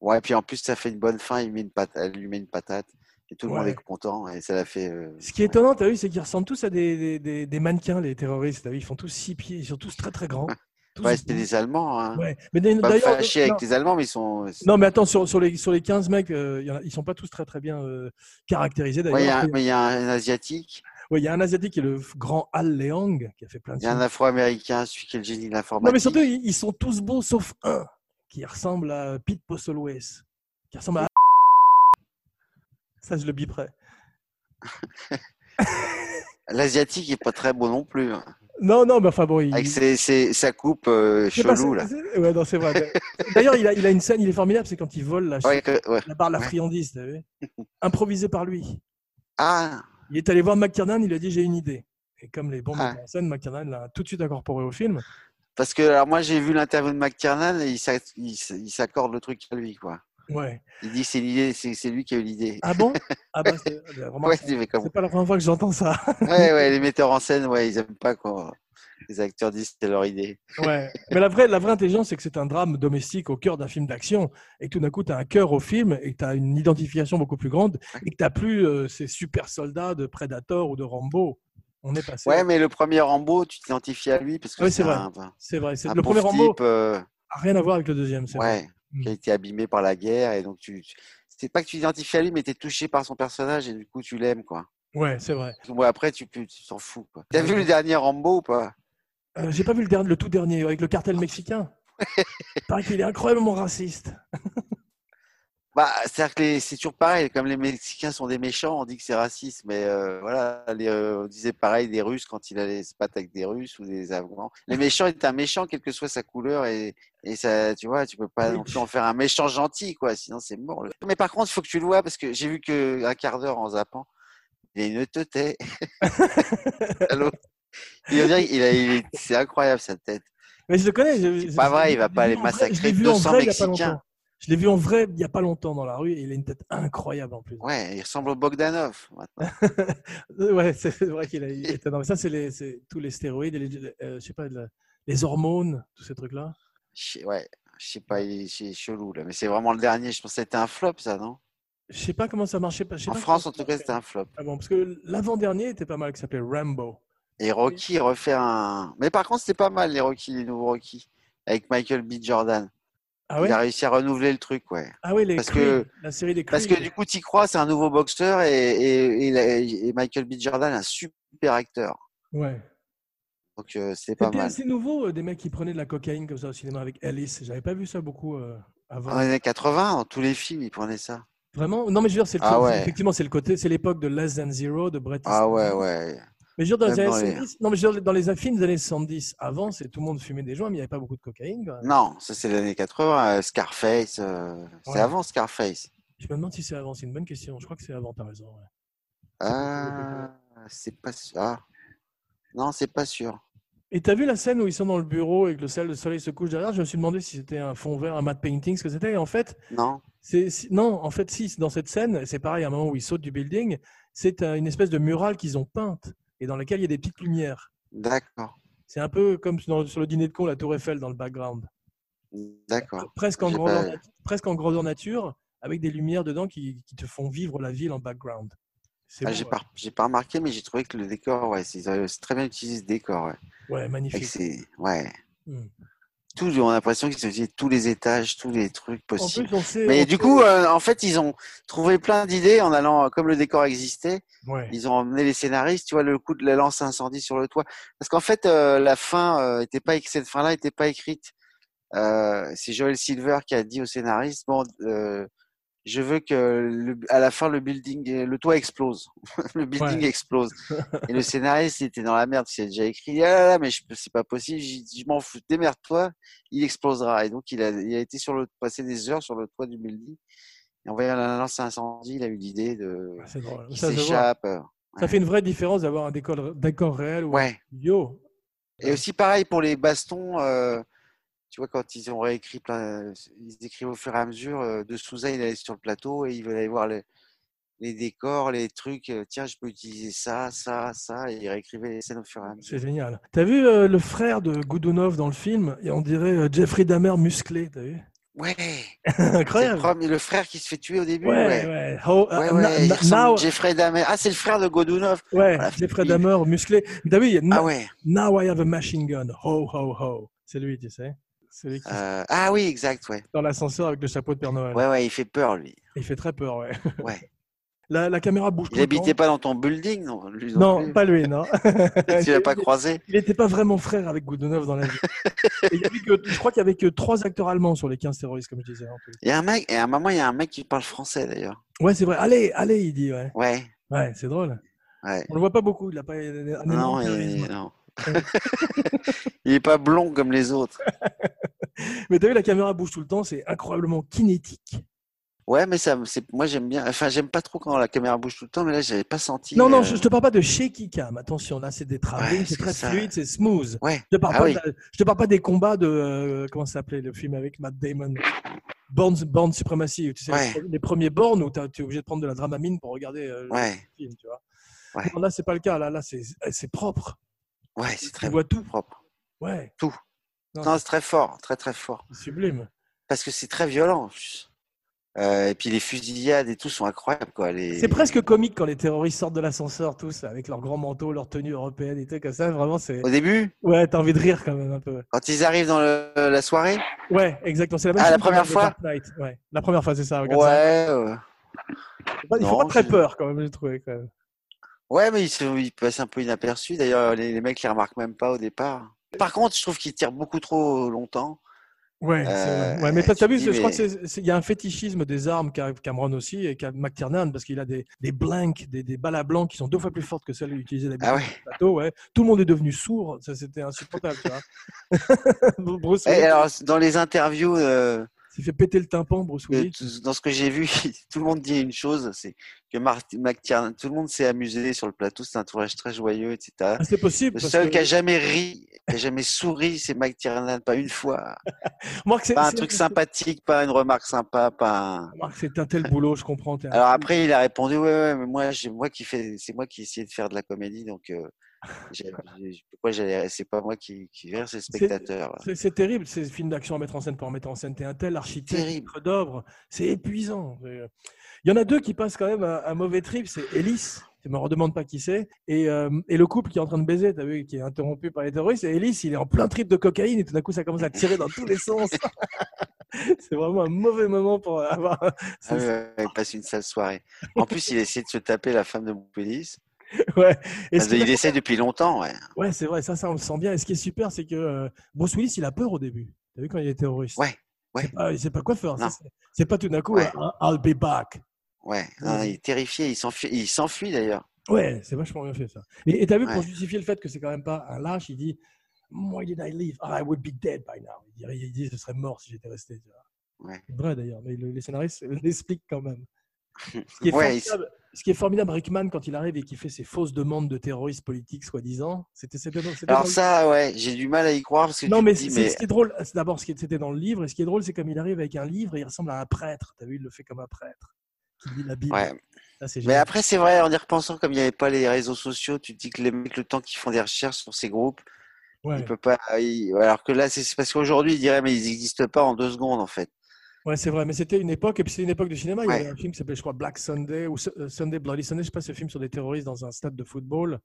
[SPEAKER 2] Ouais, puis en plus, ça fait une bonne fin. Il met une patate, elle lui met une patate, et tout le monde
[SPEAKER 1] Ouais.
[SPEAKER 2] est content, et ça l'a fait. euh,
[SPEAKER 1] Ce qui est étonnant, t'as vu, c'est qu'ils ressemblent tous à des, des, des- des mannequins, les terroristes. T'as vu, ils font tous six pieds, ils sont tous très très
[SPEAKER 2] [LAUGHS]
[SPEAKER 1] grands. Tous-
[SPEAKER 2] Ouais, c'était des Allemands. Hein.
[SPEAKER 1] Ouais. Mais d'ailleurs,
[SPEAKER 2] Pas me
[SPEAKER 1] d'ailleurs,
[SPEAKER 2] fâcher
[SPEAKER 1] non.
[SPEAKER 2] avec les Allemands, mais ils sont.
[SPEAKER 1] Non, mais attends, sur, sur, les, sur les 15 mecs, euh, il y en a- ils sont pas tous très très bien euh, caractérisés d'ailleurs.
[SPEAKER 2] Ouais, il y a un-
[SPEAKER 1] Après,
[SPEAKER 2] mais il y a un Asiatique,
[SPEAKER 1] ouais, il y a un Asiatique qui est le f- grand Al Leong qui a fait plein de
[SPEAKER 2] il y a un
[SPEAKER 1] films.
[SPEAKER 2] Afro-Américain, celui qui est le génie de l'informatique.
[SPEAKER 1] Mmh. Non, mais surtout, ils, ils sont tous beaux sauf un qui ressemble à Pete Postlewaite, qui ressemble à. Ça, je le biperai.
[SPEAKER 2] L'Asiatique est pas très beau non plus. hein.
[SPEAKER 1] Non, non, mais enfin bon, il.
[SPEAKER 2] Avec ses, ses- sa coupe euh,
[SPEAKER 1] c'est pas-
[SPEAKER 2] chelou, là.
[SPEAKER 1] c'est- [LAUGHS] Ouais, non, c'est vrai. D'ailleurs, il a, il a une scène, il est formidable, c'est quand il vole la,
[SPEAKER 2] Ouais, que- ouais.
[SPEAKER 1] la barre de la
[SPEAKER 2] Ouais.
[SPEAKER 1] friandise, t'as
[SPEAKER 2] [LAUGHS]
[SPEAKER 1] vu Improvisée par lui.
[SPEAKER 2] Ah,
[SPEAKER 1] Il est allé voir McTiernan, il a dit j'ai une idée. Et comme les bons
[SPEAKER 2] Ah.
[SPEAKER 1] metteurs en scène, McTiernan l'a tout de suite incorporé au film.
[SPEAKER 2] parce que alors moi j'ai vu l'interview de McTiernan et il s'a- il s- il s'accorde le truc à lui quoi.
[SPEAKER 1] Ouais.
[SPEAKER 2] Il dit que c'est l'idée, c'est c'est lui qui a eu l'idée.
[SPEAKER 1] Ah bon
[SPEAKER 2] [LAUGHS]
[SPEAKER 1] Ah bah c'est euh, remarque,
[SPEAKER 2] ouais,
[SPEAKER 1] c'est-
[SPEAKER 2] il fait comme-
[SPEAKER 1] c'est pas la première fois que j'entends ça.
[SPEAKER 2] ouais, ouais, les metteurs en scène, ouais, ils aiment pas quand les acteurs disent que c'est leur idée.
[SPEAKER 1] Ouais. Mais la vraie, la vraie intelligence, c'est que c'est un drame domestique au cœur d'un film d'action. Et tout d'un coup, tu as un cœur au film et tu as une identification beaucoup plus grande et que tu plus euh, ces super soldats de Predator ou de Rambo. On est passé.
[SPEAKER 2] Ouais, mais le premier Rambo, tu t'identifies à lui parce que
[SPEAKER 1] Ouais, c'est
[SPEAKER 2] c'est
[SPEAKER 1] vrai.
[SPEAKER 2] un, un
[SPEAKER 1] C'est vrai. c'est-
[SPEAKER 2] pauvre
[SPEAKER 1] Le premier Rambo
[SPEAKER 2] type, euh,
[SPEAKER 1] a rien à voir avec le deuxième. c'est vrai.
[SPEAKER 2] ouais,
[SPEAKER 1] Mm.
[SPEAKER 2] qui a été abîmé par la guerre et donc tu, tu- c'est pas que tu t'identifies à lui, mais t'es touché par son personnage et du coup tu l'aimes quoi.
[SPEAKER 1] Ouais, c'est vrai.
[SPEAKER 2] Bon, après tu peux, tu t'en fous quoi. T'as
[SPEAKER 1] Ouais.
[SPEAKER 2] vu le dernier Rambo ou pas
[SPEAKER 1] Euh, J'ai pas vu le, dernier, le tout dernier avec le cartel
[SPEAKER 2] [LAUGHS]
[SPEAKER 1] mexicain. Pareil qu'il est incroyablement raciste.
[SPEAKER 2] Bah, c'est-à-dire que les- c'est toujours pareil, comme les Mexicains sont des méchants, on dit que c'est raciste, mais euh, voilà, les, euh, on disait pareil des Russes quand il allait se battre avec des Russes ou des Afghans. Les méchants est un méchant, quelle que soit sa couleur, et, et ça, tu vois, tu peux pas
[SPEAKER 1] Oui.
[SPEAKER 2] non plus en faire un méchant gentil, quoi, sinon c'est mort. le- Mais par contre, il faut que tu le vois, parce que j'ai vu que un quart d'heure en zappant, il a une teuté. Allô Il veut dire, il a, il est- c'est incroyable sa tête.
[SPEAKER 1] Mais je le connais.
[SPEAKER 2] C'est pas vrai, il va pas aller massacrer 200 Mexicains.
[SPEAKER 1] Je l'ai vu en vrai il n'y a pas longtemps dans la rue et il a une tête incroyable en plus.
[SPEAKER 2] Ouais, il ressemble au Bogdanov. maintenant.
[SPEAKER 1] Euh, Ouais, c'est vrai qu'il a- il est énorme. Ça, c'est les- c'est tous les stéroïdes, et les, euh, je sais pas, le- les hormones, tous ces trucs-là.
[SPEAKER 2] Je sais- Ouais, je sais pas, il est, c'est chelou là, mais c'est vraiment le dernier. Je pensais que c'était un flop, ça, non
[SPEAKER 1] Je sais pas comment ça marchait. Pas, je sais
[SPEAKER 2] En
[SPEAKER 1] pas
[SPEAKER 2] France, en
[SPEAKER 1] comment ça
[SPEAKER 2] tout cas,
[SPEAKER 1] marchait.
[SPEAKER 2] c'était un flop.
[SPEAKER 1] Ah bon, parce que l'avant-dernier était pas mal, qui s'appelait Rambo.
[SPEAKER 2] Et Rocky refait un. Mais par contre, c'était pas mal les Rocky, les nouveaux Rocky, avec Michael B. Jordan.
[SPEAKER 1] Ah ouais
[SPEAKER 2] Il a réussi à renouveler le truc, ouais.
[SPEAKER 1] Ah ouais, les
[SPEAKER 2] parce
[SPEAKER 1] Creed,
[SPEAKER 2] que-
[SPEAKER 1] la série des Creed.
[SPEAKER 2] Parce que du coup, t'y crois, c'est un nouveau boxeur et, et, et la- et Michael B. Jordan, un super acteur.
[SPEAKER 1] Ouais.
[SPEAKER 2] Donc euh, c'est pas
[SPEAKER 1] C'était
[SPEAKER 2] mal.
[SPEAKER 1] assez nouveau, euh, des mecs qui prenaient de la cocaïne comme ça au cinéma avec Alice. J'avais pas vu ça beaucoup euh, avant.
[SPEAKER 2] Ah, Dans les années 80, dans tous les films, ils prenaient ça.
[SPEAKER 1] Vraiment Non, mais je veux dire, c'est le-
[SPEAKER 2] Ah ouais.
[SPEAKER 1] effectivement, c'est le côté, c'est l'époque de Less Than Zero, de Bret Easton.
[SPEAKER 2] Ah ouais, ouais.
[SPEAKER 1] Mais je veux dire, dans les
[SPEAKER 2] Même
[SPEAKER 1] années
[SPEAKER 2] dans les-
[SPEAKER 1] 70, non, mais je veux dire, dans les films des années 70, avant, c'est tout le monde fumait des joints, mais il n'y avait pas beaucoup de cocaïne. quoi.
[SPEAKER 2] Non, ça c'est les années 80, euh, Scarface. euh,
[SPEAKER 1] Ouais.
[SPEAKER 2] C'est avant Scarface.
[SPEAKER 1] Je me demande si c'est avant, c'est une bonne question. Je crois que c'est avant, t'as raison. ouais.
[SPEAKER 2] Ah, c'est pas sûr. Ah. Non, c'est pas sûr.
[SPEAKER 1] Et t'as vu la scène où ils sont dans le bureau et que le sel- le soleil se couche derrière Je me suis demandé si c'était un fond vert, un matte painting, ce que c'était. Et en fait,
[SPEAKER 2] Non.
[SPEAKER 1] c'est si- non, en fait, si, c'est dans cette scène, c'est pareil, à un moment où ils sautent du building, c'est euh, une espèce de murale qu'ils ont peinte et dans laquelle il y a des petites lumières.
[SPEAKER 2] D'accord.
[SPEAKER 1] C'est un peu comme dans- sur le dîner de con, la tour Eiffel dans le background.
[SPEAKER 2] D'accord.
[SPEAKER 1] Presque en,
[SPEAKER 2] Ah, J'ai
[SPEAKER 1] grandeur,
[SPEAKER 2] pas-
[SPEAKER 1] nat- presque en grandeur nature, avec des lumières dedans qui, qui te font vivre la ville en background. C'est
[SPEAKER 2] Ah,
[SPEAKER 1] beau,
[SPEAKER 2] j'ai
[SPEAKER 1] ouais.
[SPEAKER 2] pas, j'ai pas remarqué, mais j'ai trouvé que le décor, ouais, c'est- ils avaient très bien utilisé ce décor. Ouais.
[SPEAKER 1] Ouais,
[SPEAKER 2] Et que
[SPEAKER 1] magnifique.
[SPEAKER 2] c'est- ouais.
[SPEAKER 1] Hmm.
[SPEAKER 2] Tout, on a l'impression qu'ils ont utilisé tous les étages, tous les trucs
[SPEAKER 1] En
[SPEAKER 2] possibles.
[SPEAKER 1] plus, on sait.
[SPEAKER 2] Mais
[SPEAKER 1] on
[SPEAKER 2] du
[SPEAKER 1] sait-
[SPEAKER 2] coup, euh, en fait, ils ont trouvé plein d'idées en allant, comme le décor existait,
[SPEAKER 1] Ouais.
[SPEAKER 2] ils ont emmené les scénaristes, tu vois, le coup de la lance à incendie sur le toit. Parce qu'en fait, euh, la fin, euh, était pas, éc- cette fin-là n'était pas écrite. Euh, c'est Joel Silver qui a dit au scénariste, bon, euh, je veux que le- à la fin, le building, euh, le toit explose. [LAUGHS] le building
[SPEAKER 1] Ouais.
[SPEAKER 2] explose.
[SPEAKER 1] [LAUGHS]
[SPEAKER 2] Et le scénariste, il était dans la merde, il a déjà écrit, ah là là, mais je peux- c'est pas possible, J'ai dit, je m'en fous, démerde-toi, il explosera. Et donc, il a, il a été sur le, passé des heures sur le toit du building. Et en voyant la lance à incendie, il a eu l'idée de,
[SPEAKER 1] Ouais, C'est drôle.
[SPEAKER 2] qui
[SPEAKER 1] Ça, se voit.
[SPEAKER 2] s'échappe. euh,
[SPEAKER 1] Ça fait une vraie différence d'avoir un décor, euh, décor réel ou
[SPEAKER 2] Ouais.
[SPEAKER 1] Yo,
[SPEAKER 2] Et aussi pareil pour les bastons, euh, tu vois, quand ils ont réécrit plein, ils écrivent au fur et à mesure, euh, de Souza, il allait sur le plateau et il veulent aller voir les, les décors, les trucs, euh, tiens, je peux utiliser ça, ça, ça, et ils réécrivaient les scènes au fur et à
[SPEAKER 1] c'est
[SPEAKER 2] mesure.
[SPEAKER 1] génial. T'as vu euh, le frère de Goudunov dans le film Et on dirait euh, Jeffrey Dahmer musclé, t'as vu
[SPEAKER 2] Ouais, c'est le,
[SPEAKER 1] Incroyable.
[SPEAKER 2] premier- le frère qui se fait tuer au début,
[SPEAKER 1] Ouais, ouais.
[SPEAKER 2] ouais.
[SPEAKER 1] How-
[SPEAKER 2] Ouais,
[SPEAKER 1] euh,
[SPEAKER 2] ouais,
[SPEAKER 1] na-
[SPEAKER 2] il
[SPEAKER 1] na-
[SPEAKER 2] ressemble
[SPEAKER 1] now-
[SPEAKER 2] à Jeffrey Dahmer. Ah, c'est le frère de Godunov.
[SPEAKER 1] ouais,
[SPEAKER 2] Voilà,
[SPEAKER 1] Jeffrey
[SPEAKER 2] il-
[SPEAKER 1] Dahmer musclé. T'as vu il y a
[SPEAKER 2] Ah
[SPEAKER 1] na-
[SPEAKER 2] ouais.
[SPEAKER 1] Now I have a machine gun. Ho, ho, ho. C'est lui, tu sais. C'est lui qui est
[SPEAKER 2] Euh, ah oui, exact, ouais.
[SPEAKER 1] dans l'ascenseur avec le chapeau de Père Noël.
[SPEAKER 2] Ouais, ouais, il fait peur, lui.
[SPEAKER 1] Il fait très peur, ouais. [LAUGHS]
[SPEAKER 2] Ouais.
[SPEAKER 1] La, la caméra bouge
[SPEAKER 2] Il
[SPEAKER 1] tout le
[SPEAKER 2] habitait
[SPEAKER 1] temps.
[SPEAKER 2] pas dans ton building, non lui non
[SPEAKER 1] Non,
[SPEAKER 2] plus.
[SPEAKER 1] pas lui, non.
[SPEAKER 2] [LAUGHS]
[SPEAKER 1] [LAUGHS]
[SPEAKER 2] Tu l'as pas croisé
[SPEAKER 1] Il n'était pas vraiment frère avec Goudunov dans la vie. Et il y avait que- je crois qu'il n'y avait que trois acteurs allemands sur les 15 terroristes, comme je disais. en tout.
[SPEAKER 2] Il y a un mec, et à un moment, il y a un mec qui parle français d'ailleurs.
[SPEAKER 1] Ouais, c'est vrai. Allez, allez, il dit. Ouais,
[SPEAKER 2] Ouais,
[SPEAKER 1] ouais c'est drôle.
[SPEAKER 2] ouais. Ah
[SPEAKER 1] On le voit pas beaucoup. Il a pas un énorme
[SPEAKER 2] Non, il,
[SPEAKER 1] charisme.
[SPEAKER 2] non. [LAUGHS] il est pas blond comme les autres.
[SPEAKER 1] Mais t'as vu, la caméra bouge tout le temps. C'est incroyablement kinétique.
[SPEAKER 2] Ouais, mais ça, me- c'est, moi j'aime bien. Enfin, j'aime pas trop quand la caméra bouge tout le temps, mais là, j'avais pas senti.
[SPEAKER 1] Non, non,
[SPEAKER 2] euh,
[SPEAKER 1] je, je te parle pas de shaky cam. Attention, là, c'est des travelling,
[SPEAKER 2] Ouais,
[SPEAKER 1] c'est
[SPEAKER 2] c'est
[SPEAKER 1] très
[SPEAKER 2] ça.
[SPEAKER 1] fluide, c'est smooth.
[SPEAKER 2] Ouais.
[SPEAKER 1] Je te parle
[SPEAKER 2] Ah
[SPEAKER 1] pas.
[SPEAKER 2] oui.
[SPEAKER 1] de la- je te parle pas des combats de euh, comment ça s'appelait le film avec Matt Damon. Born, Born Supremacy, tu sais,
[SPEAKER 2] Ouais.
[SPEAKER 1] les- les premiers bornes où tu es obligé de prendre de la dramamine pour regarder euh,
[SPEAKER 2] Ouais,
[SPEAKER 1] film, tu vois.
[SPEAKER 2] Ouais.
[SPEAKER 1] Non, là, c'est pas le cas. Là, là c'est c'est propre.
[SPEAKER 2] ouais, c'est
[SPEAKER 1] Tu
[SPEAKER 2] très
[SPEAKER 1] vois tout.
[SPEAKER 2] propre.
[SPEAKER 1] Ouais,
[SPEAKER 2] Non, c'est très fort, très très fort.
[SPEAKER 1] c'est sublime.
[SPEAKER 2] Parce que c'est très violent. en plus. Euh, et puis les fusillades et tout sont incroyables, quoi. Les...
[SPEAKER 1] C'est presque comique quand les terroristes sortent de l'ascenseur tous avec leurs grands manteaux, leur tenue européenne et tout comme ça. Vraiment, c'est
[SPEAKER 2] Au début,
[SPEAKER 1] ouais, t'as envie de rire quand même un peu.
[SPEAKER 2] quand ils arrivent dans le- la soirée,
[SPEAKER 1] Ouais, exactement. C'est la même
[SPEAKER 2] Ah,
[SPEAKER 1] chose
[SPEAKER 2] la
[SPEAKER 1] que
[SPEAKER 2] première
[SPEAKER 1] dans The
[SPEAKER 2] fois
[SPEAKER 1] Dark Knight. Ouais, la première fois, c'est ça.
[SPEAKER 2] ouais,
[SPEAKER 1] Regarde ça.
[SPEAKER 2] euh,
[SPEAKER 1] Faut pas- Il faut
[SPEAKER 2] non,
[SPEAKER 1] pas très
[SPEAKER 2] je-
[SPEAKER 1] peur quand même, j'ai trouvé. Quand même.
[SPEAKER 2] Ouais, mais ils, se, ils passent un peu inaperçus. D'ailleurs, les, les mecs les remarquent même pas au départ. Par contre, je trouve qu'ils tirent beaucoup trop longtemps.
[SPEAKER 1] Ouais, c'est vrai.
[SPEAKER 2] Euh,
[SPEAKER 1] ouais, mais t'as-
[SPEAKER 2] tu
[SPEAKER 1] t'as vu,
[SPEAKER 2] te dis,
[SPEAKER 1] je crois
[SPEAKER 2] mais-
[SPEAKER 1] qu'il y a un fétichisme des armes qu'a Cameron aussi et qu'a McTiernan parce qu'il a des, des blanks, des, des balles à blanc qui sont deux fois plus fortes que celles utilisées d'habitude.
[SPEAKER 2] Ah ouais.
[SPEAKER 1] plateau, ouais. Tout le monde est devenu sourd, ça c'était insupportable, tu
[SPEAKER 2] [LAUGHS]
[SPEAKER 1] vois. [LAUGHS] Bruce
[SPEAKER 2] Et
[SPEAKER 1] Willis,
[SPEAKER 2] Eh, alors, dans les interviews, euh,
[SPEAKER 1] il s'est fait péter le tympan, Bruce
[SPEAKER 2] que
[SPEAKER 1] Willis.
[SPEAKER 2] tout- dans ce que j'ai vu, [LAUGHS] tout le monde dit une chose, c'est que Mark, McTiernan- tout le monde s'est amusé sur le plateau. C'est un tournage très joyeux, etc.
[SPEAKER 1] Ah, c'est possible.
[SPEAKER 2] Le
[SPEAKER 1] Parce
[SPEAKER 2] seul
[SPEAKER 1] que-
[SPEAKER 2] qui a jamais ri, qui a jamais souri, c'est McTiernan. Pas une
[SPEAKER 1] [LAUGHS]
[SPEAKER 2] fois.
[SPEAKER 1] Marc, c'est
[SPEAKER 2] Pas Bah, un
[SPEAKER 1] c'est-
[SPEAKER 2] truc sympathique, pas une remarque sympa, pas un...
[SPEAKER 1] Marc, c'est un tel boulot, je comprends. t'es un-
[SPEAKER 2] Alors après, il a répondu, ouais, ouais, mais moi, j'ai- moi qui fais, c'est moi qui essayais de faire de la comédie, donc euh,
[SPEAKER 1] [LAUGHS]
[SPEAKER 2] j'ai- j'ai- pourquoi j'allais, c'est pas moi qui, qui verse, c'est le
[SPEAKER 1] C'est-
[SPEAKER 2] spectateur.
[SPEAKER 1] C'est c'est terrible, ces films d'action à mettre en scène pour en mettre en scène. T'es un tel architecte
[SPEAKER 2] Terrible.
[SPEAKER 1] maître d'œuvre, c'est épuisant. C'est, euh, Il y en a deux qui passent quand même un, un mauvais trip, c'est Ellis, tu me redemandes pas qui c'est, et, euh, et le couple qui est en train de baiser, t'as vu, qui est interrompu par les terroristes, et Ellis, il est en plein trip de cocaïne, et tout d'un coup, ça commence à tirer dans tous les sens. [LAUGHS] c'est vraiment un mauvais moment pour avoir... [LAUGHS]
[SPEAKER 2] Ah ouais, ouais, il passe une sale soirée. En plus, il essaie de se taper la femme
[SPEAKER 1] [LAUGHS]
[SPEAKER 2] de Boupelis.
[SPEAKER 1] Ouais. Et ce qui-
[SPEAKER 2] Il essaie depuis longtemps, ouais.
[SPEAKER 1] Ouais, c'est vrai, ça, ça, on le sent bien. Et ce qui est super, c'est que euh, Bruce Willis, il a peur au début. T'as vu quand il est terroriste
[SPEAKER 2] Ouais, ouais.
[SPEAKER 1] Il sait pas- il sait pas quoi faire.
[SPEAKER 2] Non.
[SPEAKER 1] C'est- C'est pas tout d'un coup, euh,
[SPEAKER 2] Ouais.
[SPEAKER 1] I'll be back.
[SPEAKER 2] Ouais, non, il est terrifié, il s'enfuit, il s'enfuit d'ailleurs.
[SPEAKER 1] Ouais, c'est vachement bien fait ça. Et et t'as vu, pour
[SPEAKER 2] Ouais.
[SPEAKER 1] justifier le fait que c'est quand même pas un lâche, il dit Why did I leave? Ah, I would be dead by now. Il dit, il dit, je serais mort si j'étais resté. tu vois.
[SPEAKER 2] Ouais.
[SPEAKER 1] C'est vrai d'ailleurs, mais le- les scénaristes [LAUGHS] l'expliquent quand même. Ce qui, est
[SPEAKER 2] Ouais, il-
[SPEAKER 1] formidable, ce qui est formidable, Rickman, quand il arrive et qu'il fait ses fausses demandes de terroristes politiques, soi-disant, c'était c'était dans- c'était dans
[SPEAKER 2] Alors
[SPEAKER 1] le-
[SPEAKER 2] ça, ouais, j'ai du mal à y croire parce que
[SPEAKER 1] Non,
[SPEAKER 2] tu
[SPEAKER 1] mais,
[SPEAKER 2] te dis,
[SPEAKER 1] c'est c'est- ce qui est drôle, c'est d'abord, ce qui c'était dans le livre, et ce qui est drôle, c'est comme il arrive avec un livre et il ressemble à un prêtre. T'as vu, il le fait comme un prêtre qui lit la Bible.
[SPEAKER 2] ouais.
[SPEAKER 1] Ça, c'est
[SPEAKER 2] Mais
[SPEAKER 1] génial.
[SPEAKER 2] après, c'est vrai, en y repensant, comme il n'y avait pas les réseaux sociaux, tu te dis que les mecs, le temps qu'ils font des recherches sur ces groupes,
[SPEAKER 1] Ouais.
[SPEAKER 2] ils peuvent pas. ils- Alors que là, c'est c'est parce qu'aujourd'hui, ils diraient, mais ils n'existent pas en deux secondes, en fait.
[SPEAKER 1] Ouais, c'est vrai, mais c'était une époque, et puis c'est une époque du cinéma. Il y
[SPEAKER 2] Ouais.
[SPEAKER 1] avait un film qui s'appelait, je crois, Black Sunday ou Su- euh, Sunday Bloody Sunday, je sais pas, ce film sur des terroristes dans un stade de football.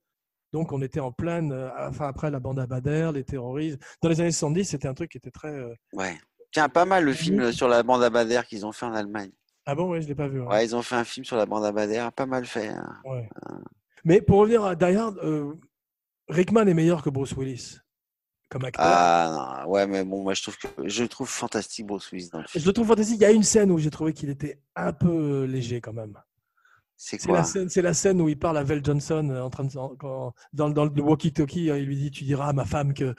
[SPEAKER 1] Donc on était en pleine, euh, enfin après la bande à Bader, les terroristes. Dans les années 70, c'était un truc qui était très. euh,
[SPEAKER 2] Ouais. Tiens, pas mal le film euh, sur la bande à Bader qu'ils ont fait en Allemagne.
[SPEAKER 1] Ah bon, ouais, je l'ai pas vu. hein.
[SPEAKER 2] Ouais, ils ont fait un film sur la bande à Bader, pas mal fait. hein.
[SPEAKER 1] Ouais. Mais pour revenir à Die Hard, euh, Rickman est meilleur que Bruce Willis comme acteur.
[SPEAKER 2] Ah, non, ouais, mais bon, moi, je trouve, que, je trouve fantastique Bruce Willis dans le film.
[SPEAKER 1] Je le trouve fantastique. Il y a une scène où j'ai trouvé qu'il était un peu euh, léger quand même.
[SPEAKER 2] C'est
[SPEAKER 1] C'est la,
[SPEAKER 2] quoi
[SPEAKER 1] scène, c'est la scène où il parle à Val Johnson euh, en train de, en- quand- dans, le- dans le walkie-talkie. hein, Il lui dit Tu diras à ma femme que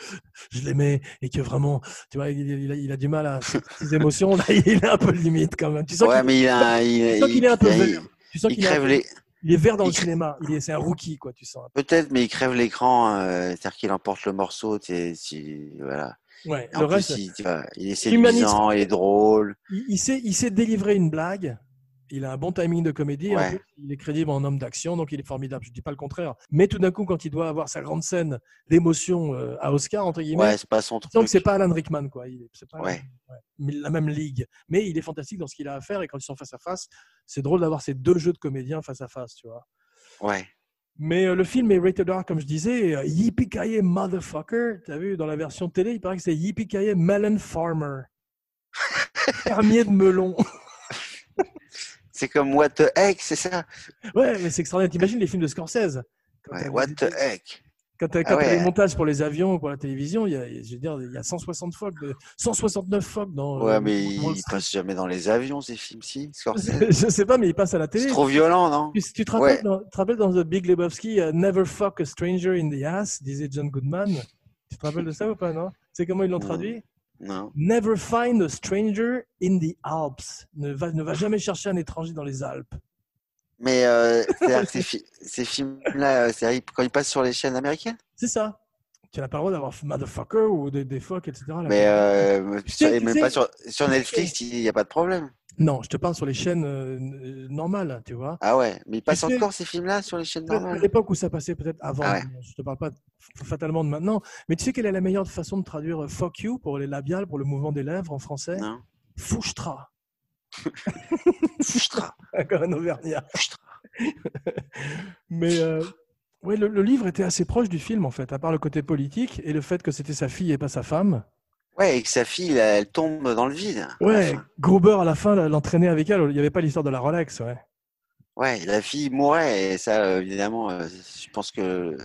[SPEAKER 1] je l'aimais et que vraiment, tu vois, il, il a, il a du mal à ses
[SPEAKER 2] [LAUGHS]
[SPEAKER 1] émotions. Là, il est un peu limite quand même. Tu sens
[SPEAKER 2] Ouais,
[SPEAKER 1] qu'il,
[SPEAKER 2] mais il a. un-
[SPEAKER 1] tu sens qu'il est un peu
[SPEAKER 2] il-
[SPEAKER 1] vert. Tu sens
[SPEAKER 2] il
[SPEAKER 1] qu'il est un
[SPEAKER 2] crève
[SPEAKER 1] peu-
[SPEAKER 2] les.
[SPEAKER 1] il est vert dans
[SPEAKER 2] il
[SPEAKER 1] le
[SPEAKER 2] crè-
[SPEAKER 1] cinéma. Il est, c'est un rookie, quoi, tu sens.
[SPEAKER 2] Peut-être, mais il crève l'écran, euh, c'est-à-dire qu'il emporte le morceau. t'es- tu- voilà.
[SPEAKER 1] Ouais,
[SPEAKER 2] En
[SPEAKER 1] le
[SPEAKER 2] plus,
[SPEAKER 1] reste,
[SPEAKER 2] il, tu vois, il est
[SPEAKER 1] l'humanisme.
[SPEAKER 2] séduisant, il est drôle.
[SPEAKER 1] il, il sait, il sait délivrer une blague. Il a un bon timing de comédie. et en
[SPEAKER 2] Ouais.
[SPEAKER 1] plus, il est crédible en homme d'action, donc il est formidable. Je ne dis pas le contraire. Mais tout d'un coup, quand il doit avoir sa grande scène d'émotion euh, à Oscar, entre guillemets,
[SPEAKER 2] Ouais, c'est pas son
[SPEAKER 1] donc
[SPEAKER 2] truc.
[SPEAKER 1] c'est pas Alan Rickman, quoi. Il, c'est pas
[SPEAKER 2] Ouais.
[SPEAKER 1] ouais. Mais la même ligue. Mais il est fantastique dans ce qu'il a à faire et quand ils sont face à face, c'est drôle d'avoir ces deux jeux de comédiens face à face, tu vois.
[SPEAKER 2] Ouais.
[SPEAKER 1] Mais euh, le film est rated R, comme je disais. euh, Yippee-ki-yay, motherfucker. T'as vu, dans la version télé, il paraît que c'est Yippee-ki-yay, melon
[SPEAKER 2] [LAUGHS]
[SPEAKER 1] farmer. Fermier de melon.
[SPEAKER 2] C'est comme What the Heck, c'est ça
[SPEAKER 1] Ouais, mais c'est extraordinaire. T'imagines les films de Scorsese Quand
[SPEAKER 2] Ouais,
[SPEAKER 1] t'as-
[SPEAKER 2] What the Heck
[SPEAKER 1] Quand tu as,
[SPEAKER 2] Ah ouais.
[SPEAKER 1] les montages pour les avions, pour la télévision, il y a, je veux dire, il y a 160 phoques, de- 169 phoques dans. euh,
[SPEAKER 2] Ouais, mais
[SPEAKER 1] dans le-
[SPEAKER 2] il passe jamais dans les avions, ces films, si Scorsese.
[SPEAKER 1] [LAUGHS] Je sais pas, mais il passe à la
[SPEAKER 2] C'est
[SPEAKER 1] télé.
[SPEAKER 2] trop violent, non
[SPEAKER 1] Tu, tu te,
[SPEAKER 2] Ouais.
[SPEAKER 1] rappelles dans, tu te rappelles dans The Big Lebowski, euh, Never fuck a stranger in the ass, disait John Goodman. Tu te rappelles de ça ou pas, non C'est comment ils l'ont
[SPEAKER 2] Non.
[SPEAKER 1] traduit
[SPEAKER 2] Non.
[SPEAKER 1] Never find a stranger in the Alps. Ne va, ne va jamais chercher un étranger dans les Alpes.
[SPEAKER 2] Mais euh, c'est-à-dire que
[SPEAKER 1] [LAUGHS]
[SPEAKER 2] ces, fi- ces films-là, euh, c'est-à-dire quand ils passent sur les chaînes américaines
[SPEAKER 1] C'est ça. Tu n'as pas le droit d'avoir motherfucker ou des, des fuck, etc. La-
[SPEAKER 2] Mais euh, sur-
[SPEAKER 1] sais,
[SPEAKER 2] et
[SPEAKER 1] Ah, tu
[SPEAKER 2] même
[SPEAKER 1] sais-
[SPEAKER 2] pas sur, sur Netflix, il n'y a pas de problème.
[SPEAKER 1] Non, je te parle sur les chaînes euh, n- normales, tu vois.
[SPEAKER 2] Ah ouais, mais ils passent
[SPEAKER 1] sais-
[SPEAKER 2] encore ces films-là sur les chaînes
[SPEAKER 1] Peut-être À
[SPEAKER 2] normales
[SPEAKER 1] l'époque où ça passait, peut-être avant.
[SPEAKER 2] Ah ouais.
[SPEAKER 1] Je te parle pas f- fatalement de maintenant. Mais tu sais quelle est la meilleure façon de traduire euh, fuck you pour les labiales, pour le mouvement des lèvres en français
[SPEAKER 2] Non. [LAUGHS]
[SPEAKER 1] Fouchtra. [LAUGHS]
[SPEAKER 2] Fouchtra.
[SPEAKER 1] Comme un Auvergnat. [LAUGHS] Mais euh, ouais, le, le livre était assez proche du film, en fait, à part le côté politique et le fait que c'était sa fille et pas sa femme.
[SPEAKER 2] Ouais, et que sa fille, là, elle tombe dans le vide. à la
[SPEAKER 1] Ouais,
[SPEAKER 2] fin.
[SPEAKER 1] Gruber, à la fin, l'a- l'entraînait avec elle. Il n'y avait pas l'histoire de la Rolex, ouais.
[SPEAKER 2] Ouais, la fille mourait, et ça, euh, évidemment, euh, je pense que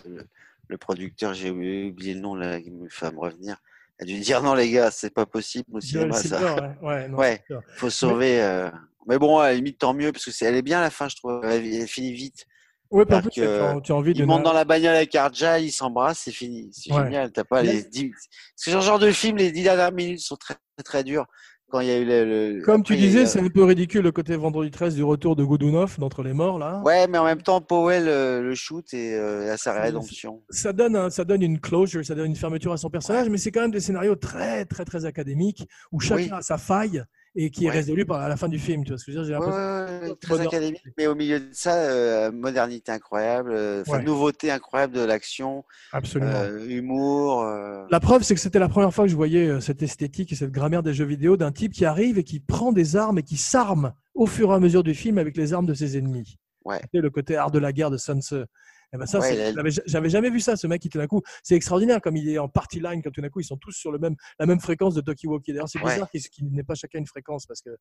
[SPEAKER 2] le, le producteur, j'ai oublié le nom, là, qui me fait me revenir, a dû dire non, les gars, c'est pas possible au
[SPEAKER 1] Joel
[SPEAKER 2] cinéma, ça.
[SPEAKER 1] Silver, ouais. Ouais, non,
[SPEAKER 2] Ouais.
[SPEAKER 1] c'est sûr.
[SPEAKER 2] Faut sauver. euh, Mais bon, à la limite, tant mieux, parce que c'est, elle est bien la fin, je trouve. Elle, elle finit vite.
[SPEAKER 1] Ouais, puis en
[SPEAKER 2] Parce
[SPEAKER 1] plus,
[SPEAKER 2] que
[SPEAKER 1] tu as- tu as envie de.
[SPEAKER 2] euh, Ils montent dans la bagnole avec Arja, ils s'embrassent, c'est fini. C'est
[SPEAKER 1] Ouais.
[SPEAKER 2] génial. T'as pas
[SPEAKER 1] Mais-
[SPEAKER 2] les dix... Ce genre de film, les dix dernières minutes sont très, très, très dures. Quand il y a eu le. euh, le-
[SPEAKER 1] Comme tu
[SPEAKER 2] après, il y a eu
[SPEAKER 1] disais,
[SPEAKER 2] le-
[SPEAKER 1] c'est un peu ridicule le côté vendredi 13 du retour de Godunov d'entre les morts, là.
[SPEAKER 2] Ouais, mais en même temps, Powell euh, le shoot et euh, à sa rédemption.
[SPEAKER 1] ça donne, un- ça donne une closure, ça donne une fermeture à son personnage, mais c'est quand même des scénarios très, très, très académiques où chacun
[SPEAKER 2] Oui.
[SPEAKER 1] a sa faille et qui est
[SPEAKER 2] Ouais.
[SPEAKER 1] résolu par, à la fin du film. Tu vois ce que je veux dire J'ai
[SPEAKER 2] Ouais,
[SPEAKER 1] l'impression-
[SPEAKER 2] ouais, ouais,
[SPEAKER 1] c'est
[SPEAKER 2] très
[SPEAKER 1] bonheur.
[SPEAKER 2] académique, mais au milieu de ça, euh, modernité incroyable, euh, enfin,
[SPEAKER 1] Ouais.
[SPEAKER 2] nouveauté incroyable de l'action,
[SPEAKER 1] Absolument.
[SPEAKER 2] euh, humour. euh,
[SPEAKER 1] La preuve, c'est que c'était la première fois que je voyais euh, cette esthétique et cette grammaire des jeux vidéo d'un type qui arrive et qui prend des armes et qui s'arme au fur et à mesure du film avec les armes de ses ennemis.
[SPEAKER 2] Ouais.
[SPEAKER 1] C'était le côté art de la guerre de Sun Tzu. Eh ben ça,
[SPEAKER 2] Ouais,
[SPEAKER 1] c'est-
[SPEAKER 2] il a-
[SPEAKER 1] j'avais- j'avais jamais vu ça, ce mec qui tout d'un coup, c'est extraordinaire comme il est en party line, comme tout d'un coup ils sont tous sur le même, la même fréquence de talkie-walkie. D'ailleurs, c'est
[SPEAKER 2] Ouais.
[SPEAKER 1] bizarre qu'ils qu'ils n'aient pas chacun une fréquence parce que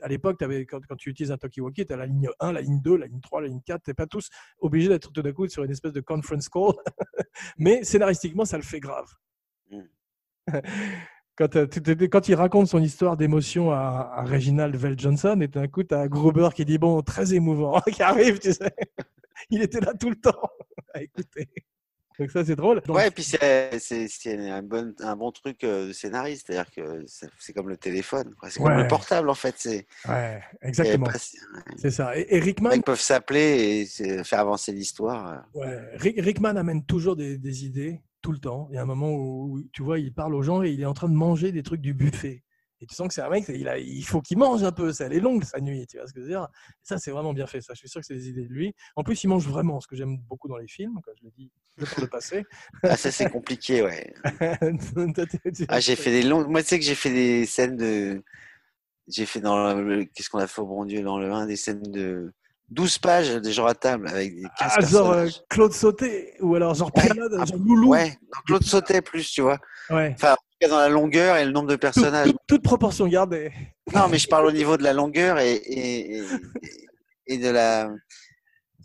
[SPEAKER 1] à l'époque, t'avais- quand, quand tu utilises un talkie-walkie, tu as la ligne 1, la ligne 2, la ligne 3, la ligne 4, tu pas tous obligés d'être tout d'un coup sur une espèce de [LAUGHS] conference call, mais scénaristiquement, ça le fait grave. Quand, euh, tu- tu- quand il raconte son histoire d'émotion à, à Reginald Vell Johnson, et d'un coup, tu as Gruber qui dit Bon, très émouvant, [LAUGHS] qui arrive, tu sais. Il était là tout le temps [LAUGHS] à écouter. Donc, ça, c'est drôle. Donc,
[SPEAKER 2] Ouais, et puis c'est c'est- c'est un bon, un bon truc euh, de scénariste, c'est-à-dire que c'est c'est comme le téléphone, quoi. c'est comme
[SPEAKER 1] Ouais.
[SPEAKER 2] le portable en fait. C'est
[SPEAKER 1] ouais,
[SPEAKER 2] il y avait
[SPEAKER 1] exactement.
[SPEAKER 2] pas- les
[SPEAKER 1] C'est ça. Et, et Rickman,
[SPEAKER 2] mecs peuvent s'appeler et c'est- faire avancer l'histoire. euh.
[SPEAKER 1] Ouais, Rick- Rickman amène toujours des, des idées, tout le temps. Il y a un moment où, où, tu vois, il parle aux gens et il est en train de manger des trucs du buffet. Et tu sens que c'est un mec, il, a- il faut qu'il mange un peu. Ça, elle est longue sa nuit, tu vois ce que je veux dire. Ça, c'est vraiment bien fait. Ça, je suis sûr que c'est des idées de lui. En plus, il mange vraiment, ce que j'aime beaucoup dans les films, comme je l'ai dit pour le
[SPEAKER 2] [LAUGHS]
[SPEAKER 1] passé.
[SPEAKER 2] Ah,
[SPEAKER 1] [LAUGHS]
[SPEAKER 2] ça c'est compliqué, ouais. Ah, j'ai fait des longues. Moi, tu sais que j'ai fait des scènes de. J'ai fait dans le. Qu'est-ce qu'on a fait au bon Dieu dans le 1 Des scènes de 12 pages des gens à table avec des 15
[SPEAKER 1] Ah, genre euh,
[SPEAKER 2] personnages.
[SPEAKER 1] Claude Sauté ou alors genre
[SPEAKER 2] Ouais,
[SPEAKER 1] Piranha,
[SPEAKER 2] ah,
[SPEAKER 1] genre Loulou.
[SPEAKER 2] Ouais, dans Claude sautait plus, tu vois.
[SPEAKER 1] Ouais.
[SPEAKER 2] Dans la longueur et le nombre de
[SPEAKER 1] Tout- [LAUGHS]
[SPEAKER 2] personnages.
[SPEAKER 1] toute- toute proportion gardée.
[SPEAKER 2] Non, mais je parle au niveau de la longueur et, et, et, et de la.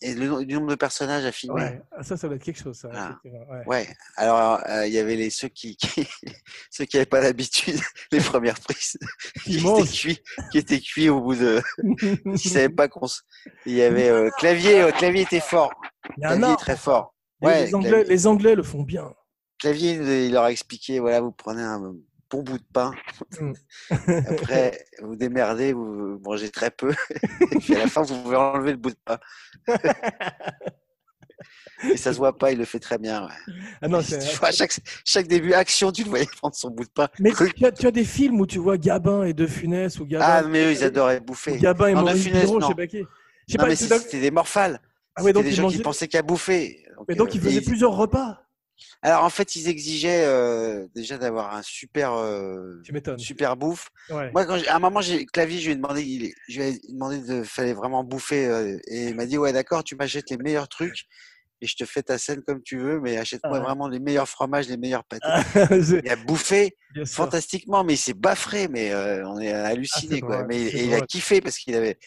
[SPEAKER 2] Et le nom- du nombre de personnages à filmer.
[SPEAKER 1] Ouais. Ah, Ça, ça doit être quelque chose. Ça,
[SPEAKER 2] Ah.
[SPEAKER 1] effectivement, ouais.
[SPEAKER 2] Ouais. Alors, euh, il y avait les ceux qui, qui [LAUGHS] ceux qui n'avaient pas l'habitude, [LAUGHS] les premières prises, qui étaient
[SPEAKER 1] mangent.
[SPEAKER 2] cuits, qui étaient cuits au bout de, [LAUGHS] qui savaient pas qu'on. se- Il y avait euh, clavier, euh, clavier était fort,
[SPEAKER 1] [LAUGHS] Il y a un
[SPEAKER 2] clavier
[SPEAKER 1] art.
[SPEAKER 2] très fort.
[SPEAKER 1] Et
[SPEAKER 2] Ouais,
[SPEAKER 1] Ah, les, Anglais,
[SPEAKER 2] clavier,
[SPEAKER 1] les Anglais le font bien.
[SPEAKER 2] Clavier, il leur a expliqué, voilà, vous prenez un bon bout de pain,
[SPEAKER 1] Mm.
[SPEAKER 2] [LAUGHS] après vous démerdez, vous mangez très peu, [LAUGHS] et puis à la fin vous pouvez enlever le bout de
[SPEAKER 1] [LAUGHS]
[SPEAKER 2] pain. Et ça se voit pas, il le fait très bien. ouais.
[SPEAKER 1] Ah non,
[SPEAKER 2] Tu [LAUGHS]
[SPEAKER 1] c'est-
[SPEAKER 2] vois, chaque, chaque début action, tu le voyais [LAUGHS] prendre son bout de pain.
[SPEAKER 1] mais
[SPEAKER 2] Cru-
[SPEAKER 1] tu as, tu as des films où tu vois Gabin et De Funès ou Gabin,
[SPEAKER 2] Ah, mais eux, ils
[SPEAKER 1] ou
[SPEAKER 2] adoraient bouffer.
[SPEAKER 1] Gabin et
[SPEAKER 2] Non, De
[SPEAKER 1] Maurice
[SPEAKER 2] Funès,
[SPEAKER 1] Biro,
[SPEAKER 2] non.
[SPEAKER 1] je sais pas qui. Je sais
[SPEAKER 2] Non,
[SPEAKER 1] pas,
[SPEAKER 2] mais
[SPEAKER 1] tu
[SPEAKER 2] c'est-
[SPEAKER 1] dois-
[SPEAKER 2] c'était des morphales.
[SPEAKER 1] Ah ouais, donc
[SPEAKER 2] c'était des
[SPEAKER 1] ils
[SPEAKER 2] gens
[SPEAKER 1] mangeaient-
[SPEAKER 2] qui pensaient qu'à bouffer.
[SPEAKER 1] mais donc ils
[SPEAKER 2] euh, et
[SPEAKER 1] faisaient
[SPEAKER 2] ils-
[SPEAKER 1] plusieurs repas.
[SPEAKER 2] Alors, en fait, ils exigeaient euh, déjà d'avoir un super, euh,
[SPEAKER 1] Tu m'étonnes.
[SPEAKER 2] super bouffe.
[SPEAKER 1] Ouais.
[SPEAKER 2] Moi, quand j'ai- à un moment, j'ai clavier, je lui ai demandé, il, je lui ai demandé de fallait vraiment bouffer, euh, et il m'a dit ouais d'accord, tu m'achètes les meilleurs trucs et je te fais ta scène comme tu veux, mais achète-moi
[SPEAKER 1] Ah ouais. Ah.
[SPEAKER 2] vraiment les meilleurs fromages, les meilleurs pâtés.
[SPEAKER 1] [LAUGHS] C'est-
[SPEAKER 2] Il
[SPEAKER 1] [LAUGHS]
[SPEAKER 2] a bouffé
[SPEAKER 1] bien sûr.
[SPEAKER 2] fantastiquement, mais il s'est baffré, mais euh, on est halluciné
[SPEAKER 1] Ah, c'est
[SPEAKER 2] quoi.
[SPEAKER 1] drôle,
[SPEAKER 2] mais
[SPEAKER 1] c'est
[SPEAKER 2] et il a
[SPEAKER 1] drôle.
[SPEAKER 2] kiffé parce qu'il avait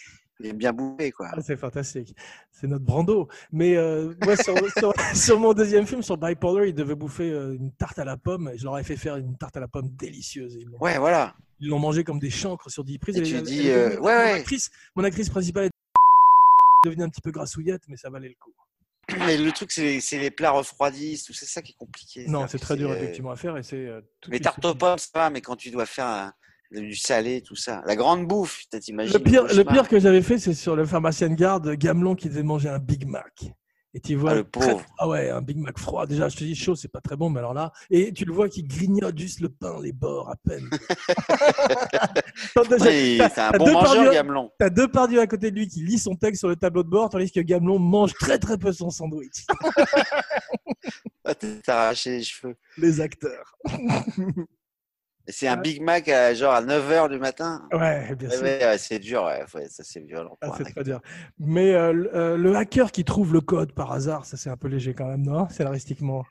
[SPEAKER 2] il aime bien bouffé quoi.
[SPEAKER 1] Ah, c'est fantastique. C'est notre Brando. Mais euh, moi, sur, [LAUGHS] sur- sur mon deuxième film, sur Bipolar, il devait bouffer euh, une tarte à la pomme. et Je leur ai fait faire une tarte à la pomme délicieuse. Ils l'ont-
[SPEAKER 2] Ouais, voilà. [CLEARS THROAT]
[SPEAKER 1] Ils l'ont mangé comme des chancres sur 10 prises.
[SPEAKER 2] Et
[SPEAKER 1] Elle-
[SPEAKER 2] tu
[SPEAKER 1] elle- elle
[SPEAKER 2] dis,
[SPEAKER 1] est devenue-
[SPEAKER 2] euh, ouais,
[SPEAKER 1] mon,
[SPEAKER 2] ouais.
[SPEAKER 1] Actrice, mon actrice principale est [LAUGHS] devenue un petit peu grassouillette, mais ça valait le coup.
[SPEAKER 2] Mais le truc, c'est les, c'est les plats refroidis, tout ça, c'est ça qui est compliqué.
[SPEAKER 1] Non,
[SPEAKER 2] C'est-à-dire
[SPEAKER 1] c'est
[SPEAKER 2] que
[SPEAKER 1] très dur
[SPEAKER 2] euh,
[SPEAKER 1] effectivement à faire. Et c'est, euh, tout
[SPEAKER 2] Les
[SPEAKER 1] de suite-
[SPEAKER 2] tartes aux pommes, ça va, mais quand tu dois faire un- du salé, tout ça. La grande bouffe, putain, t'imagines.
[SPEAKER 1] Le pire, le
[SPEAKER 2] cauchemar.
[SPEAKER 1] pire que j'avais fait, c'est sur le pharmacien de garde, Gamelon qui devait manger un Big Mac. Et tu vois,
[SPEAKER 2] Ah, le
[SPEAKER 1] très-
[SPEAKER 2] pauvre.
[SPEAKER 1] ah ouais, un Big Mac froid. Déjà, je te dis chaud, c'est pas très bon, mais alors là, et tu le vois qui grignote juste le pain, les bords à
[SPEAKER 2] [LAUGHS]
[SPEAKER 1] peine. T'as déjà-
[SPEAKER 2] Oui, c'est un
[SPEAKER 1] t'as
[SPEAKER 2] bon
[SPEAKER 1] deux
[SPEAKER 2] mangeur,
[SPEAKER 1] parmi-
[SPEAKER 2] Gamelon.
[SPEAKER 1] T'as deux pardieux à côté de lui qui lit son texte sur le tableau de bord, tandis que Gamelon mange très très peu son sandwich.
[SPEAKER 2] Ah, t'as t'as arraché les cheveux.
[SPEAKER 1] Les acteurs.
[SPEAKER 2] Et C'est un Big Mac à, genre à 9h du matin.
[SPEAKER 1] Ouais, bien
[SPEAKER 2] Ouais,
[SPEAKER 1] sûr.
[SPEAKER 2] ouais, ouais, c'est dur, ouais, ouais, ça c'est violent.
[SPEAKER 1] Ah,
[SPEAKER 2] pour un
[SPEAKER 1] c'est
[SPEAKER 2] mec.
[SPEAKER 1] très dur. Mais euh, le- euh, le hacker qui trouve le code par hasard, ça c'est un peu léger quand même, non Scénaristiquement.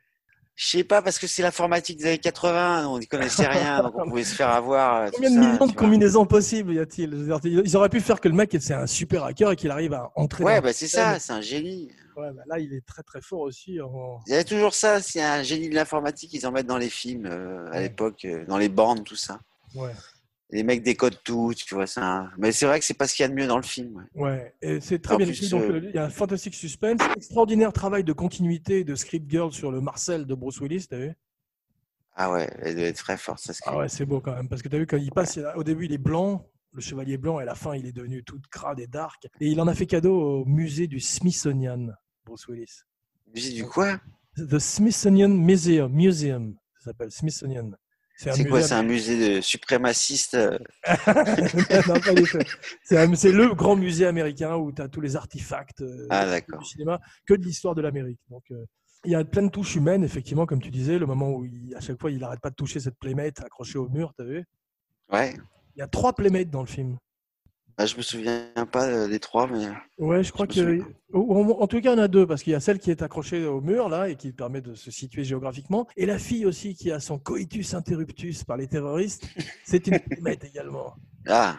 [SPEAKER 2] Je sais pas, parce que c'est l'informatique des années 80, on n'y connaissait rien, donc on pouvait se faire avoir. euh, tout
[SPEAKER 1] Combien de
[SPEAKER 2] ça,
[SPEAKER 1] millions de
[SPEAKER 2] tu vois.
[SPEAKER 1] combinaisons possibles y a-t-il Je veux dire, Ils auraient pu faire que le mec c'est un super hacker et qu'il arrive à entrer.
[SPEAKER 2] Ouais,
[SPEAKER 1] dans-
[SPEAKER 2] bah c'est ça, c'est un génie.
[SPEAKER 1] Ouais, bah là, il est très très fort aussi. en-
[SPEAKER 2] Il y avait toujours ça, c'est un génie de l'informatique, ils en mettent dans les films euh, à
[SPEAKER 1] Ouais.
[SPEAKER 2] l'époque, euh, dans les bandes, tout ça.
[SPEAKER 1] Ouais.
[SPEAKER 2] Les mecs décodent tout, tu vois ça. Mais c'est vrai que c'est pas ce qu'il y a de mieux dans le film. ouais.
[SPEAKER 1] Ouais, et c'est très
[SPEAKER 2] En
[SPEAKER 1] bien
[SPEAKER 2] plus,
[SPEAKER 1] écrit. Donc,
[SPEAKER 2] euh,
[SPEAKER 1] le- il y a un fantastique suspense, extraordinaire travail de continuité de Script Girl sur le Marcel de Bruce Willis, t'as vu
[SPEAKER 2] Ah ouais, elle doit être très forte, ça se
[SPEAKER 1] Ah ouais, c'est beau quand même, parce que t'as vu quand il passe, il a- au début il est blanc, le chevalier blanc, et à la fin il est devenu tout crade et dark. Et il en a fait cadeau au musée du Smithsonian, Bruce Willis.
[SPEAKER 2] Musique du quoi
[SPEAKER 1] The Smithsonian Museum, Museum, ça s'appelle Smithsonian. un
[SPEAKER 2] C'est quoi
[SPEAKER 1] musée
[SPEAKER 2] C'est un musée de suprémacistes euh,
[SPEAKER 1] [LAUGHS] Non, pas du tout. c'est un- c'est le grand musée américain où tu as tous les artefacts euh,
[SPEAKER 2] Ah, d'accord.
[SPEAKER 1] du cinéma que de l'histoire de l'Amérique. Donc euh, il y a plein de touches humaines, effectivement, comme tu disais, le moment où il- à chaque fois il n'arrête pas de toucher cette playmate accrochée au mur, t'as vu
[SPEAKER 2] Ouais.
[SPEAKER 1] Il y a trois playmates dans le film.
[SPEAKER 2] Ah, je me souviens pas euh, des trois, mais
[SPEAKER 1] Ouais, je crois
[SPEAKER 2] me
[SPEAKER 1] que. ou- ou- En tout cas, il y en a deux, parce qu'il y a celle qui est accrochée au mur, là, et qui permet de se situer géographiquement, et la fille aussi qui a son coitus interruptus par les terroristes, c'est
[SPEAKER 2] [LAUGHS]
[SPEAKER 1] une playmate également. [LAUGHS]
[SPEAKER 2] ah,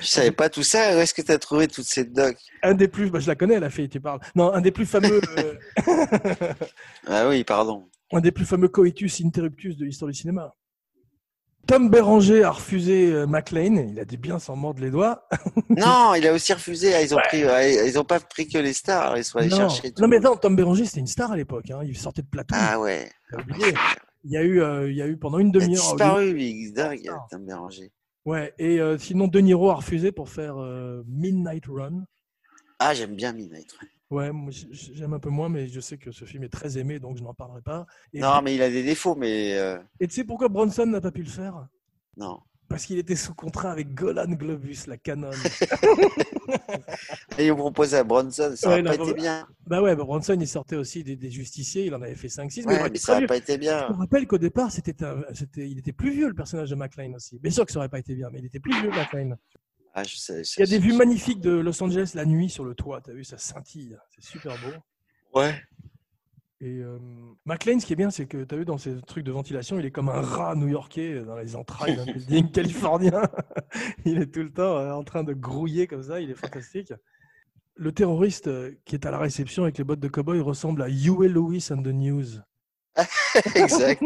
[SPEAKER 2] je savais pas tout ça. Où est-ce que tu as trouvé toutes ces docs
[SPEAKER 1] Un des plus. bah, je la connais, la fille, tu parles. Non, un des plus fameux.
[SPEAKER 2] [LAUGHS]
[SPEAKER 1] euh,
[SPEAKER 2] Ah oui, pardon.
[SPEAKER 1] [LAUGHS] un des plus fameux coitus interruptus de l'histoire du cinéma. Tom Béranger a refusé euh, McLean. Il a dû bien s'en mordre les doigts.
[SPEAKER 2] Non, il a aussi refusé. Ah, Ils ont pris, ouais, ils ont pas pris que les stars. alors Ils sont allés
[SPEAKER 1] non.
[SPEAKER 2] chercher. tout
[SPEAKER 1] Non, mais
[SPEAKER 2] le monde.
[SPEAKER 1] non, Tom Béranger, c'était une star à l'époque. hein. Il sortait de plateau.
[SPEAKER 2] Ah ouais.
[SPEAKER 1] T'as oublié. Il y a eu, euh, il y a eu pendant une
[SPEAKER 2] Il a
[SPEAKER 1] demi-heure. à Hollywood.
[SPEAKER 2] disparu, lui. Dingue,
[SPEAKER 1] Ah.
[SPEAKER 2] Tom Béranger.
[SPEAKER 1] Ouais. Et euh, sinon, De Niro a refusé pour faire euh, Midnight Run.
[SPEAKER 2] Ah, j'aime bien Midnight.
[SPEAKER 1] Ouais, moi, j- j'aime un peu moins, mais je sais que ce film est très aimé, donc je n'en parlerai pas. Et
[SPEAKER 2] Non, mais il a des défauts, mais euh,
[SPEAKER 1] et tu sais pourquoi Bronson n'a pas pu le faire
[SPEAKER 2] non.
[SPEAKER 1] Parce qu'il était sous contrat avec Golan Globus, la
[SPEAKER 2] [LAUGHS]
[SPEAKER 1] canon.
[SPEAKER 2] Et ils ont proposé à Bronson, ça
[SPEAKER 1] Ouais,
[SPEAKER 2] aurait
[SPEAKER 1] il
[SPEAKER 2] pas
[SPEAKER 1] a
[SPEAKER 2] été
[SPEAKER 1] pas-
[SPEAKER 2] bien.
[SPEAKER 1] bah ouais, bah Bronson, il sortait aussi des, des justiciers, il en avait fait 5-6.
[SPEAKER 2] Ouais,
[SPEAKER 1] il aurait
[SPEAKER 2] mais
[SPEAKER 1] été
[SPEAKER 2] ça
[SPEAKER 1] très
[SPEAKER 2] aurait
[SPEAKER 1] vieux.
[SPEAKER 2] pas été bien.
[SPEAKER 1] Je me rappelle qu'au départ, c'était un- c'était- il était plus vieux, le personnage de McLean aussi. Bien sûr que ça aurait pas été bien, mais il était plus vieux, McLean.
[SPEAKER 2] Ah, je sais, je
[SPEAKER 1] Il y a
[SPEAKER 2] sais,
[SPEAKER 1] des
[SPEAKER 2] je
[SPEAKER 1] vues
[SPEAKER 2] sais.
[SPEAKER 1] magnifiques de Los Angeles la nuit sur le toit, t'as vu, ça scintille, c'est super beau. [LAUGHS]
[SPEAKER 2] Ouais.
[SPEAKER 1] Et euh, McLean, ce qui est bien, c'est que t'as vu dans ces trucs de ventilation, il est comme un rat new-yorkais euh, dans les entrailles d'un building californien. [LAUGHS] il est tout le temps euh, en train de grouiller comme ça, il est fantastique. Le terroriste euh, qui est à la réception avec les bottes de cowboy ressemble à Huey Lewis and the News.
[SPEAKER 2] exact.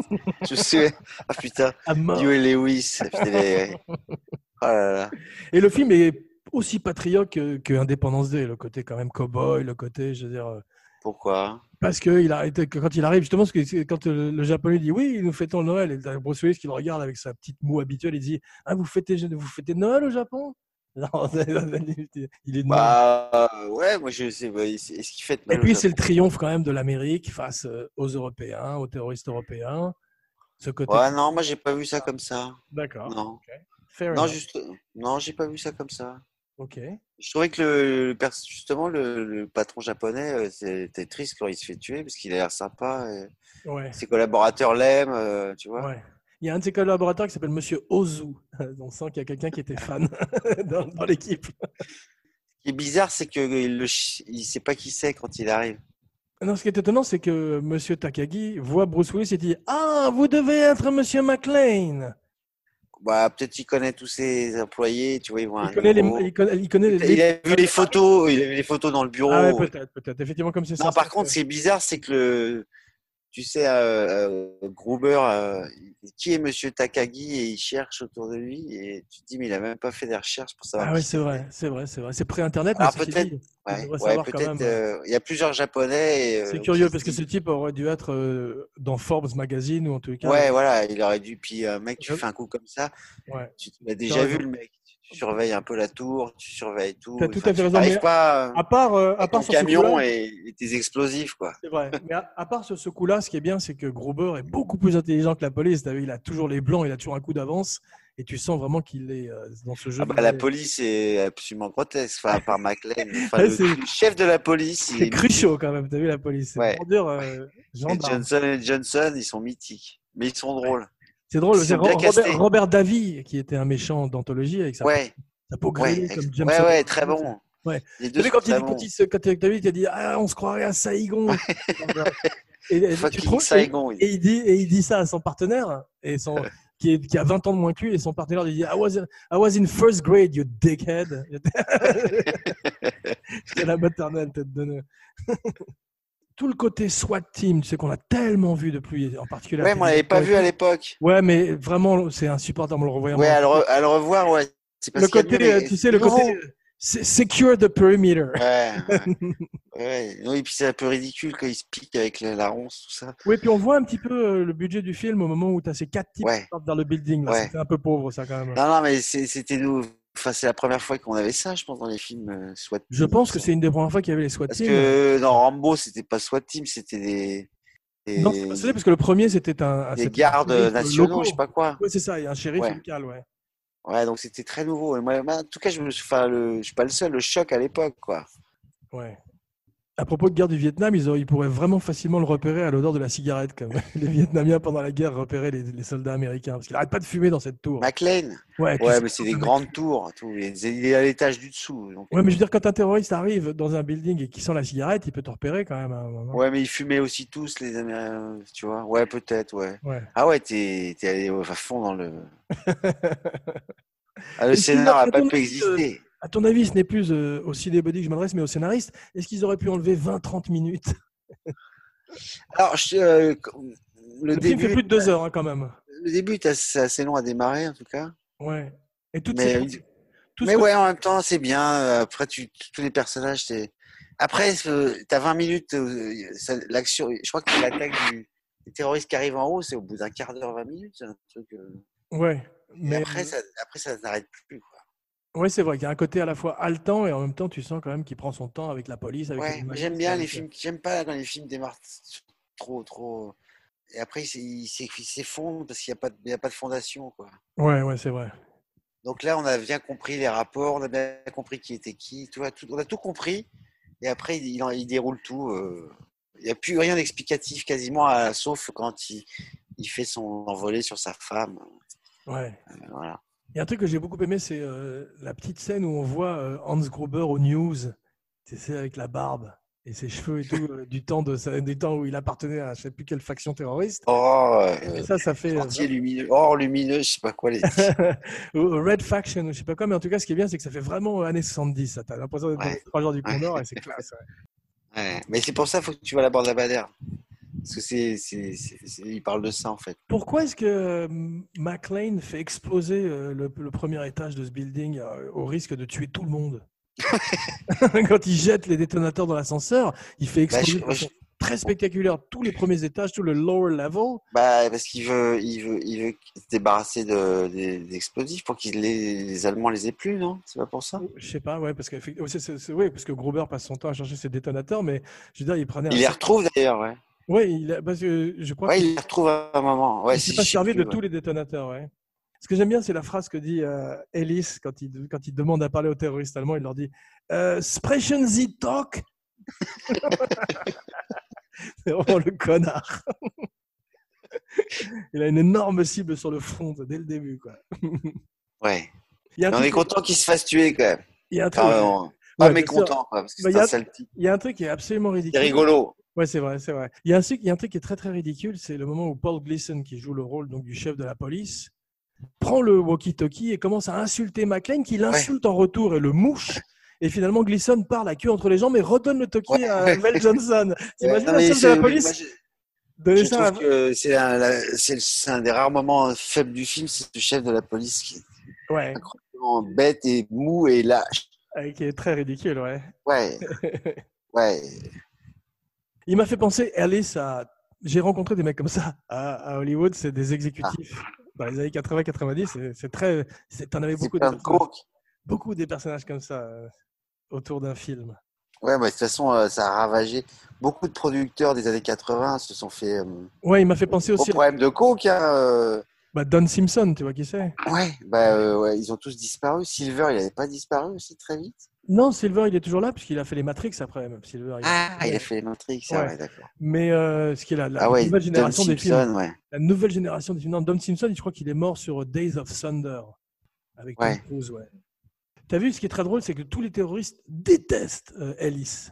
[SPEAKER 2] Je sais. Ah putain,
[SPEAKER 1] À mort.
[SPEAKER 2] Huey Lewis.
[SPEAKER 1] [LAUGHS]
[SPEAKER 2] putain, les- Oh là là.
[SPEAKER 1] Et le film est aussi patriote que, que Indépendance Day, le côté quand même cowboy, le côté, je veux dire, euh,
[SPEAKER 2] Pourquoi
[SPEAKER 1] parce que il a, été- que quand il arrive, justement, parce que c'est- quand le, le japonais dit oui, nous fêtons le Noël, et t'as Bruce Willis qui le regarde avec sa petite moue habituelle, il dit ah vous fêtez, vous fêtez Noël au Japon [LAUGHS] Non, il est de Noël.
[SPEAKER 2] Bah euh, ouais, moi je sais. ouais, Est-ce est-ce qu'il fait
[SPEAKER 1] Et puis c'est le triomphe quand même de l'Amérique face euh, aux Européens, aux terroristes européens. Ce côté.
[SPEAKER 2] Ouais, non, moi j'ai pas vu ça comme ça.
[SPEAKER 1] D'accord.
[SPEAKER 2] Non.
[SPEAKER 1] ok. Fair
[SPEAKER 2] Non,
[SPEAKER 1] enough.
[SPEAKER 2] juste. Non, j'ai pas vu ça comme ça.
[SPEAKER 1] Ok.
[SPEAKER 2] Je trouvais que le, le pers- justement le, le patron japonais euh, c'était triste quand il se fait tuer parce qu'il a l'air sympa. euh,
[SPEAKER 1] Ouais.
[SPEAKER 2] ses collaborateurs l'aiment, euh, tu vois.
[SPEAKER 1] Ouais. Il y a un de ses collaborateurs qui s'appelle Monsieur Ozu. [LAUGHS] On sent qu'il y a quelqu'un qui était fan [LAUGHS] dans, dans l'équipe.
[SPEAKER 2] Ce qui est bizarre, c'est que il le chi- il sait pas qui c'est quand il arrive.
[SPEAKER 1] Non, ce qui est étonnant, c'est que Monsieur Takagi voit Bruce Willis et dit Ah, vous devez être Monsieur McLean.
[SPEAKER 2] Bah, peut-être qu'il connaît tous ses employés, tu vois, ils voient un
[SPEAKER 1] Il connaît, les,
[SPEAKER 2] nouveau.
[SPEAKER 1] il connaît, il connaît les-
[SPEAKER 2] Il a vu les photos, il a vu les photos dans le bureau.
[SPEAKER 1] Ah, ouais, peut-être, peut-être. Effectivement, comme c'est euh, ça.
[SPEAKER 2] non, par
[SPEAKER 1] c'est-
[SPEAKER 2] contre, ce qui est bizarre, c'est que le, tu sais, euh, euh, Gruber, euh, qui est Monsieur Takagi et il cherche autour de lui et tu te dis, mais il a même pas fait des recherches pour savoir.
[SPEAKER 1] Ah, oui,
[SPEAKER 2] qui
[SPEAKER 1] c'est vrai, c'est vrai, c'est vrai. C'est pré-internet.
[SPEAKER 2] Alors,
[SPEAKER 1] mais ceci
[SPEAKER 2] Ah, peut-être-
[SPEAKER 1] dit,
[SPEAKER 2] Ouais,
[SPEAKER 1] devrait
[SPEAKER 2] ouais,
[SPEAKER 1] savoir quand
[SPEAKER 2] peut-être.
[SPEAKER 1] même.
[SPEAKER 2] euh, Il y a plusieurs Japonais. et, euh,
[SPEAKER 1] C'est curieux parce que
[SPEAKER 2] qui-
[SPEAKER 1] ce type aurait dû être euh, dans Forbes Magazine ou en tout cas.
[SPEAKER 2] Ouais, voilà, il aurait dû. Puis, euh, mec, tu
[SPEAKER 1] Je-
[SPEAKER 2] fais un coup comme ça,
[SPEAKER 1] Ouais.
[SPEAKER 2] tu tu l'as
[SPEAKER 1] T'as
[SPEAKER 2] déjà vu,
[SPEAKER 1] raison.
[SPEAKER 2] le mec. Tu surveilles un peu la tour, tu surveilles tout.
[SPEAKER 1] T'as tout à
[SPEAKER 2] Enfin,
[SPEAKER 1] fait
[SPEAKER 2] tu
[SPEAKER 1] raison,
[SPEAKER 2] n'arrives
[SPEAKER 1] mais
[SPEAKER 2] pas euh,
[SPEAKER 1] À part, euh, à
[SPEAKER 2] avec
[SPEAKER 1] part
[SPEAKER 2] ton
[SPEAKER 1] sur ce coup-là-
[SPEAKER 2] camion et, et tes explosifs, quoi.
[SPEAKER 1] C'est vrai. Mais à, à part sur ce coup-là, ce qui est bien, c'est que Gruber est beaucoup plus intelligent que la police. T'as vu, il a toujours les blancs, il a toujours un coup d'avance. Et tu sens vraiment qu'il est euh, dans ce jeu.
[SPEAKER 2] Ah bah,
[SPEAKER 1] il
[SPEAKER 2] la
[SPEAKER 1] est-
[SPEAKER 2] police est absolument grotesque, enfin, par McLean. Enfin,
[SPEAKER 1] Ouais,
[SPEAKER 2] le,
[SPEAKER 1] c'est-
[SPEAKER 2] le chef de la police, il
[SPEAKER 1] C'est
[SPEAKER 2] est
[SPEAKER 1] cruchot quand même, t'as vu la police. C'est
[SPEAKER 2] Ouais.
[SPEAKER 1] pour dire, euh,
[SPEAKER 2] mythique.
[SPEAKER 1] gendarme.
[SPEAKER 2] Johnson et Johnson, ils sont mythiques. Mais ils sont drôles.
[SPEAKER 1] C'est drôle,
[SPEAKER 2] Ils
[SPEAKER 1] c'est
[SPEAKER 2] sont bien
[SPEAKER 1] Ro-
[SPEAKER 2] castés.
[SPEAKER 1] Robert, Robert Davy, qui était un méchant d'anthologie avec sa,
[SPEAKER 2] Ouais,
[SPEAKER 1] sa peau grillée
[SPEAKER 2] ouais, ex-
[SPEAKER 1] comme James
[SPEAKER 2] ouais,
[SPEAKER 1] Bond.
[SPEAKER 2] ouais, très bon.
[SPEAKER 1] Ouais.
[SPEAKER 2] Les
[SPEAKER 1] T'as
[SPEAKER 2] deux
[SPEAKER 1] vu
[SPEAKER 2] sont
[SPEAKER 1] quand il
[SPEAKER 2] très
[SPEAKER 1] dit, quand
[SPEAKER 2] bons.
[SPEAKER 1] il se- quand il- t'as vu, il a dit, ah, on se croirait à Saigon. et, et- tu
[SPEAKER 2] Fucking
[SPEAKER 1] trouves-
[SPEAKER 2] Saigon. il-
[SPEAKER 1] Et il dit, et il dit ça à son partenaire, et son, qui, est- qui a 20 ans de moins que lui, et son partenaire lui dit I was, I was in first grade, you dickhead. J'étais à la maternelle, tête de nœud. [LAUGHS] Tout le côté SWAT team, tu sais qu'on a tellement vu depuis, en particulier.
[SPEAKER 2] Ouais, mais on l'avait pas vu à l'époque.
[SPEAKER 1] Ouais, mais vraiment, c'est insupportable, on le revoyant.
[SPEAKER 2] Ouais, à le, re- à le revoir, ouais. C'est parce
[SPEAKER 1] le
[SPEAKER 2] qu'il y a mieux,
[SPEAKER 1] côté,
[SPEAKER 2] mais
[SPEAKER 1] euh, tu sais, le
[SPEAKER 2] c'est nouveau.
[SPEAKER 1] côté. euh, se- Secure the perimeter.
[SPEAKER 2] Ouais,
[SPEAKER 1] [LAUGHS]
[SPEAKER 2] ouais. Ouais, non, et puis c'est un peu ridicule quand il se pique avec la, la ronce, tout ça.
[SPEAKER 1] Oui, puis on voit un petit peu euh, le budget du film au moment où tu as ces quatre types
[SPEAKER 2] Ouais.
[SPEAKER 1] qui sortent dans le building. là.
[SPEAKER 2] Ouais.
[SPEAKER 1] C'était un peu pauvre, ça, quand même.
[SPEAKER 2] Non, non, mais c'est- c'était nous. Enfin, c'est la première fois qu'on avait ça, je pense, dans les films euh, SWAT.
[SPEAKER 1] Je
[SPEAKER 2] team.
[SPEAKER 1] pense que c'est une des premières fois qu'il y avait les SWAT
[SPEAKER 2] Parce
[SPEAKER 1] teams.
[SPEAKER 2] que dans Rambo, c'était pas SWAT team, c'était des, des,
[SPEAKER 1] Non, c'est pas ça, parce que le premier, c'était un. un-
[SPEAKER 2] des
[SPEAKER 1] c'était un
[SPEAKER 2] gardes
[SPEAKER 1] shérif euh,
[SPEAKER 2] nationaux,
[SPEAKER 1] locaux.
[SPEAKER 2] je sais pas quoi.
[SPEAKER 1] Ouais, c'est ça, il y a un shérif
[SPEAKER 2] Ouais.
[SPEAKER 1] local, ouais.
[SPEAKER 2] Ouais, donc c'était très nouveau. Et moi, moi, en tout cas, je me suis, enfin, le, je suis pas le seul, le choc à l'époque, quoi.
[SPEAKER 1] ouais. À propos de guerre du Vietnam, ils, auraient- ils pourraient vraiment facilement le repérer à l'odeur de la cigarette, comme [LAUGHS] les Vietnamiens pendant la guerre repéraient les, les soldats américains, parce qu'ils n'arrêtent pas de fumer dans cette tour.
[SPEAKER 2] McLean.
[SPEAKER 1] Ouais, tu
[SPEAKER 2] Ouais,
[SPEAKER 1] sais-
[SPEAKER 2] mais c'est des grandes tours, tout. Il est- il est à l'étage du dessous. donc- euh,
[SPEAKER 1] Ouais, mais je veux dire, quand un terroriste arrive dans un building et qu'il sent la cigarette, il peut te repérer quand même. à un moment.
[SPEAKER 2] Ouais, mais ils fumaient aussi tous, les Américains, tu vois. Ouais, peut-être, ouais.
[SPEAKER 1] Ouais.
[SPEAKER 2] Ah ouais, t'es t'es allé au- à fond
[SPEAKER 1] [LAUGHS]
[SPEAKER 2] dans le. Ah, le
[SPEAKER 1] Et sinon,
[SPEAKER 2] scénar
[SPEAKER 1] à
[SPEAKER 2] n'a pas
[SPEAKER 1] ton
[SPEAKER 2] pu
[SPEAKER 1] avis, euh,
[SPEAKER 2] exister.
[SPEAKER 1] À ton avis, ce n'est plus euh, au cinébody que je m'adresse, mais au scénariste, est-ce qu'ils auraient pu enlever 20-30 minutes
[SPEAKER 2] Alors, je- euh, le,
[SPEAKER 1] Le film
[SPEAKER 2] début,
[SPEAKER 1] fait plus de deux heures, hein, quand même.
[SPEAKER 2] Le début est assez, assez long à démarrer, en tout cas.
[SPEAKER 1] Ouais. Et toutes
[SPEAKER 2] Mais,
[SPEAKER 1] ces- tout ce
[SPEAKER 2] Mais
[SPEAKER 1] que-
[SPEAKER 2] ouais, en même temps, c'est bien. euh, Après, tu, tous les personnages, t'es. Après, ce- t'as 20 minutes. euh, ça- L'action, je crois que l'attaque du des terroristes qui arrivent en haut, c'est au bout d'un quart d'heure, 20 minutes. c'est Un truc, euh,
[SPEAKER 1] Ouais.
[SPEAKER 2] et
[SPEAKER 1] Mais
[SPEAKER 2] après, ça, après, ça n'arrête plus. Quoi.
[SPEAKER 1] ouais, c'est vrai qu'il y a un côté à la fois haletant et en même temps, tu sens quand même qu'il prend son temps avec la police. Avec
[SPEAKER 2] Ouais,
[SPEAKER 1] les
[SPEAKER 2] moi,
[SPEAKER 1] images,
[SPEAKER 2] j'aime bien
[SPEAKER 1] avec,
[SPEAKER 2] les
[SPEAKER 1] euh,
[SPEAKER 2] films. J'aime pas quand les films démarrent trop, trop. Et après, ils s'é- ils s'é- ils s'effondrent parce qu'il n'y a, pas de- il y a pas de fondation. Quoi.
[SPEAKER 1] euh, Ouais, ouais, c'est vrai.
[SPEAKER 2] Donc là, on a bien compris les rapports, on a bien compris qui était qui, tu vois, tout, on a tout compris. Et après, il, il en- il déroule tout. euh, Il n'y a plus rien d'explicatif quasiment, à- sauf quand il, il fait son envolée sur sa femme.
[SPEAKER 1] Ouais.
[SPEAKER 2] euh, Voilà.
[SPEAKER 1] Il y a un truc que j'ai beaucoup aimé, c'est euh, la petite scène où on voit euh, Hans Gruber aux news, tu sais, avec la barbe et ses cheveux et tout, euh, du, temps de, sa- du temps où il appartenait à je sais plus quelle faction terroriste.
[SPEAKER 2] Oh,
[SPEAKER 1] Et
[SPEAKER 2] euh,
[SPEAKER 1] ça, ça fait euh, [LAUGHS]
[SPEAKER 2] sentier lumineux, or lumineux, je sais pas quoi. Les...
[SPEAKER 1] euh, Red Faction ou je sais pas quoi, mais en tout cas, ce qui est bien, c'est que ça fait vraiment euh, années 70. ça. T'as l'impression d'être dans
[SPEAKER 2] Ouais.
[SPEAKER 1] les trois jours du
[SPEAKER 2] Ouais.
[SPEAKER 1] Condor et c'est classe. ouais.
[SPEAKER 2] Ouais, Mais c'est pour ça faut que tu vas à la bande Badère. Parce que c'est, c'est, c'est- c'est- il parle de ça en fait.
[SPEAKER 1] Pourquoi est-ce que euh, McLean fait exploser euh, le, le premier étage de ce building euh, au risque de tuer tout le
[SPEAKER 2] [LAUGHS]
[SPEAKER 1] monde Quand il jette les détonateurs dans l'ascenseur, il fait
[SPEAKER 2] Bah,
[SPEAKER 1] exploser
[SPEAKER 2] je-
[SPEAKER 1] de façon très spectaculaire tous les premiers étages, tout le lower level.
[SPEAKER 2] Bah, parce qu'il veut, il veut, il veut se débarrasser de, des, des explosifs pour qu'ils les, les Allemands les aient plus, non C'est pas pour ça
[SPEAKER 1] Je sais pas, ouais, parce que effect- c'est- c'est- c'est- ouais, parce que Gruber passe son temps à chercher ses détonateurs, mais je veux dire, il prenait.
[SPEAKER 2] Il les retrouve d'ailleurs, ouais.
[SPEAKER 1] Ouais, il a- parce que je crois
[SPEAKER 2] Ouais,
[SPEAKER 1] qu'il
[SPEAKER 2] il les retrouve à un moment.
[SPEAKER 1] ne
[SPEAKER 2] Ouais,
[SPEAKER 1] s'est
[SPEAKER 2] si,
[SPEAKER 1] pas
[SPEAKER 2] je sais
[SPEAKER 1] servi
[SPEAKER 2] plus,
[SPEAKER 1] de
[SPEAKER 2] ouais.
[SPEAKER 1] tous les détonateurs, ouais. Ce que j'aime bien, c'est la phrase que dit euh, Ellis quand il, quand il demande à parler aux terroristes allemands. Il leur dit euh, Sprechen Sie Talk [LAUGHS] C'est vraiment le connard. [LAUGHS] il a une énorme cible sur le front dès le début. Quoi.
[SPEAKER 2] Ouais.
[SPEAKER 1] Il y a un
[SPEAKER 2] Mais on est
[SPEAKER 1] truc-
[SPEAKER 2] content qu'ils se fassent tuer quand même.
[SPEAKER 1] il y a un
[SPEAKER 2] Enfin,
[SPEAKER 1] truc-
[SPEAKER 2] on- Pas
[SPEAKER 1] Ouais, bien sûr.
[SPEAKER 2] mécontent, quoi, parce que
[SPEAKER 1] Bah,
[SPEAKER 2] c'est
[SPEAKER 1] y a-
[SPEAKER 2] un sale type.
[SPEAKER 1] il y a un truc qui est absolument
[SPEAKER 2] C'est
[SPEAKER 1] ridicule.
[SPEAKER 2] rigolo.
[SPEAKER 1] Ouais, c'est vrai, c'est vrai. Il y, a un truc, il y a un truc qui est très très ridicule, c'est le moment où Paul Gleason, qui joue le rôle donc, du chef de la police, prend le walkie-talkie et commence à insulter McLean, qui l'insulte en retour et le mouche. Et finalement, Gleason part la queue entre les jambes et redonne le talkie
[SPEAKER 2] Ouais.
[SPEAKER 1] à
[SPEAKER 2] [LAUGHS]
[SPEAKER 1] Mel Johnson. T'imagines
[SPEAKER 2] Non,
[SPEAKER 1] la
[SPEAKER 2] mais
[SPEAKER 1] scène de la
[SPEAKER 2] c'est-
[SPEAKER 1] police
[SPEAKER 2] moi, je-
[SPEAKER 1] Donner
[SPEAKER 2] Je
[SPEAKER 1] ça à-
[SPEAKER 2] trouve que c'est un, la- c'est le- c'est un des rares moments faibles du film, c'est le chef de la police qui est
[SPEAKER 1] Ouais,
[SPEAKER 2] vraiment bête et mou et lâche.
[SPEAKER 1] euh, qui est très ridicule, ouais. [LAUGHS]
[SPEAKER 2] Ouais. ouais.
[SPEAKER 1] Il m'a fait penser, Alice, à. J'ai rencontré des mecs comme ça à, à Hollywood, c'est des exécutifs. Dans les années 80-90, c'est- c'est très. c'est- T'en avais
[SPEAKER 2] C'est
[SPEAKER 1] beaucoup
[SPEAKER 2] plein de
[SPEAKER 1] des personnages-
[SPEAKER 2] coke.
[SPEAKER 1] beaucoup des personnages comme ça euh, autour d'un film.
[SPEAKER 2] Ouais, mais de toute façon, euh, ça a ravagé. Beaucoup de producteurs des années 80 se sont fait. euh,
[SPEAKER 1] Ouais, il m'a fait penser
[SPEAKER 2] au
[SPEAKER 1] aussi à
[SPEAKER 2] problème de coke, hein, euh,
[SPEAKER 1] bah, Don Simpson, tu vois qui c'est
[SPEAKER 2] Ouais, bah euh, ouais, ils ont tous disparu. Silver, il n'avait pas disparu aussi très vite.
[SPEAKER 1] Non, Silver, il est toujours là, puisqu'il a fait les Matrix après, même Silver. il a-
[SPEAKER 2] Ah, il a fait les Matrix, ah
[SPEAKER 1] Ouais.
[SPEAKER 2] ouais, d'accord.
[SPEAKER 1] Mais euh, ce qui est la, la
[SPEAKER 2] Ah ouais,
[SPEAKER 1] nouvelle
[SPEAKER 2] Tom
[SPEAKER 1] génération des films.
[SPEAKER 2] Simpson, ouais.
[SPEAKER 1] La nouvelle génération des films. Non, Don Simpson, je crois qu'il est mort sur Days of Thunder. Avec
[SPEAKER 2] Ouais.
[SPEAKER 1] Tom Cruise, ouais. T'as vu, ce qui est très drôle, c'est que tous les terroristes détestent euh, Ellis.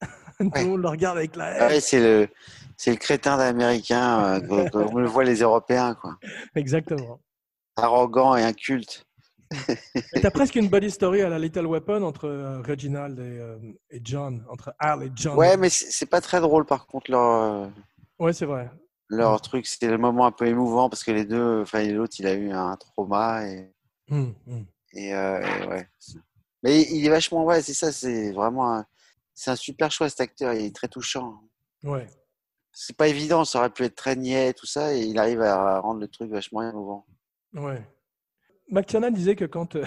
[SPEAKER 1] [LAUGHS] Tout le
[SPEAKER 2] Ouais.
[SPEAKER 1] monde le regarde avec la
[SPEAKER 2] Ah
[SPEAKER 1] haine.
[SPEAKER 2] ouais, c'est le, c'est le crétin
[SPEAKER 1] [LAUGHS]
[SPEAKER 2] d'américain, euh, que- comme le voient les Européens, quoi.
[SPEAKER 1] Exactement.
[SPEAKER 2] Arrogant et inculte.
[SPEAKER 1] Et T'as presque une body story à la Little Weapon entre euh, Reginald et, euh, et John, entre Al et John.
[SPEAKER 2] Ouais, mais c'est c'est pas très drôle, par contre, leur, euh,
[SPEAKER 1] Ouais, c'est vrai.
[SPEAKER 2] leur truc. C'est le moment un peu émouvant parce que les deux, enfin, l'autre, il a eu un trauma et.
[SPEAKER 1] Hum, hum.
[SPEAKER 2] Et, euh, et ouais. Mais il est vachement, ouais, c'est ça, c'est vraiment un, c'est un super choix cet acteur, il est très touchant.
[SPEAKER 1] Ouais.
[SPEAKER 2] C'est pas évident, ça aurait pu être très niais, tout ça, et il arrive à rendre le truc vachement émouvant.
[SPEAKER 1] Ouais. McTiernan disait que quand euh,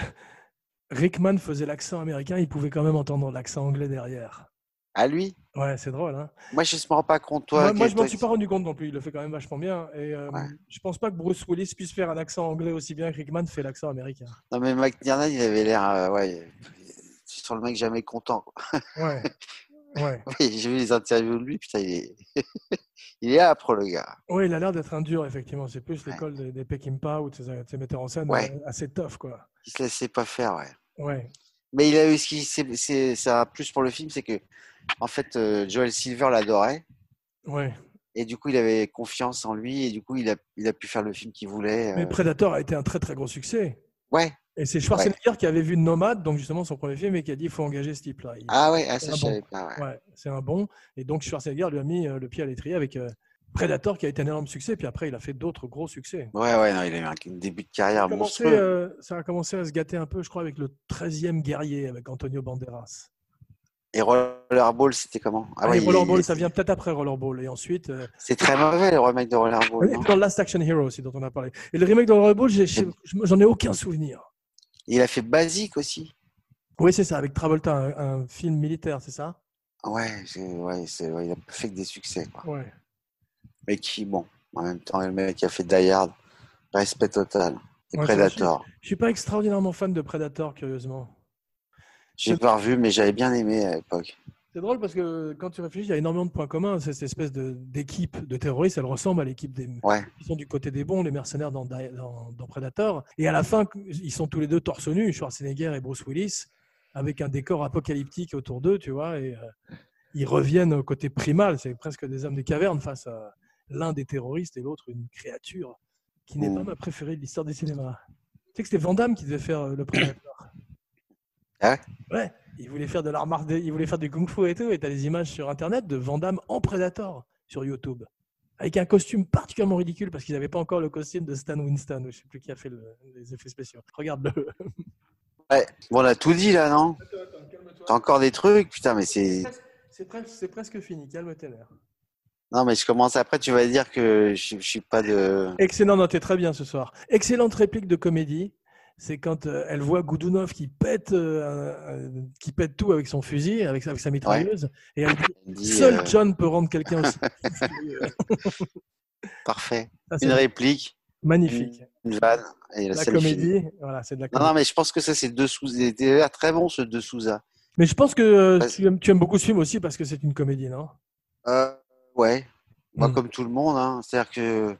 [SPEAKER 1] Rickman faisait l'accent américain, il pouvait quand même entendre l'accent anglais derrière.
[SPEAKER 2] À lui
[SPEAKER 1] Ouais, c'est drôle. Hein
[SPEAKER 2] Moi, je ne me rends pas compte, toi.
[SPEAKER 1] moi, moi,
[SPEAKER 2] qui-
[SPEAKER 1] je m'en
[SPEAKER 2] toi-
[SPEAKER 1] suis pas rendu compte non plus. Il le fait quand même vachement bien. Et euh,
[SPEAKER 2] Ouais.
[SPEAKER 1] je pense pas que Bruce Willis puisse faire un accent anglais aussi bien que Rickman fait l'accent américain.
[SPEAKER 2] Non, mais McTiernan, il avait l'air, euh, ouais, tu sens le mec jamais content. quoi. [LAUGHS]
[SPEAKER 1] Ouais. Ouais.
[SPEAKER 2] Oui, J'ai vu les interviews de lui, putain, il est, [LAUGHS] il est âpre, le gars.
[SPEAKER 1] Ouais, il a l'air d'être un dur, effectivement. C'est plus
[SPEAKER 2] Ouais.
[SPEAKER 1] l'école des, des Peckinpah ou de ces, de ces metteurs en scène
[SPEAKER 2] Ouais.
[SPEAKER 1] euh, assez tough, quoi.
[SPEAKER 2] Il se laissait pas faire, ouais.
[SPEAKER 1] Ouais.
[SPEAKER 2] Mais il a eu ce qui, c'est, c'est, ça a plus pour le film, c'est que, en fait, euh, Joel Silver l'adorait.
[SPEAKER 1] Ouais.
[SPEAKER 2] Et du coup, il avait confiance en lui et du coup, il a, il a pu faire le film qu'il voulait.
[SPEAKER 1] Mais
[SPEAKER 2] euh,
[SPEAKER 1] Predator a été un très, très gros succès.
[SPEAKER 2] Ouais.
[SPEAKER 1] Et c'est Schwarzenegger qui avait vu Nomade, donc justement son premier film, et qui a dit il faut engager ce type-là. Il-
[SPEAKER 2] Ah ouais, ah, ça,
[SPEAKER 1] Ah
[SPEAKER 2] je
[SPEAKER 1] bon.
[SPEAKER 2] savais pas. ouais.
[SPEAKER 1] Ouais, c'est un bon. Et donc Schwarzenegger lui a mis euh, le pied à l'étrier avec euh, Predator qui a été un énorme succès, puis après il a fait d'autres gros succès.
[SPEAKER 2] Ouais, ouais, non, il a eu un début de carrière
[SPEAKER 1] Ça a commencé,
[SPEAKER 2] monstrueux.
[SPEAKER 1] euh, ça a commencé à se gâter un peu, je crois, avec le 13e guerrier, avec Antonio Banderas.
[SPEAKER 2] Et Rollerball, c'était comment
[SPEAKER 1] Ah,
[SPEAKER 2] ouais,
[SPEAKER 1] et
[SPEAKER 2] il-
[SPEAKER 1] Rollerball, ça vient peut-être après Rollerball. Et ensuite, euh,
[SPEAKER 2] C'est très mauvais, le remake de Rollerball.
[SPEAKER 1] et
[SPEAKER 2] Oh non
[SPEAKER 1] puis dans Last Action Hero aussi, dont on a parlé. Et le remake de Rollerball, j'ai- j'ai- j'en ai aucun souvenir.
[SPEAKER 2] Il a fait Basique aussi.
[SPEAKER 1] Oui, c'est ça, avec Travolta, un, un film militaire, c'est ça
[SPEAKER 2] Ouais, c'est- ouais, c'est- ouais, il a fait que des succès. Quoi.
[SPEAKER 1] Ouais.
[SPEAKER 2] Mais qui, bon, en même temps, le mec qui a fait Die Hard, respect total. Et
[SPEAKER 1] Ouais, c'est
[SPEAKER 2] Predator.
[SPEAKER 1] Je suis pas extraordinairement fan de Predator, curieusement.
[SPEAKER 2] J'ai pas revu, mais j'avais bien aimé à l'époque.
[SPEAKER 1] C'est drôle parce que quand tu réfléchis, il y a énormément de points communs. C'est cette espèce de- d'équipe de, terroristes, elle ressemble à l'équipe des
[SPEAKER 2] Ouais.
[SPEAKER 1] qui sont du côté des bons, les mercenaires dans, Die- dans- dans Predator. Et à la fin, ils sont tous les deux torse nus, Schwarzenegger et Bruce Willis, avec un décor apocalyptique autour d'eux, tu vois. Et euh, ils reviennent au côté primal, c'est presque des hommes des cavernes face à l'un des terroristes et l'autre une créature qui n'est
[SPEAKER 2] Mm.
[SPEAKER 1] pas ma préférée de l'histoire du cinéma. Tu sais que c'était Van Damme qui devait faire euh, le Predator.
[SPEAKER 2] Ah ouais
[SPEAKER 1] Ouais, il voulait faire de l'art mar- il voulait faire du kung-fu et tout, et t'as des images sur internet de Van Damme en Predator sur YouTube, avec un costume particulièrement ridicule parce qu'ils n'avaient pas encore le costume de Stan Winston, ou je sais plus qui a fait le- les effets spéciaux. Regarde-le.
[SPEAKER 2] Ouais, bon, on a tout dit là, non T'as encore des trucs Putain, mais c'est.
[SPEAKER 1] [LAUGHS] C'est presque, c'est presque fini, calme tes nerfs.
[SPEAKER 2] Non, mais je commence après, tu vas dire que je, je suis pas de.
[SPEAKER 1] Excellent, non, t'es très bien ce soir. Excellente réplique de comédie. C'est quand euh, elle voit Goudounov qui pète, euh, un- un- qui pète tout avec son fusil, avec, sa- avec sa mitrailleuse, et elle dit
[SPEAKER 2] Il dit,
[SPEAKER 1] Seul
[SPEAKER 2] euh,
[SPEAKER 1] John peut rendre quelqu'un
[SPEAKER 2] [LAUGHS]
[SPEAKER 1] aussi. fou furieux.
[SPEAKER 2] Parfait.
[SPEAKER 1] Ça, Ah, c'est
[SPEAKER 2] Une réplique,
[SPEAKER 1] magnifique.
[SPEAKER 2] une vanne, et la,
[SPEAKER 1] La
[SPEAKER 2] salle est finie.
[SPEAKER 1] comédie, voilà, c'est de la
[SPEAKER 2] Non,
[SPEAKER 1] comédie.
[SPEAKER 2] non, mais je pense que ça, c'est deux sous. des- des verres très bon, ce deux Souza.
[SPEAKER 1] Mais je pense que euh,
[SPEAKER 2] Vas-y.
[SPEAKER 1] tu aimes, tu aimes beaucoup ce film aussi parce que c'est une comédie, non
[SPEAKER 2] Euh, ouais. Moi,
[SPEAKER 1] Mm.
[SPEAKER 2] comme tout le monde, hein. c'est-à-dire que.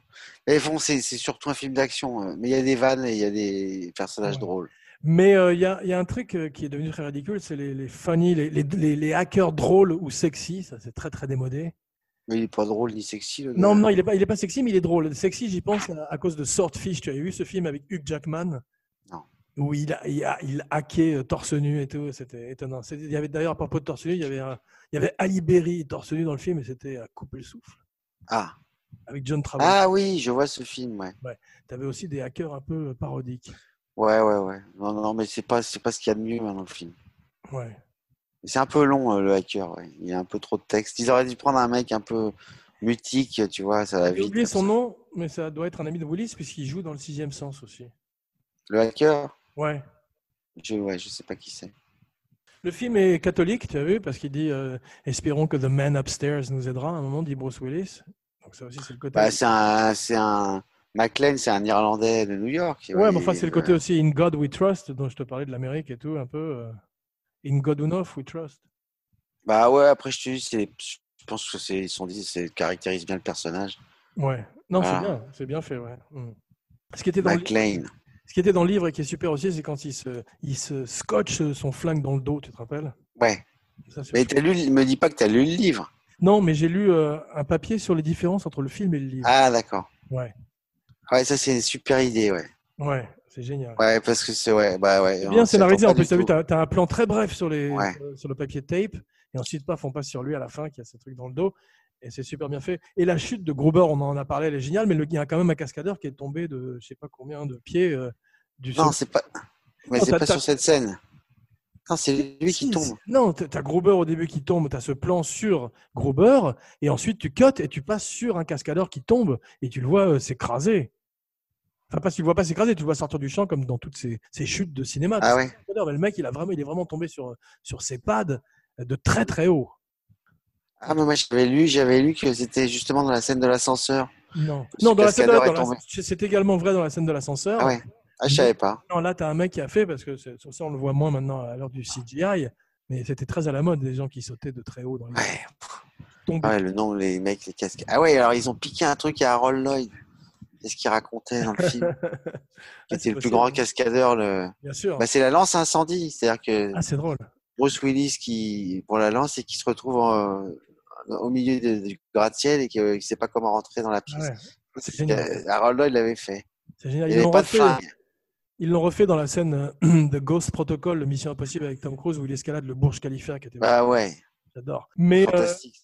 [SPEAKER 2] Mais bon, c'est c'est surtout un film d'action. euh, Mais il y a des vannes et il y a des personnages
[SPEAKER 1] Ouais.
[SPEAKER 2] drôles.
[SPEAKER 1] Mais il y, a, y a un truc euh, qui est devenu très ridicule, c'est les, les funny, les, les- les- les hackers drôles ou sexy. Ça, c'est très très démodé.
[SPEAKER 2] Mais il est pas drôle ni sexy. Le
[SPEAKER 1] Non,
[SPEAKER 2] gars.
[SPEAKER 1] non, il est pas, il est pas sexy, mais il est drôle. Sexy, j'y pense à, à cause de Swordfish. Tu as vu ce film avec Hugh Jackman
[SPEAKER 2] Non.
[SPEAKER 1] Où il, a- il, a- il hackait euh, torse nu et tout. C'était étonnant. C'était- Il y avait d'ailleurs, à propos de torse nu, il y avait, un- il y avait Ali Berry torse nu dans le film et c'était à couper le souffle
[SPEAKER 2] Ah.
[SPEAKER 1] avec John Travolta.
[SPEAKER 2] ah oui, je vois ce film, ouais.
[SPEAKER 1] Tu avais aussi des hackers un peu euh, parodiques.
[SPEAKER 2] Ouais, ouais, ouais. Non, non, mais c'est pas, c'est pas ce qu'il y a de mieux hein, dans le film.
[SPEAKER 1] Ouais.
[SPEAKER 2] C'est un peu long, euh, le hacker. ouais. Il y a un peu trop de texte. Ils auraient dû prendre un mec un peu mutique, tu vois, ça va
[SPEAKER 1] J'ai
[SPEAKER 2] vite.
[SPEAKER 1] oublié
[SPEAKER 2] comme
[SPEAKER 1] son
[SPEAKER 2] ça.
[SPEAKER 1] nom, mais ça doit être un ami de Willis puisqu'il joue dans le sixième sens aussi.
[SPEAKER 2] Le hacker,
[SPEAKER 1] Ouais.
[SPEAKER 2] je, ouais, je sais pas qui c'est.
[SPEAKER 1] Le film est catholique, tu as vu, parce qu'il dit euh, Espérons que The Man Upstairs nous aidera. À un moment, dit Bruce Willis. Donc, ça aussi, c'est le côté.
[SPEAKER 2] Bah, c'est un, c'est un. McLean, c'est un Irlandais de New York.
[SPEAKER 1] ouais, mais
[SPEAKER 2] il-
[SPEAKER 1] enfin, c'est le côté aussi In God We Trust, dont je te parlais de l'Amérique et tout, un peu. euh, In God Enough We Trust.
[SPEAKER 2] Bah ouais, après, je te dis, c'est, je pense que c'est, ils sont dit, c'est caractérise bien le personnage.
[SPEAKER 1] Ouais. Non,
[SPEAKER 2] Ah. Bah,
[SPEAKER 1] c'est bien, c'est bien fait, ouais. Mm. Ce qui était dans le-
[SPEAKER 2] McLean.
[SPEAKER 1] ce qui était dans le livre et qui est super aussi, c'est quand il se, il se scotche euh, son flingue dans le dos, tu te rappelles
[SPEAKER 2] Ouais.
[SPEAKER 1] Ça, c'est
[SPEAKER 2] Mais t'as lu, me dis pas que t'as lu le livre.
[SPEAKER 1] Non, mais j'ai lu euh, un papier sur les différences entre le film et le livre.
[SPEAKER 2] Ah, d'accord.
[SPEAKER 1] Ouais.
[SPEAKER 2] Ouais, ça, c'est une super idée, ouais.
[SPEAKER 1] Ouais, c'est génial.
[SPEAKER 2] Ouais, parce que c'est, ouais, bah ouais.
[SPEAKER 1] C'est
[SPEAKER 2] on
[SPEAKER 1] bien
[SPEAKER 2] s'y
[SPEAKER 1] scénarisé.
[SPEAKER 2] attend
[SPEAKER 1] En
[SPEAKER 2] pas
[SPEAKER 1] plus,
[SPEAKER 2] du
[SPEAKER 1] tu as vu,
[SPEAKER 2] tout.
[SPEAKER 1] t'as t'as un plan très bref sur, les,
[SPEAKER 2] Ouais.
[SPEAKER 1] sur, sur le papier tape. Et ensuite, paf, on passe sur lui. À la fin, qui a ce truc dans le dos. Et c'est super bien fait. Et la chute de Gruber, on en a parlé, elle est géniale. Mais le- il y a quand même un cascadeur qui est tombé de je sais pas combien de pieds euh, du
[SPEAKER 2] Non,
[SPEAKER 1] sol.
[SPEAKER 2] c'est pas. Mais
[SPEAKER 1] Non,
[SPEAKER 2] c'est
[SPEAKER 1] t'as-
[SPEAKER 2] pas
[SPEAKER 1] t'as-
[SPEAKER 2] sur cette scène. Non, c'est lui qui
[SPEAKER 1] Si,
[SPEAKER 2] tombe.
[SPEAKER 1] si. Non, t'as t'as Gruber au début qui tombe, t'as ce plan sur Gruber, et ensuite tu cotes et tu passes sur un cascadeur qui tombe, et tu le vois euh, s'écraser. Enfin, pas si tu le vois pas s'écraser, tu le vois sortir du champ comme dans toutes ces, ces chutes de cinéma.
[SPEAKER 2] Ah ouais.
[SPEAKER 1] Parce que le mec, il, a vraiment, il est vraiment tombé sur, sur ses pads de très très haut.
[SPEAKER 2] Ah, mais moi j'avais lu, j'avais lu que c'était justement dans la scène de l'ascenseur.
[SPEAKER 1] Non,
[SPEAKER 2] Ce
[SPEAKER 1] non dans la scène de
[SPEAKER 2] cascadeur est
[SPEAKER 1] dans la-
[SPEAKER 2] tombé.
[SPEAKER 1] c'est également vrai dans la scène de l'ascenseur.
[SPEAKER 2] Ah ouais. Ah, je savais pas.
[SPEAKER 1] Non, là, tu as un mec qui a fait, parce que c'est- ça, on le voit moins maintenant à l'heure du CGI, mais c'était très à la mode, des gens qui sautaient de très haut dans les
[SPEAKER 2] Ouais.
[SPEAKER 1] tombés.
[SPEAKER 2] Ah
[SPEAKER 1] [LAUGHS]
[SPEAKER 2] ouais, le nom, les mecs, les casques. Ah ouais, alors ils ont piqué un truc à Harold Lloyd. C'est ce qu'il racontait dans le
[SPEAKER 1] [LAUGHS]
[SPEAKER 2] film. qui
[SPEAKER 1] Ah, c'est
[SPEAKER 2] était le plus
[SPEAKER 1] possible.
[SPEAKER 2] grand cascadeur. Le...
[SPEAKER 1] Bien sûr.
[SPEAKER 2] Bah, c'est la lance à incendie. C'est-à-dire que
[SPEAKER 1] Ah, c'est drôle.
[SPEAKER 2] Bruce Willis qui pour la lance et qui se retrouve en- au milieu de- du gratte-ciel et qui ne sait pas comment rentrer dans la
[SPEAKER 1] Ah
[SPEAKER 2] pièce.
[SPEAKER 1] ouais, c'est génial.
[SPEAKER 2] Euh, Harold Lloyd l'avait fait.
[SPEAKER 1] C'est génial.
[SPEAKER 2] Il
[SPEAKER 1] Ils l'ont
[SPEAKER 2] n'avait pas de
[SPEAKER 1] refait,
[SPEAKER 2] flingue.
[SPEAKER 1] ils l'ont refait dans la scène euh, [CLEARS THROAT] de Ghost Protocol, le Mission Impossible avec Tom Cruise, où il escalade le Burj Khalifa, qui était
[SPEAKER 2] Bah ouais,
[SPEAKER 1] j'adore. Mais euh,
[SPEAKER 2] fantastique.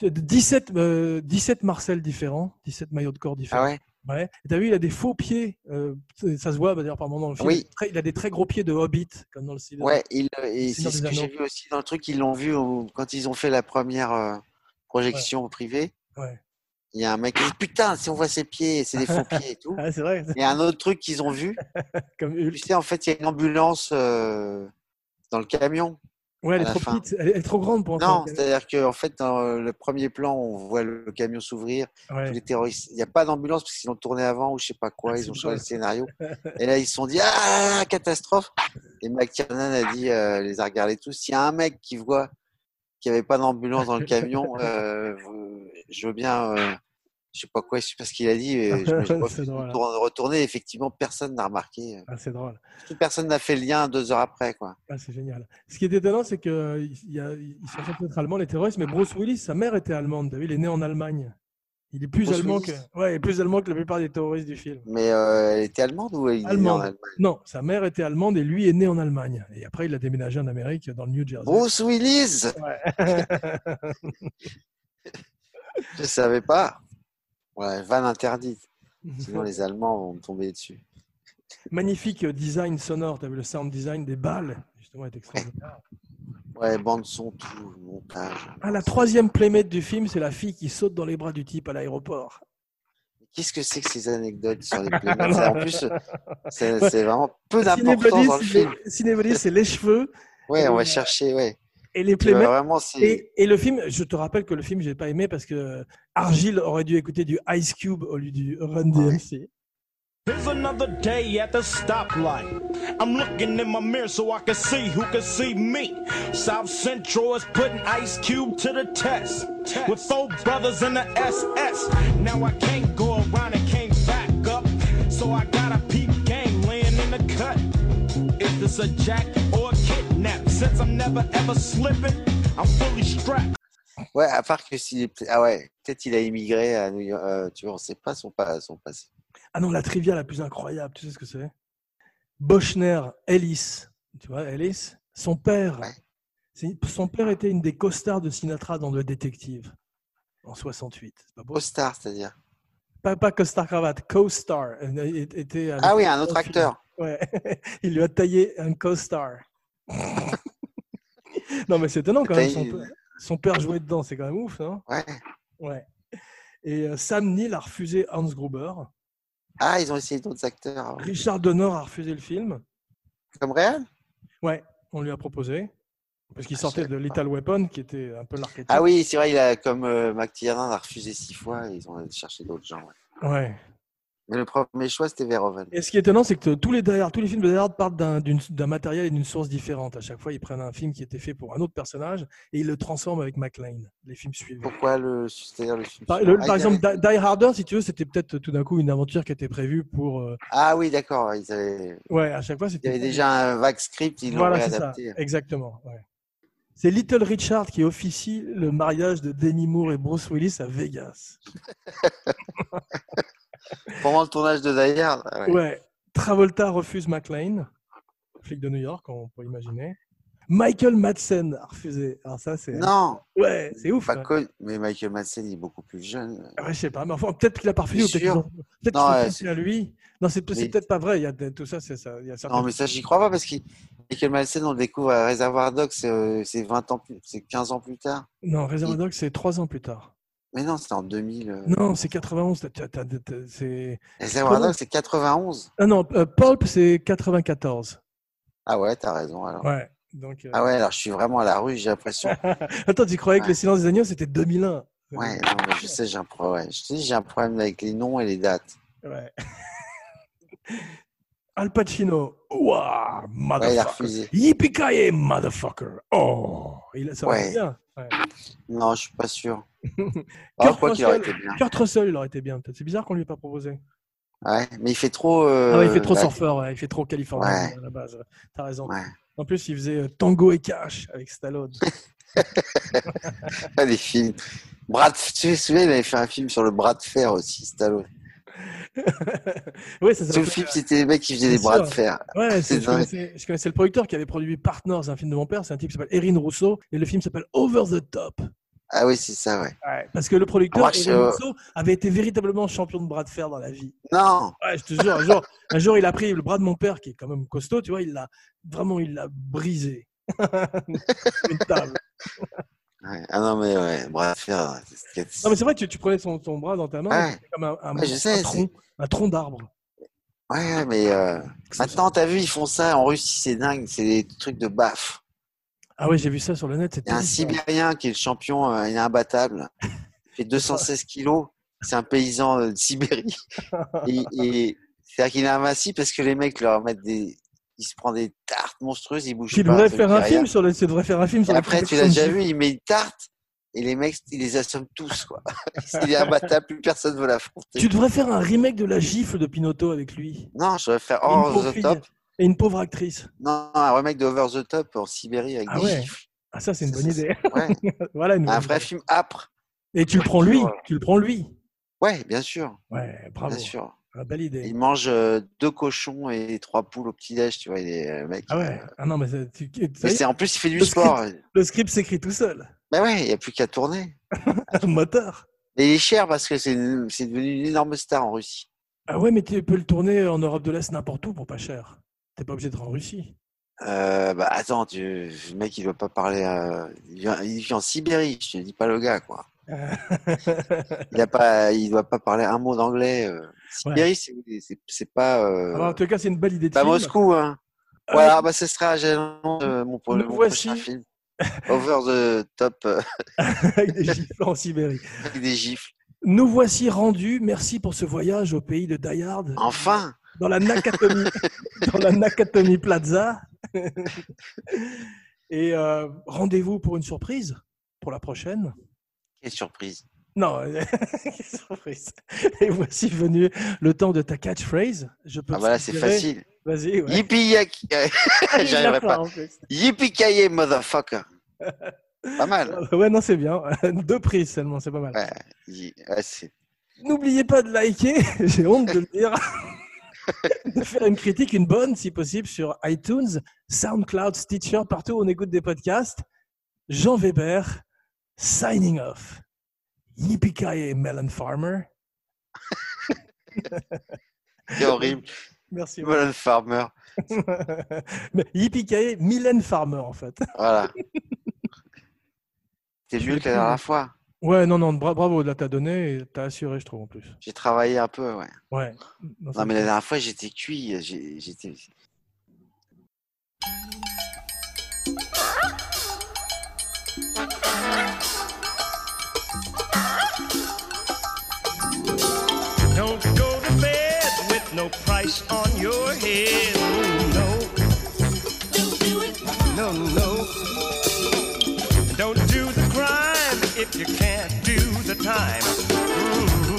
[SPEAKER 2] ça.
[SPEAKER 1] 17, euh, 17 Marcel différents, 17 maillots de corps différents.
[SPEAKER 2] Ah ouais
[SPEAKER 1] Ouais. Et T'as vu, il a des faux pieds. euh, ça se voit bah, d'ailleurs par moment dans le film.
[SPEAKER 2] Oui.
[SPEAKER 1] Très- il a des très gros pieds de Hobbit, comme dans le cinéma.
[SPEAKER 2] Ouais, il, euh, et
[SPEAKER 1] Seigneur
[SPEAKER 2] c'est ce
[SPEAKER 1] des
[SPEAKER 2] que j'ai
[SPEAKER 1] Anneaux.
[SPEAKER 2] vu aussi dans le truc. Ils l'ont vu au- quand ils ont fait la première euh, projection privée.
[SPEAKER 1] Ouais.
[SPEAKER 2] Il y a un mec qui dit Putain, si on voit ses pieds, c'est des
[SPEAKER 1] [LAUGHS]
[SPEAKER 2] faux pieds et tout.
[SPEAKER 1] Ah, c'est vrai, [LAUGHS]
[SPEAKER 2] Il y a un autre truc qu'ils ont vu.
[SPEAKER 1] comme
[SPEAKER 2] Tu
[SPEAKER 1] Hulk.
[SPEAKER 2] sais, en fait, il y a une ambulance euh, dans le camion.
[SPEAKER 1] Ouais, elle
[SPEAKER 2] à
[SPEAKER 1] est
[SPEAKER 2] la
[SPEAKER 1] trop
[SPEAKER 2] fin.
[SPEAKER 1] petite, elle est trop grande pour entrer
[SPEAKER 2] Non,
[SPEAKER 1] dans le camion.
[SPEAKER 2] c'est-à-dire qu'en fait, dans le premier plan, on voit le camion s'ouvrir.
[SPEAKER 1] Ouais.
[SPEAKER 2] tous les terroristes. Il n'y a pas d'ambulance parce qu'ils l'ont tourné avant ou je sais pas quoi,
[SPEAKER 1] Ah, c'est
[SPEAKER 2] ils ont changé le
[SPEAKER 1] drôle.
[SPEAKER 2] scénario.
[SPEAKER 1] [LAUGHS]
[SPEAKER 2] Et là, ils se sont dit Ah, catastrophe Et McTiernan a dit euh, les a regardés tous. S'il y a un mec qui voit qu'il n'y avait pas d'ambulance dans le camion,
[SPEAKER 1] [LAUGHS]
[SPEAKER 2] euh, vous- je veux bien. euh, je sais pas quoi, je sais pas ce qu'il a dit. mais je me
[SPEAKER 1] [LAUGHS]
[SPEAKER 2] suis
[SPEAKER 1] C'est
[SPEAKER 2] refusé de
[SPEAKER 1] drôle, hein.
[SPEAKER 2] tour- retourner. Effectivement, personne n'a remarqué.
[SPEAKER 1] Ah, c'est drôle.
[SPEAKER 2] Surtout, Personne n'a fait le lien deux heures après. quoi.
[SPEAKER 1] Ah, c'est génial. Ce qui est étonnant, c'est euh, qu'ils cherchaient peut-être allemand, les terroristes, mais Bruce Willis, sa mère était allemande. t'as vu, Il est né en Allemagne. Il est plus
[SPEAKER 2] Bruce
[SPEAKER 1] allemand
[SPEAKER 2] Willis
[SPEAKER 1] que, ouais, il est plus allemand que la plupart des terroristes du film.
[SPEAKER 2] Mais euh, elle était allemande ou il est né en
[SPEAKER 1] Allemande.
[SPEAKER 2] Allemagne
[SPEAKER 1] Non, sa mère était allemande et lui est né en Allemagne. Et après, il a déménagé en Amérique, dans le New Jersey.
[SPEAKER 2] Bruce Willis [LAUGHS] Je savais pas. Ouais, van interdite.
[SPEAKER 1] Mhm.
[SPEAKER 2] Sinon, les Allemands vont me tomber dessus.
[SPEAKER 1] Magnifique euh, design sonore. T'as vu le sound design des balles, justement, est extraordinaire.
[SPEAKER 2] Ouais, bande son, tout, montage.
[SPEAKER 1] Ah, la troisième playmate du film, c'est la fille qui saute dans les bras du type à l'aéroport.
[SPEAKER 2] Qu'est-ce que c'est que ces anecdotes
[SPEAKER 1] [LAUGHS]
[SPEAKER 2] sur les planètes En plus, c'est c'est vraiment peu d'importance dans le
[SPEAKER 1] Cinébody,
[SPEAKER 2] film.
[SPEAKER 1] c'est- Cinébody, c'est les cheveux
[SPEAKER 2] Ouais, on
[SPEAKER 1] Euh,
[SPEAKER 2] va chercher, ouais.
[SPEAKER 1] et les
[SPEAKER 2] Tu vois,
[SPEAKER 1] playmates.
[SPEAKER 2] vraiment, c'est.
[SPEAKER 1] Et, et le film, je te rappelle que le film, j'ai pas aimé parce que Argyle aurait dû écouter du Ice Cube au lieu du Run DMC.
[SPEAKER 10] Here's another day at the stoplight. I'm looking in my mirror so I can see who can see me. South Central is putting Ice Cube to the test. With four brothers in the SS. Now I can't go around and can't back up. So I got a peep game laying in the cut. Is this a jack or a kidnap? Since I'm never ever slipping, I'm fully strapped.
[SPEAKER 2] Ouais, à part que si. Ah ouais, peut-être il a immigré à New York. euh, tu vois, on sait pas son, pa- son passé.
[SPEAKER 1] Ah non, la trivia la plus incroyable, tu sais ce que c'est Bochner Ellis, tu vois, Ellis, son père,
[SPEAKER 2] Ouais.
[SPEAKER 1] c'est- son père était une des costards de Sinatra dans Le Détective en 68. C'est Pas, beau.
[SPEAKER 2] Star, c'est-à-dire.
[SPEAKER 1] pas, pas costard cravate, co-star. euh, euh, était avec-
[SPEAKER 2] Ah oui, un autre
[SPEAKER 1] dans le film.
[SPEAKER 2] acteur.
[SPEAKER 1] Ouais. [LAUGHS] Il lui a taillé un
[SPEAKER 2] [LAUGHS]
[SPEAKER 1] co-star. non, mais c'est étonnant quand même. Son
[SPEAKER 2] Taillé.
[SPEAKER 1] père, son père jouait dedans, c'est quand même ouf, non
[SPEAKER 2] Ouais.
[SPEAKER 1] Ouais. Et euh, Sam Neill a refusé Hans Gruber.
[SPEAKER 2] Ah, ils ont essayé d'autres acteurs.
[SPEAKER 1] Richard Donner a refusé le film.
[SPEAKER 2] Comme Réal
[SPEAKER 1] Ouais, on lui a proposé. Parce qu'il
[SPEAKER 2] Ah, je
[SPEAKER 1] sortait
[SPEAKER 2] savais
[SPEAKER 1] de
[SPEAKER 2] pas.
[SPEAKER 1] Lethal Weapon, qui était un peu l'archétype.
[SPEAKER 2] Ah oui, c'est vrai, il a, comme euh, McTiernan a refusé six fois, ils ont cherché d'autres gens. ouais.
[SPEAKER 1] Ouais.
[SPEAKER 2] Mais le premier choix, c'était Verhoeven.
[SPEAKER 1] Et ce qui est étonnant, c'est que tous les Die Hard- tous les films de Die Hard partent d'un, d'une- d'un matériel et d'une source différente. À chaque fois, ils prennent un film qui était fait pour un autre personnage et ils le transforment avec McLean, les films suivants.
[SPEAKER 2] Pourquoi le, c'est-à-dire le film
[SPEAKER 1] Par,
[SPEAKER 2] suivant
[SPEAKER 1] le-
[SPEAKER 2] Ah,
[SPEAKER 1] par
[SPEAKER 2] ils avaient-
[SPEAKER 1] exemple, Die Die Harder, si tu veux, c'était peut-être tout d'un coup une aventure qui était prévue pour. euh,
[SPEAKER 2] Ah oui, d'accord, ils avaient...
[SPEAKER 1] Ouais, à chaque fois,
[SPEAKER 2] il y
[SPEAKER 1] c'était.
[SPEAKER 2] avait déjà un vague script, ils l'ont
[SPEAKER 1] Voilà, c'est ça.
[SPEAKER 2] réadapté.
[SPEAKER 1] Exactement. ouais. C'est Little Richard qui officie le mariage de Demi Moore et Bruce Willis à Vegas.
[SPEAKER 2] Pendant le tournage de Die Hard, ah ouais.
[SPEAKER 1] Ouais. Travolta refuse McLean, flic de New York, on peut imaginer. Michael Madsen a refusé. Alors ça, c'est.
[SPEAKER 2] Non,
[SPEAKER 1] Ouais, c'est ouf.
[SPEAKER 2] pas
[SPEAKER 1] ouais.
[SPEAKER 2] con- mais Michael Madsen il est beaucoup plus jeune.
[SPEAKER 1] Ouais, je sais pas, mais enfin, peut-être qu'il a pas refusé,
[SPEAKER 2] T'es
[SPEAKER 1] ou peut-être qu'ils
[SPEAKER 2] sûr
[SPEAKER 1] ont- peut-être qu'ils
[SPEAKER 2] Non,
[SPEAKER 1] ont
[SPEAKER 2] ouais,
[SPEAKER 1] pensé
[SPEAKER 2] c'est-
[SPEAKER 1] à lui. Non, c'est c'est
[SPEAKER 2] Mais-
[SPEAKER 1] peut-être pas vrai. Il y a de- tout ça, c'est ça. Il y a certains-
[SPEAKER 2] Non, mais ça, j'y crois pas parce que Michael Madsen, on le découvre à Reservoir Dogs, c'est euh, c'est 20 ans plus, c'est 15 ans plus tard.
[SPEAKER 1] Non, Reservoir Dogs, c'est trois ans plus tard.
[SPEAKER 2] Mais non, c'est en 2000. euh,
[SPEAKER 1] Non, c'est 91. t'as- t'as- t'as- t'as- c'est-
[SPEAKER 2] Reservoir
[SPEAKER 1] Comment-
[SPEAKER 2] Dogs, c'est 91.
[SPEAKER 1] Ah non, euh, Pulp, c'est 94.
[SPEAKER 2] Ah ouais, t'as raison alors.
[SPEAKER 1] Ouais. Donc, euh,
[SPEAKER 2] Ah ouais, alors je suis vraiment à la rue,
[SPEAKER 1] [LAUGHS]
[SPEAKER 2] j'ai l'impression.
[SPEAKER 1] Attends, tu croyais que
[SPEAKER 2] Ouais.
[SPEAKER 1] Le Silence des Agneaux, c'était 2001
[SPEAKER 2] Ouais, non, mais je sais, j'ai un problème. Je sais, j'ai un problème avec les noms et les dates.
[SPEAKER 1] Ouais. Al Pacino. Ouah,
[SPEAKER 2] Ouais, il a
[SPEAKER 1] motherfucker.
[SPEAKER 2] refusé.
[SPEAKER 1] Yippee-ki-yay, motherfucker. Oh, il a ça aurait
[SPEAKER 2] Ouais.
[SPEAKER 1] été bien. Ouais.
[SPEAKER 2] Non, je suis pas
[SPEAKER 1] [LAUGHS]
[SPEAKER 2] sûr.
[SPEAKER 1] Kurt
[SPEAKER 2] Alors, quoi qu'il aurait été
[SPEAKER 1] Russell.
[SPEAKER 2] bien.
[SPEAKER 1] Kurt Russell, il aurait été bien. Peut-être. C'est bizarre qu'on lui ait pas proposé.
[SPEAKER 2] Ouais, mais il fait trop. euh,
[SPEAKER 1] ah ouais, il fait trop
[SPEAKER 2] bah,
[SPEAKER 1] surfeur, ouais, il fait trop californien
[SPEAKER 2] Ouais.
[SPEAKER 1] à la base. ouais. T'as raison.
[SPEAKER 2] Ouais.
[SPEAKER 1] En plus, il faisait euh, Tango et Cash avec Stallone. [LAUGHS]
[SPEAKER 2] Pas des films. Brad, tu te souviens, il avait fait un film sur le bras de fer aussi,
[SPEAKER 1] Ah,
[SPEAKER 2] Stallone.
[SPEAKER 1] oui, ça
[SPEAKER 2] Tout
[SPEAKER 1] s'appelait-
[SPEAKER 2] le film, c'était des mecs qui faisaient des
[SPEAKER 1] C'est
[SPEAKER 2] bras
[SPEAKER 1] sûr.
[SPEAKER 2] de fer.
[SPEAKER 1] Ouais,
[SPEAKER 2] C'est
[SPEAKER 1] c'est- je,
[SPEAKER 2] dingue.
[SPEAKER 1] connaissais, je connaissais le producteur qui avait produit Partners, un film de mon père. C'est un type qui s'appelle Erin Rousseau. Et le film s'appelle Over the Top.
[SPEAKER 2] Ah oui, c'est ça, ouais.
[SPEAKER 1] Ouais, Parce que le producteur
[SPEAKER 2] Moi, euh,
[SPEAKER 1] Eddie
[SPEAKER 2] je-
[SPEAKER 1] Mosso, avait été véritablement champion de bras de fer dans la vie.
[SPEAKER 2] Non,
[SPEAKER 1] Ouais, je te jure, un jour, un jour, il a pris le bras de mon père, qui est quand même costaud, tu vois, il l'a vraiment, il l'a
[SPEAKER 2] [LAUGHS]
[SPEAKER 1] brisé. Une table.
[SPEAKER 2] ouais. ah non, mais ouais, bref, faire. c'est-
[SPEAKER 1] Non, mais c'est vrai, tu, tu prenais son, son bras dans ta main,
[SPEAKER 2] Ouais.
[SPEAKER 1] et c'était comme un, un-
[SPEAKER 2] Ouais, Ah. je sais,
[SPEAKER 1] un tronc, un tronc d'arbre.
[SPEAKER 2] Ouais, mais euh, maintenant, t'as vu, ils font ça en Russie, c'est dingue, c'est des trucs de baf.
[SPEAKER 1] Ah ouais, j'ai vu ça sur le net, c'est
[SPEAKER 2] Il y a un
[SPEAKER 1] terrible, ça.
[SPEAKER 2] Sibérien qui est le champion, euh, il est imbattable, il fait 216 kilos, c'est un paysan euh, de Sibérie. Et, et- c'est-à-dire qu'il est invincible parce que les mecs leur mettent des. Il se prend des tartes monstrueuses, il bouge
[SPEAKER 1] Tu
[SPEAKER 2] pas.
[SPEAKER 1] devrais
[SPEAKER 2] ça
[SPEAKER 1] faire
[SPEAKER 2] lui
[SPEAKER 1] un
[SPEAKER 2] fait
[SPEAKER 1] film
[SPEAKER 2] rien.
[SPEAKER 1] sur le, tu devrais faire un film
[SPEAKER 2] Et
[SPEAKER 1] sur le
[SPEAKER 2] après, tu l'as déjà vu, il met une tarte et les mecs, ils les assomment tous, quoi. [LAUGHS] il est imbattable, plus personne veut l'affronter.
[SPEAKER 1] Tu devrais faire un remake de la gifle de Pinotto avec lui.
[SPEAKER 2] Non, je vais faire
[SPEAKER 1] Et une
[SPEAKER 2] Over
[SPEAKER 1] pauvre
[SPEAKER 2] the
[SPEAKER 1] fille.
[SPEAKER 2] Top.
[SPEAKER 1] Et une pauvre actrice.
[SPEAKER 2] Non, un remake de Over the Top en Sibérie avec
[SPEAKER 1] Ah
[SPEAKER 2] des
[SPEAKER 1] ouais.
[SPEAKER 2] gifs.
[SPEAKER 1] Ah, ça, c'est une
[SPEAKER 2] Ça,
[SPEAKER 1] bonne
[SPEAKER 2] ça, Ah,
[SPEAKER 1] idée. [LAUGHS]
[SPEAKER 2] Ouais.
[SPEAKER 1] voilà une
[SPEAKER 2] Un
[SPEAKER 1] bonne
[SPEAKER 2] vrai
[SPEAKER 1] idée.
[SPEAKER 2] film âpre.
[SPEAKER 1] Et tu le prends lui. Tu le prends lui.
[SPEAKER 2] Ouais, bien sûr,
[SPEAKER 1] Ouais, bravo.
[SPEAKER 2] bien sûr.
[SPEAKER 1] Ah, belle idée.
[SPEAKER 2] Il mange euh, deux cochons et trois poules au petit-déj, tu vois, il est euh, mec.
[SPEAKER 1] Ah ouais. Ah non, mais ça- tu- tu- ça
[SPEAKER 2] Mais
[SPEAKER 1] y est,
[SPEAKER 2] c'est en plus, il fait du
[SPEAKER 1] Parce que-
[SPEAKER 2] sport.
[SPEAKER 1] le script s'écrit tout seul.
[SPEAKER 2] [LAUGHS] Bah ouais, il n'y a plus qu'à tourner.
[SPEAKER 1] Un moteur.
[SPEAKER 2] Mais il est cher parce que c'est une- c'est devenu une énorme star en Russie.
[SPEAKER 1] Ah ouais, mais tu peux le tourner en Europe de l'Est n'importe où pour pas cher. T'es pas obligé d'être en Russie.
[SPEAKER 2] Euh, bah attends, tu- le mec, il veut pas parler. euh, Il, vient, il vit en Sibérie, je te dis pas le
[SPEAKER 1] [LAUGHS]
[SPEAKER 2] gars, quoi. Il a pas, il doit pas parler un mot d'anglais. euh. Sibérie, c'est- c'est- c'est pas. euh,
[SPEAKER 1] Alors, Ah, en tout cas, c'est une belle idée de bah,
[SPEAKER 2] Pas
[SPEAKER 1] film.
[SPEAKER 2] Moscou, hein.
[SPEAKER 1] Euh,
[SPEAKER 2] Voilà, bah, ce sera gênant euh, mon, pro-
[SPEAKER 1] nous
[SPEAKER 2] mon
[SPEAKER 1] voici.
[SPEAKER 2] prochain film. Over the top euh,
[SPEAKER 1] [LAUGHS] avec des gifles en Sibérie.
[SPEAKER 2] avec des gifles.
[SPEAKER 1] Nous voici rendus. Merci pour ce voyage au pays de Dayard.
[SPEAKER 2] Enfin,
[SPEAKER 1] dans la Nakatomi,
[SPEAKER 2] [LAUGHS]
[SPEAKER 1] dans la Nakatomi Plaza. Et euh, rendez-vous pour une surprise pour la prochaine.
[SPEAKER 2] quelle surprise.
[SPEAKER 1] Non, [LAUGHS] surprise. Et voici venu le temps de ta catchphrase. Je peux
[SPEAKER 2] Ah
[SPEAKER 1] te
[SPEAKER 2] bah là, c'est
[SPEAKER 1] suggérer-
[SPEAKER 2] facile.
[SPEAKER 1] Vas-y. Ouais.
[SPEAKER 2] Yippee yak- [LAUGHS]
[SPEAKER 1] Ah, j'ai
[SPEAKER 2] j'arriverai
[SPEAKER 1] bien
[SPEAKER 2] pas.
[SPEAKER 1] en plus.
[SPEAKER 2] Yippee kaye, motherfucker.
[SPEAKER 1] [LAUGHS]
[SPEAKER 2] pas mal.
[SPEAKER 1] Ouais, non, c'est bien. Deux prises seulement, c'est pas mal.
[SPEAKER 2] Ouais, y- ouais, ah, c'est-
[SPEAKER 1] N'oubliez pas de liker, [LAUGHS] j'ai honte de le dire, [LAUGHS] de faire une critique, une bonne si possible, sur iTunes, SoundCloud, Stitcher, partout où on écoute des podcasts. Jean Weber, signing off. Yippee Melon Farmer.
[SPEAKER 2] c'est horrible.
[SPEAKER 1] Merci.
[SPEAKER 2] Melon Farmer.
[SPEAKER 1] [LAUGHS] Mais Yippee Mylène Farmer en fait. [LAUGHS]
[SPEAKER 2] Voilà. C'est
[SPEAKER 1] Je
[SPEAKER 2] mieux
[SPEAKER 1] l'ai
[SPEAKER 2] que la
[SPEAKER 1] plus,
[SPEAKER 2] dernière
[SPEAKER 1] mais-
[SPEAKER 2] fois.
[SPEAKER 1] Ouais, non, non, bra- bravo, là t'as donné et t'as assuré, je trouve en plus.
[SPEAKER 2] J'ai travaillé un peu, ouais.
[SPEAKER 1] Ouais. Non,
[SPEAKER 2] Non,
[SPEAKER 1] ça-
[SPEAKER 2] mais la dernière fois, j'étais cuit. j'ai- J'étais.
[SPEAKER 10] Don't go to bed with no price on your head. Oh, no. No, no. Don't do the crime if you can't do the time. Ooh.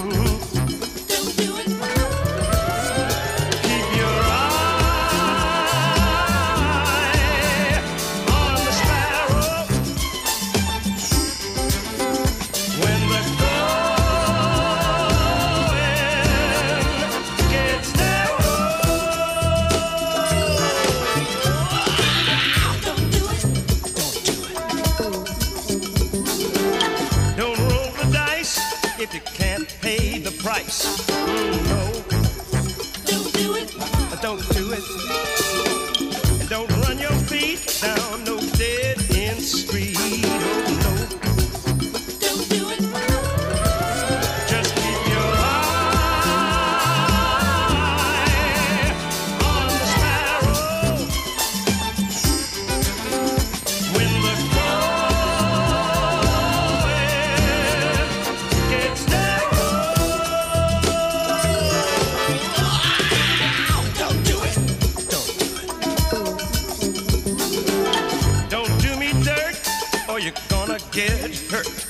[SPEAKER 10] Keep your eye on the sparrow. When the going gets narrow, Don't roll the dice if you can't pay the price. Mm, No, don't do it. And don't run your feet down no dead end street. Oh no, just keep your eye on the sparrow. When the going gets narrow. Don't do me dirt, or you're gonna get hurt.